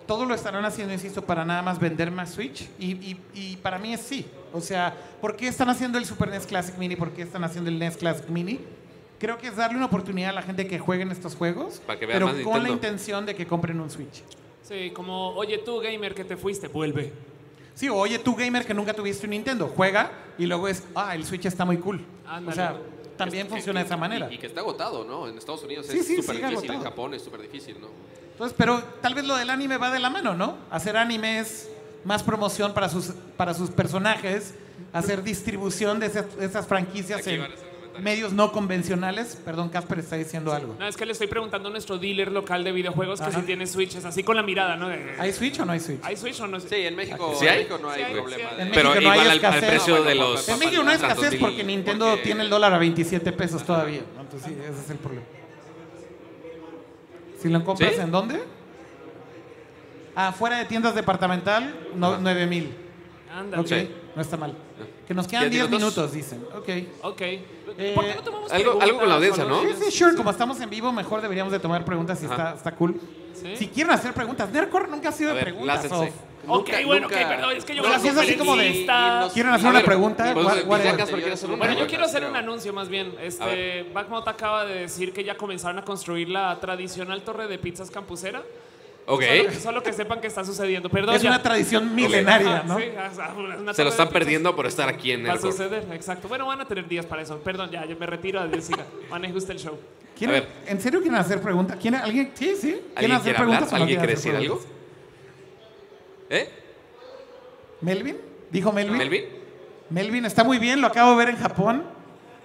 ¿todo lo estarán haciendo, insisto, para nada más vender más Switch? Y, y- y para mí es sí. O sea, ¿por qué están haciendo el Super NES Classic Mini? ¿Por qué están haciendo el NES Classic Mini? Creo que es darle una oportunidad a la gente que juegue en estos juegos,
Para que vean
pero
más
con la
Nintendo.
intención de que compren un Switch.
Sí, como, oye tú, gamer, que te fuiste, vuelve.
Sí, o, oye, tú gamer que nunca tuviste un Nintendo, juega y luego es, ah, el Switch está muy cool.
Ándale.
O sea, también
Que-
funciona de
que-
esa manera.
Y, y que está agotado, ¿no? En Estados Unidos
Sí,
es
sí,
súper
sigue
difícil, en
agotado.
Japón es súper difícil, ¿no?
Entonces, pero tal vez lo del anime va de la mano, ¿no? Hacer anime es más promoción para sus, para sus personajes, hacer distribución de esas, esas franquicias en medios no convencionales. Perdón, Casper está diciendo algo.
No, es que le estoy preguntando a nuestro dealer local de videojuegos que
Ajá.
si tiene Switch, es así con la mirada, ¿no? De-
¿Hay Switch o no hay Switch?
¿Hay Switch o no?
Sí, en México,
¿Sí
en
hay?
México no
Sí
hay
hay,
problema.
sí
de-
hay.
Pero
México no hay
igual al- al,
escasez.
precio
No,
de
bueno,
los.
papá,
En México no hay
tantos
escasez
mil-
porque Nintendo
porque-
tiene el dólar a 27 pesos todavía. ¿no? Entonces, sí, ese es el problema. Si lo compras,
¿Sí?
¿en dónde? Ah, fuera de tiendas departamental, no, 9 mil.
Ándale.
Ok,
Sí.
no está mal.
Ah.
Que nos quedan
¿Diez
10
minutos?
minutos? dicen. Ok.
Ok.
Eh,
¿Por qué no tomamos
algo- algo con la
preguntas
audiencia, ¿no?
o
Sí,
los-
sí, sure. Como estamos en vivo, mejor deberíamos de tomar preguntas si está, está cool.
Sí.
Si quieren hacer preguntas, Nerdcore nunca ha sido
A
de
ver,
preguntas.
lácense.
Sof.
Ok,
Nunca-
bueno,
nunca-
ok, perdón, es que yo
No, así es así como de-
está.
¿Quieren hacer una pregunta?
pues,
What-
pues,
whatever.
ya Casper quiere hacer una,
Bueno, yo
güey.
quiero hacer un
creo.
anuncio más bien.
A
Este,
ver.
Backmot acaba de decir que ya comenzaron a construir la tradicional torre de pizzas campusera.
Ok.
Solo, solo que sepan que está sucediendo. Perdón.
Es
ya.
una tradición
Ajá,
milenaria, ¿no?
sí, ajá, una
Se
torre de
lo están
pizzas.
perdiendo por estar aquí en
Va
el.
a suceder, exacto. Bueno, van a tener días para eso. Perdón, ya, yo me retiro. Adiós, siga. Maneje usted el show.
¿Quieren-
A ver.
¿En serio quieren hacer preguntas? ¿Quieren, ¿Alguien? Sí, sí. ¿Quieren
¿Alguien
hacer
quiere
preguntas
hablar?
o no
¿Alguien quiere
quieren hacer
decir algo?
preguntas?
¿Eh?
¿Melvin? ¿Dijo Melvin?
¿Melvin?
Melvin está muy bien, lo acabo de ver en Japón.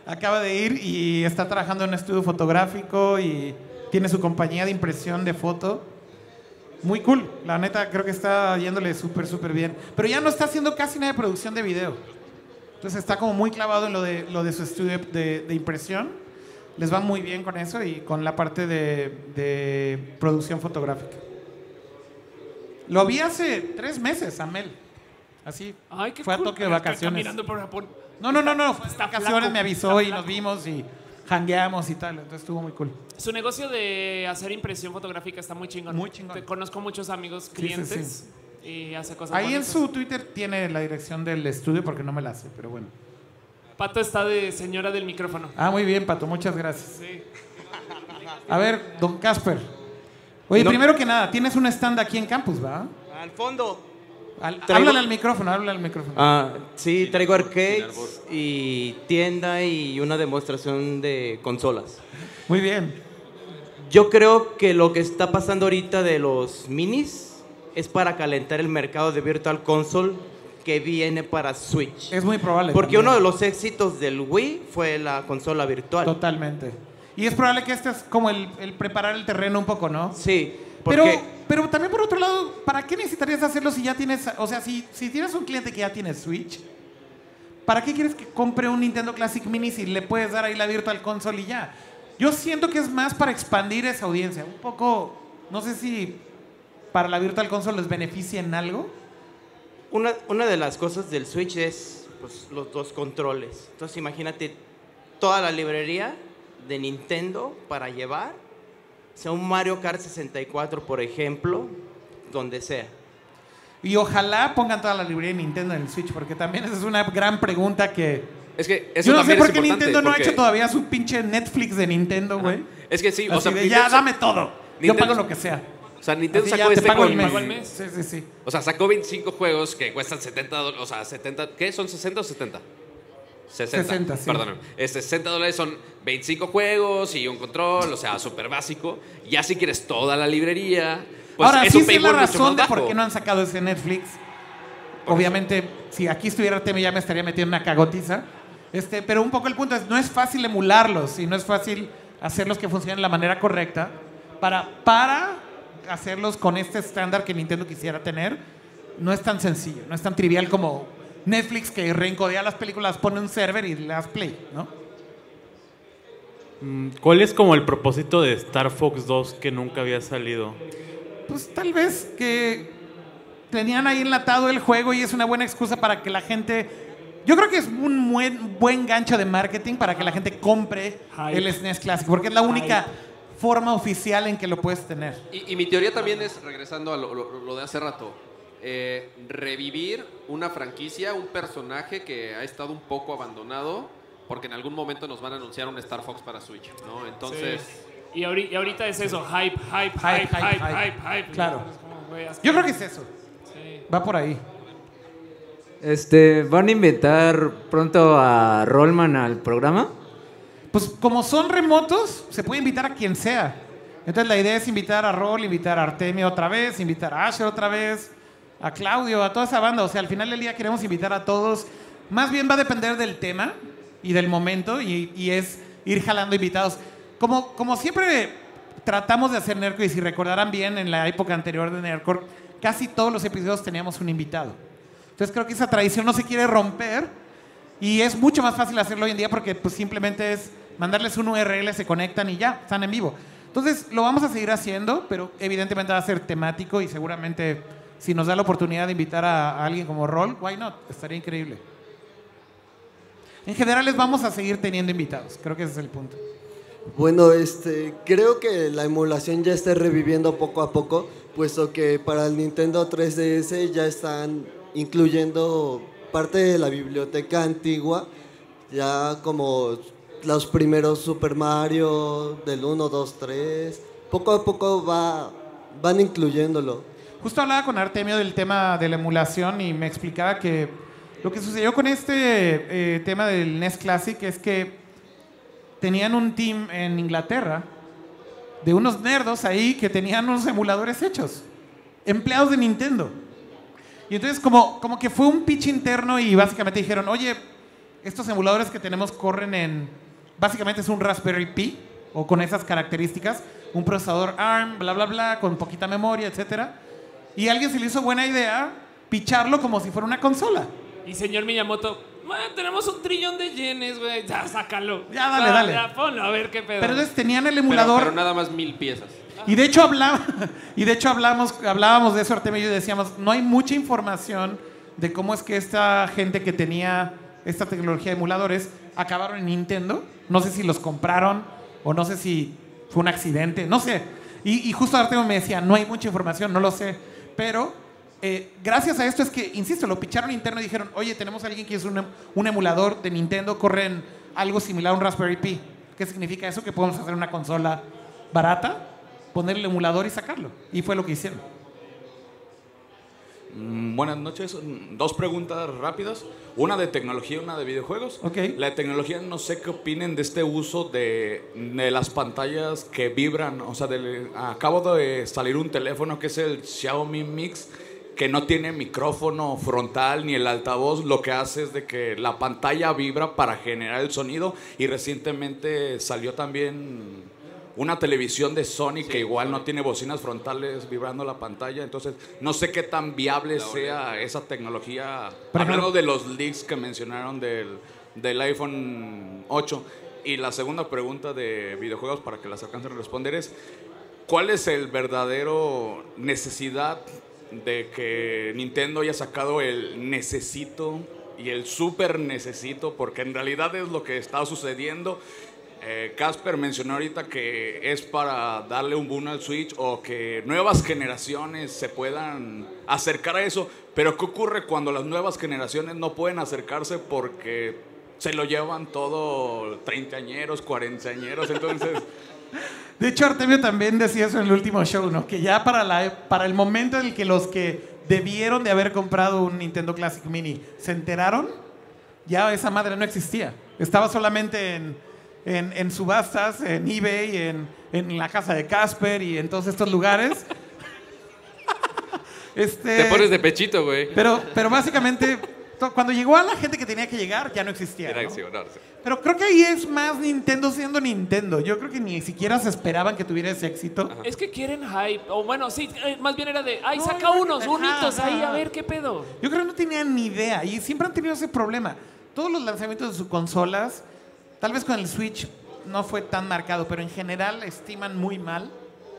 Acaba de ir y está trabajando en un estudio fotográfico y tiene su compañía de impresión de foto. Muy cool, la neta creo que está yéndole súper, súper bien. Pero ya no está haciendo casi nada de producción de video. Entonces está como muy clavado en lo de, lo de su estudio de, de impresión. Les va muy bien con eso y con la parte de, de producción fotográfica. Lo vi hace tres meses a Mel. Así.
Ay, qué
Fue a
cool.
toque de
Estoy
vacaciones.
caminando por Japón.
No, no, no, no. Fue de
Está
vacaciones,
flaco,
me avisó
está
y
flaco.
nos vimos y jangueamos y tal. Entonces estuvo muy cool.
Su negocio de hacer impresión fotográfica está muy chingón.
Muy chingón.
Te conozco muchos amigos,
sí,
clientes y hace cosas
Ahí en
bonitas.
su Twitter tiene la dirección del estudio porque no me la hace, pero bueno.
Pato está de señora del micrófono.
Ah, muy bien, Pato, muchas gracias.
Sí.
A ver, don Casper. Oye,
No.
primero que nada, tienes un stand aquí en campus, ¿va?
Al fondo.
Al-
Traigo-
háblale al micrófono, háblale al micrófono.
Ah, sí, traigo
árbol.
arcades y tienda y una demostración de consolas.
Muy bien.
Yo creo que lo que está pasando ahorita de los minis es para calentar el mercado de Virtual Console que viene para Switch.
Es muy probable.
Porque
también.
uno de los éxitos del Wii fue la consola virtual.
Totalmente. Y es probable que este es como el, el preparar el terreno un poco, ¿no?
Sí,
Pero,
porque
pero también por otro lado, ¿para qué necesitarías hacerlo si ya tienes, o sea, si, si tienes un cliente que ya tiene Switch, ¿para qué quieres que compre un Nintendo Classic Mini si le puedes dar ahí la Virtual Console y ya? Yo siento que es más para expandir esa audiencia, un poco, no sé si para la Virtual Console les beneficia en algo.
una, una de las cosas del Switch es pues, los dos controles. Entonces imagínate toda la librería de Nintendo para llevar, sea un Mario Kart 64, por ejemplo, donde sea.
Y ojalá pongan toda la librería de Nintendo en el Switch, porque también esa es una gran pregunta que...
Es que eso
Yo no sé
también
por
es
qué
importante,
Nintendo no ha
porque-
hecho todavía su pinche Netflix de Nintendo, güey.
Es que sí, o
Así
sea,
de,
Nintendo,
ya dame todo. Yo
Nintendo-
pago lo que sea.
o sea, Nintendo
Así ya,
sacó
te
este
pago el
con-
mes.
Pago el mes.
Sí, sí, sí.
O sea, sacó 25 juegos que cuestan 70 dólares. O sea, 70. ¿Qué? ¿Son 60 o 70? 60.
60, sí.
Perdón. Es 60 dólares son 25 juegos y un control, o sea, súper básico. Ya si quieres toda la librería. Pues
Ahora,
es
sí
un
sé la
paywall mucho
razón de
más
por
bajo.
qué no han sacado ese Netflix. Obviamente, si aquí estuviera Artemio ya me estaría metiendo una cagotiza. Este, pero un poco el punto es, no es fácil emularlos y no es fácil hacerlos que funcionen de la manera correcta para, para hacerlos con este estándar que Nintendo quisiera tener. No es tan sencillo, no es tan trivial como Netflix que reencodea las películas, pone un server y las play, ¿no?
¿Cuál es como el propósito de Star Fox 2 que nunca había salido?
pues tal vez que tenían ahí enlatado el juego y es una buena excusa para que la gente. Yo creo que es un buen, buen gancho de marketing para que la gente compre
Hype.
el SNES Classic, porque es la única forma oficial en que lo puedes tener.
Y, y mi teoría también es, regresando a lo, lo- lo de hace rato, eh, revivir una franquicia, un personaje que ha estado un poco abandonado, porque en algún momento nos van a anunciar un Star Fox para Switch, ¿no? Entonces,
Y, ahori- y ahorita es eso, hype, hype, hype, hype,
Hype, hype,
hype, hype.
hype. Claro.
Es como, güey, haz-
Yo creo que es eso. Va por ahí.
Este, ¿van a invitar pronto a Rollman al programa?
Pues como son remotos, se puede invitar a quien sea. Entonces la idea es invitar a Rol, invitar a Artemio otra vez, invitar a Asher otra vez, a Claudio, a toda esa banda. O sea, al final del día queremos invitar a todos. Más bien va a depender del tema y del momento y, y es ir jalando invitados. Como, como siempre tratamos de hacer Nerdcore y si recordarán bien en la época anterior de Nerdcore, casi todos los episodios teníamos un invitado. Entonces creo que esa tradición no se quiere romper. Y es mucho más fácil hacerlo hoy en día porque pues, simplemente es mandarles un URL, se conectan y ya, están en vivo. Entonces lo vamos a seguir haciendo, pero evidentemente va a ser temático y seguramente si nos da la oportunidad de invitar a, a alguien como Roll, why not? Estaría increíble. En general les vamos a seguir teniendo invitados, creo que ese es el punto.
Bueno, este, creo que la emulación ya está reviviendo poco a poco, puesto que para el Nintendo 3DS ya están incluyendo parte de la biblioteca antigua, ya como los primeros Super Mario del 1, 2, 3. Poco a poco va, van incluyéndolo.
Justo hablaba con Artemio del tema de la emulación y me explicaba que lo que sucedió con este eh, tema del NES Classic es que tenían un team en Inglaterra de unos nerdos ahí que tenían unos emuladores hechos, empleados de Nintendo. Y entonces como, como que fue un pitch interno y básicamente dijeron, oye, estos emuladores que tenemos corren en, básicamente es un Raspberry Pi o con esas características, un procesador ARM, bla, bla, bla, con poquita memoria, etcétera. Y a alguien se le hizo buena idea picharlo como si fuera una consola.
Y señor Miyamoto, "Bueno, tenemos un trillón de yenes, güey. Ya, sácalo.
Ya, dale, dale.
Ya, ponlo, a ver qué pedo.
Pero entonces tenían el
pero,
emulador
pero nada más mil piezas.
Y de hecho, hablaba, y de hecho hablamos, hablábamos de eso, Artemio y yo y decíamos, no hay mucha información de cómo es que esta gente que tenía esta tecnología de emuladores acabaron en Nintendo. No sé si los compraron o no sé si fue un accidente, no sé. Y, y justo Artemio me decía, no hay mucha información, no lo sé. Pero eh, gracias a esto es que, insisto, lo picharon interno y dijeron, oye, tenemos a alguien que es un, em- un emulador de Nintendo, corren algo similar a un Raspberry Pi. ¿Qué significa eso? Que podemos hacer una consola barata poner el emulador y sacarlo. Y fue lo que hicieron.
Mm, Buenas noches. Mm, Dos preguntas rápidas. Una de tecnología y una de videojuegos.
Ok.
La de tecnología, no sé qué opinen de este uso de, de las pantallas que vibran. O sea, del- acabo de salir un teléfono que es el Xiaomi Mix, que no tiene micrófono frontal ni el altavoz. Lo que hace es de que la pantalla vibra para generar el sonido. Y recientemente salió también una televisión de Sony que igual no tiene bocinas frontales vibrando la pantalla, entonces no sé qué tan viable sea esa tecnología.
Por ejemplo-
Hablando de los leaks que mencionaron del, del iPhone 8 y la segunda pregunta de videojuegos para que las alcancen a responder es ¿cuál es el verdadero necesidad de que Nintendo haya sacado el necesito y el super necesito? Porque en realidad es lo que está sucediendo. Eh, Casper mencionó ahorita que es para darle un boom al Switch o que nuevas generaciones se puedan acercar a eso, pero ¿qué ocurre cuando las nuevas generaciones no pueden acercarse porque se lo llevan todo treintañeros, cuarentañeros? Entonces,
De hecho, Artemio también decía eso en el último show, ¿no? Que ya para, la, e-, para el momento en el que los que debieron de haber comprado un Nintendo Classic Mini se enteraron, ya esa madre no existía. Estaba solamente en, en- en subastas, en eBay, en, en la casa de Casper y en todos estos lugares.
Te
este,
pones de pechito, güey.
pero, pero básicamente, to- cuando llegó a la gente que tenía que llegar, ya no existía.
Era
¿no?
accionarse.
Pero creo que ahí es más Nintendo siendo Nintendo. Yo creo que ni siquiera se esperaban que tuviera ese éxito.
Es que quieren hype. O bueno, sí, eh, más bien era de, ay,
No,
saca
yo creo
unos,
que-
bonitos
ajá,
ahí, a
ajá.
ver qué pedo.
Yo creo que no tenían ni idea y siempre han tenido ese problema. Todos los lanzamientos de sus consolas, tal vez con el Switch no fue tan marcado, pero en general estiman muy mal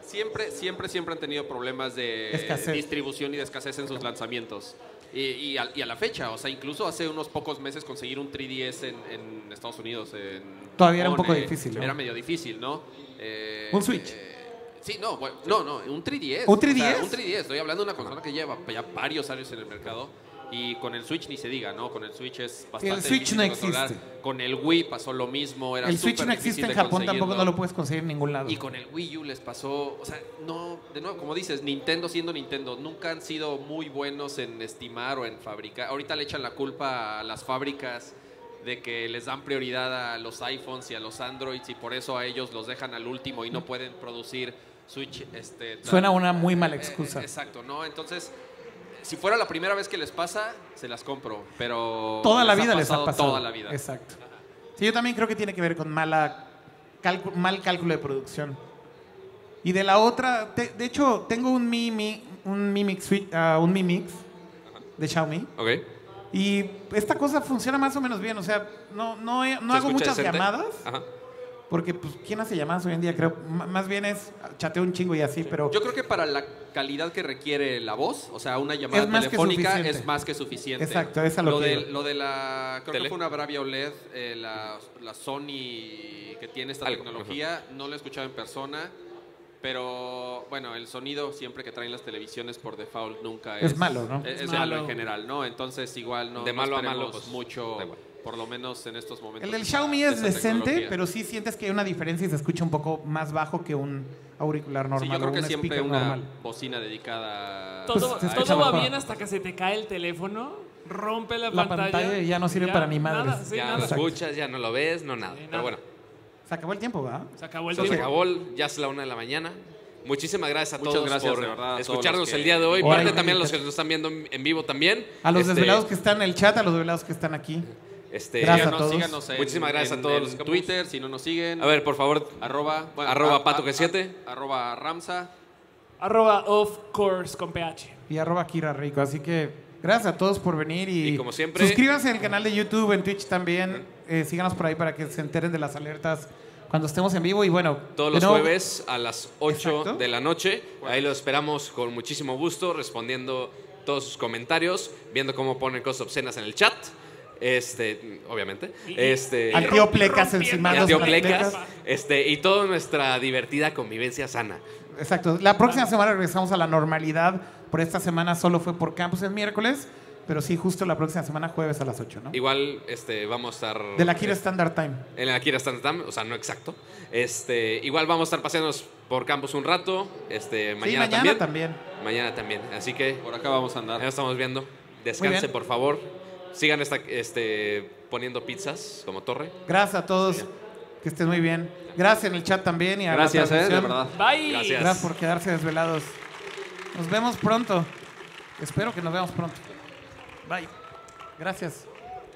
Siempre, siempre, siempre han tenido problemas de
Escasez.
distribución y de escasez en sus lanzamientos. Y, y al- y a, la fecha, o sea, incluso hace unos pocos meses conseguir un 3DS en, en Estados Unidos. en
Todavía era un
Japón,
poco
eh,
difícil, ¿no?
Era medio difícil, ¿no? Eh,
Un Switch.
eh, sí, no, bueno, no, no, un 3DS.
¿Un
O sea,
3DS?
un 3DS, estoy hablando de una consola que lleva ya varios años en el mercado. Y con el Switch ni se diga, ¿no? Con el Switch es bastante
Switch
difícil
no
de controlar.
existe.
Con el Wii pasó lo mismo. Era
El Switch
súper
no existe
difícil
en
de
Japón, tampoco no
conseguirlo.
lo puedes conseguir en ningún lado.
Y con el Wii U les pasó, o sea, no, de nuevo, como dices, Nintendo siendo Nintendo, nunca han sido muy buenos en estimar o en fabricar. Ahorita le echan la culpa a las fábricas de que les dan prioridad a los iPhones y a los Androids y por eso a ellos los dejan al último y no pueden producir Switch. Este, tan-
Mm. Suena una muy mala
Eh,
excusa.
eh, exacto, ¿no? Entonces, si fuera la primera vez que les pasa, se las compro, pero...
toda la vida les ha pasado.
Toda la vida.
Exacto. Sí, yo también creo que tiene que ver con mala calcu- mal cálculo de producción. Y de la otra, te- de hecho, tengo un Mi, Mi- un Mi Mix, Switch- ah, un Mi Mix de Xiaomi.
Ok.
Y esta cosa funciona más o menos bien. O sea, no, no, he- no
¿Se
hago
escucha
muchas
decente?
llamadas.
Ajá.
Porque, pues, ¿quién hace llamadas hoy en día? Creo, M- más bien es chateo un chingo y así, pero...
Yo creo que para la calidad que requiere la voz, o sea, una llamada
Es más que
telefónica
suficiente.
es más que suficiente.
Exacto, es a lo que
de,
iba.
lo de la. Creo
Tele.
que fue una Bravia OLED, eh, la, la Sony que tiene esta
Algo,
tecnología. No la he escuchado en persona, pero bueno, el sonido siempre que traen las televisiones por default nunca es.
Es malo, ¿no?
Es,
Es
malo.
malo.
en general, ¿no? Entonces, igual no.
De
no
malo a
esperemos
malo, pues,
mucho,
da igual.
por lo menos en estos momentos.
El del
de
Xiaomi
esa
es decente,
tecnología.
pero sí sientes que hay una diferencia y se escucha un poco más bajo que un auricular normal
Sí, yo creo
o
que
un
siempre
speaker
una
normal.
bocina dedicada.
Todo,
Pues se
a
escucha
todo va
mejor.
bien hasta que se te cae el teléfono, rompe la,
La pantalla y ya no sirve para ni madres.
nada, sí,
ya no
nada.
Exacto.
escuchas, ya no lo ves, no nada.
Sí,
Pero
nada.
bueno,
Se acabó el tiempo, ¿va?
Se acabó el
eso se
tiempo.
acabó, ya es la una de la mañana. Muchísimas gracias a
Muchas
todos
gracias,
por
de verdad, a todos
escucharnos
los que-
el día de hoy.
Hora y
Parte
media.
también a los que nos están viendo en vivo también.
A los
Este,
desvelados que están en el chat, a los desvelados que están aquí.
este,
Gracias a
Síganos,
todos.
síganos en-
Muchísimas gracias a
en-
todos
en
los capos.
Twitter, si no nos siguen.
A ver, por favor,
Arroba,
Arroba
a-
Pato
a-
que siete.
a- Arroba Ramsa.
Arroba of course con PH.
Y arroba Kira Rico. Así que gracias a todos por venir y,
Y como siempre-
suscríbanse al canal de YouTube, en Twitch también. Eh, síganos por ahí para que se enteren de las alertas cuando estemos en vivo. Y bueno,
todos
de
los
nuevo,
jueves a las 8
Exacto.
de la noche. Ahí lo esperamos con muchísimo gusto, respondiendo todos sus comentarios, viendo cómo ponen cosas obscenas en el chat. Este, obviamente.
Y-
Este,
Al tío Plecas
Rompiendo
encima.
y
las
al tío
las
Plecas,
plecas.
este, y toda nuestra divertida convivencia sana.
Exacto. La próxima semana regresamos a la normalidad. Por esta semana solo fue por campus el miércoles, pero sí, justo la próxima semana, jueves a las 8, ¿no?
Igual este, vamos a estar.
De la Kira
este,
Standard Time.
En la Kira Standard, o sea, no exacto. Este, igual vamos a estar paseándonos por campus un rato. Este,
sí,
mañana,
mañana
también.
también.
Mañana también. Así que
Por acá vamos a
ya
andar.
nos estamos viendo.
Muy
Descanse,
bien.
por favor. Sigan esta, este, poniendo pizzas como torre.
Gracias a todos. Que estés muy bien. Gracias en el chat también y a la
Gracias, eh, de
transmisión.
verdad.
Bye.
Gracias.
Gracias por quedarse desvelados. Nos vemos pronto. Espero que nos veamos pronto. Bye. Gracias.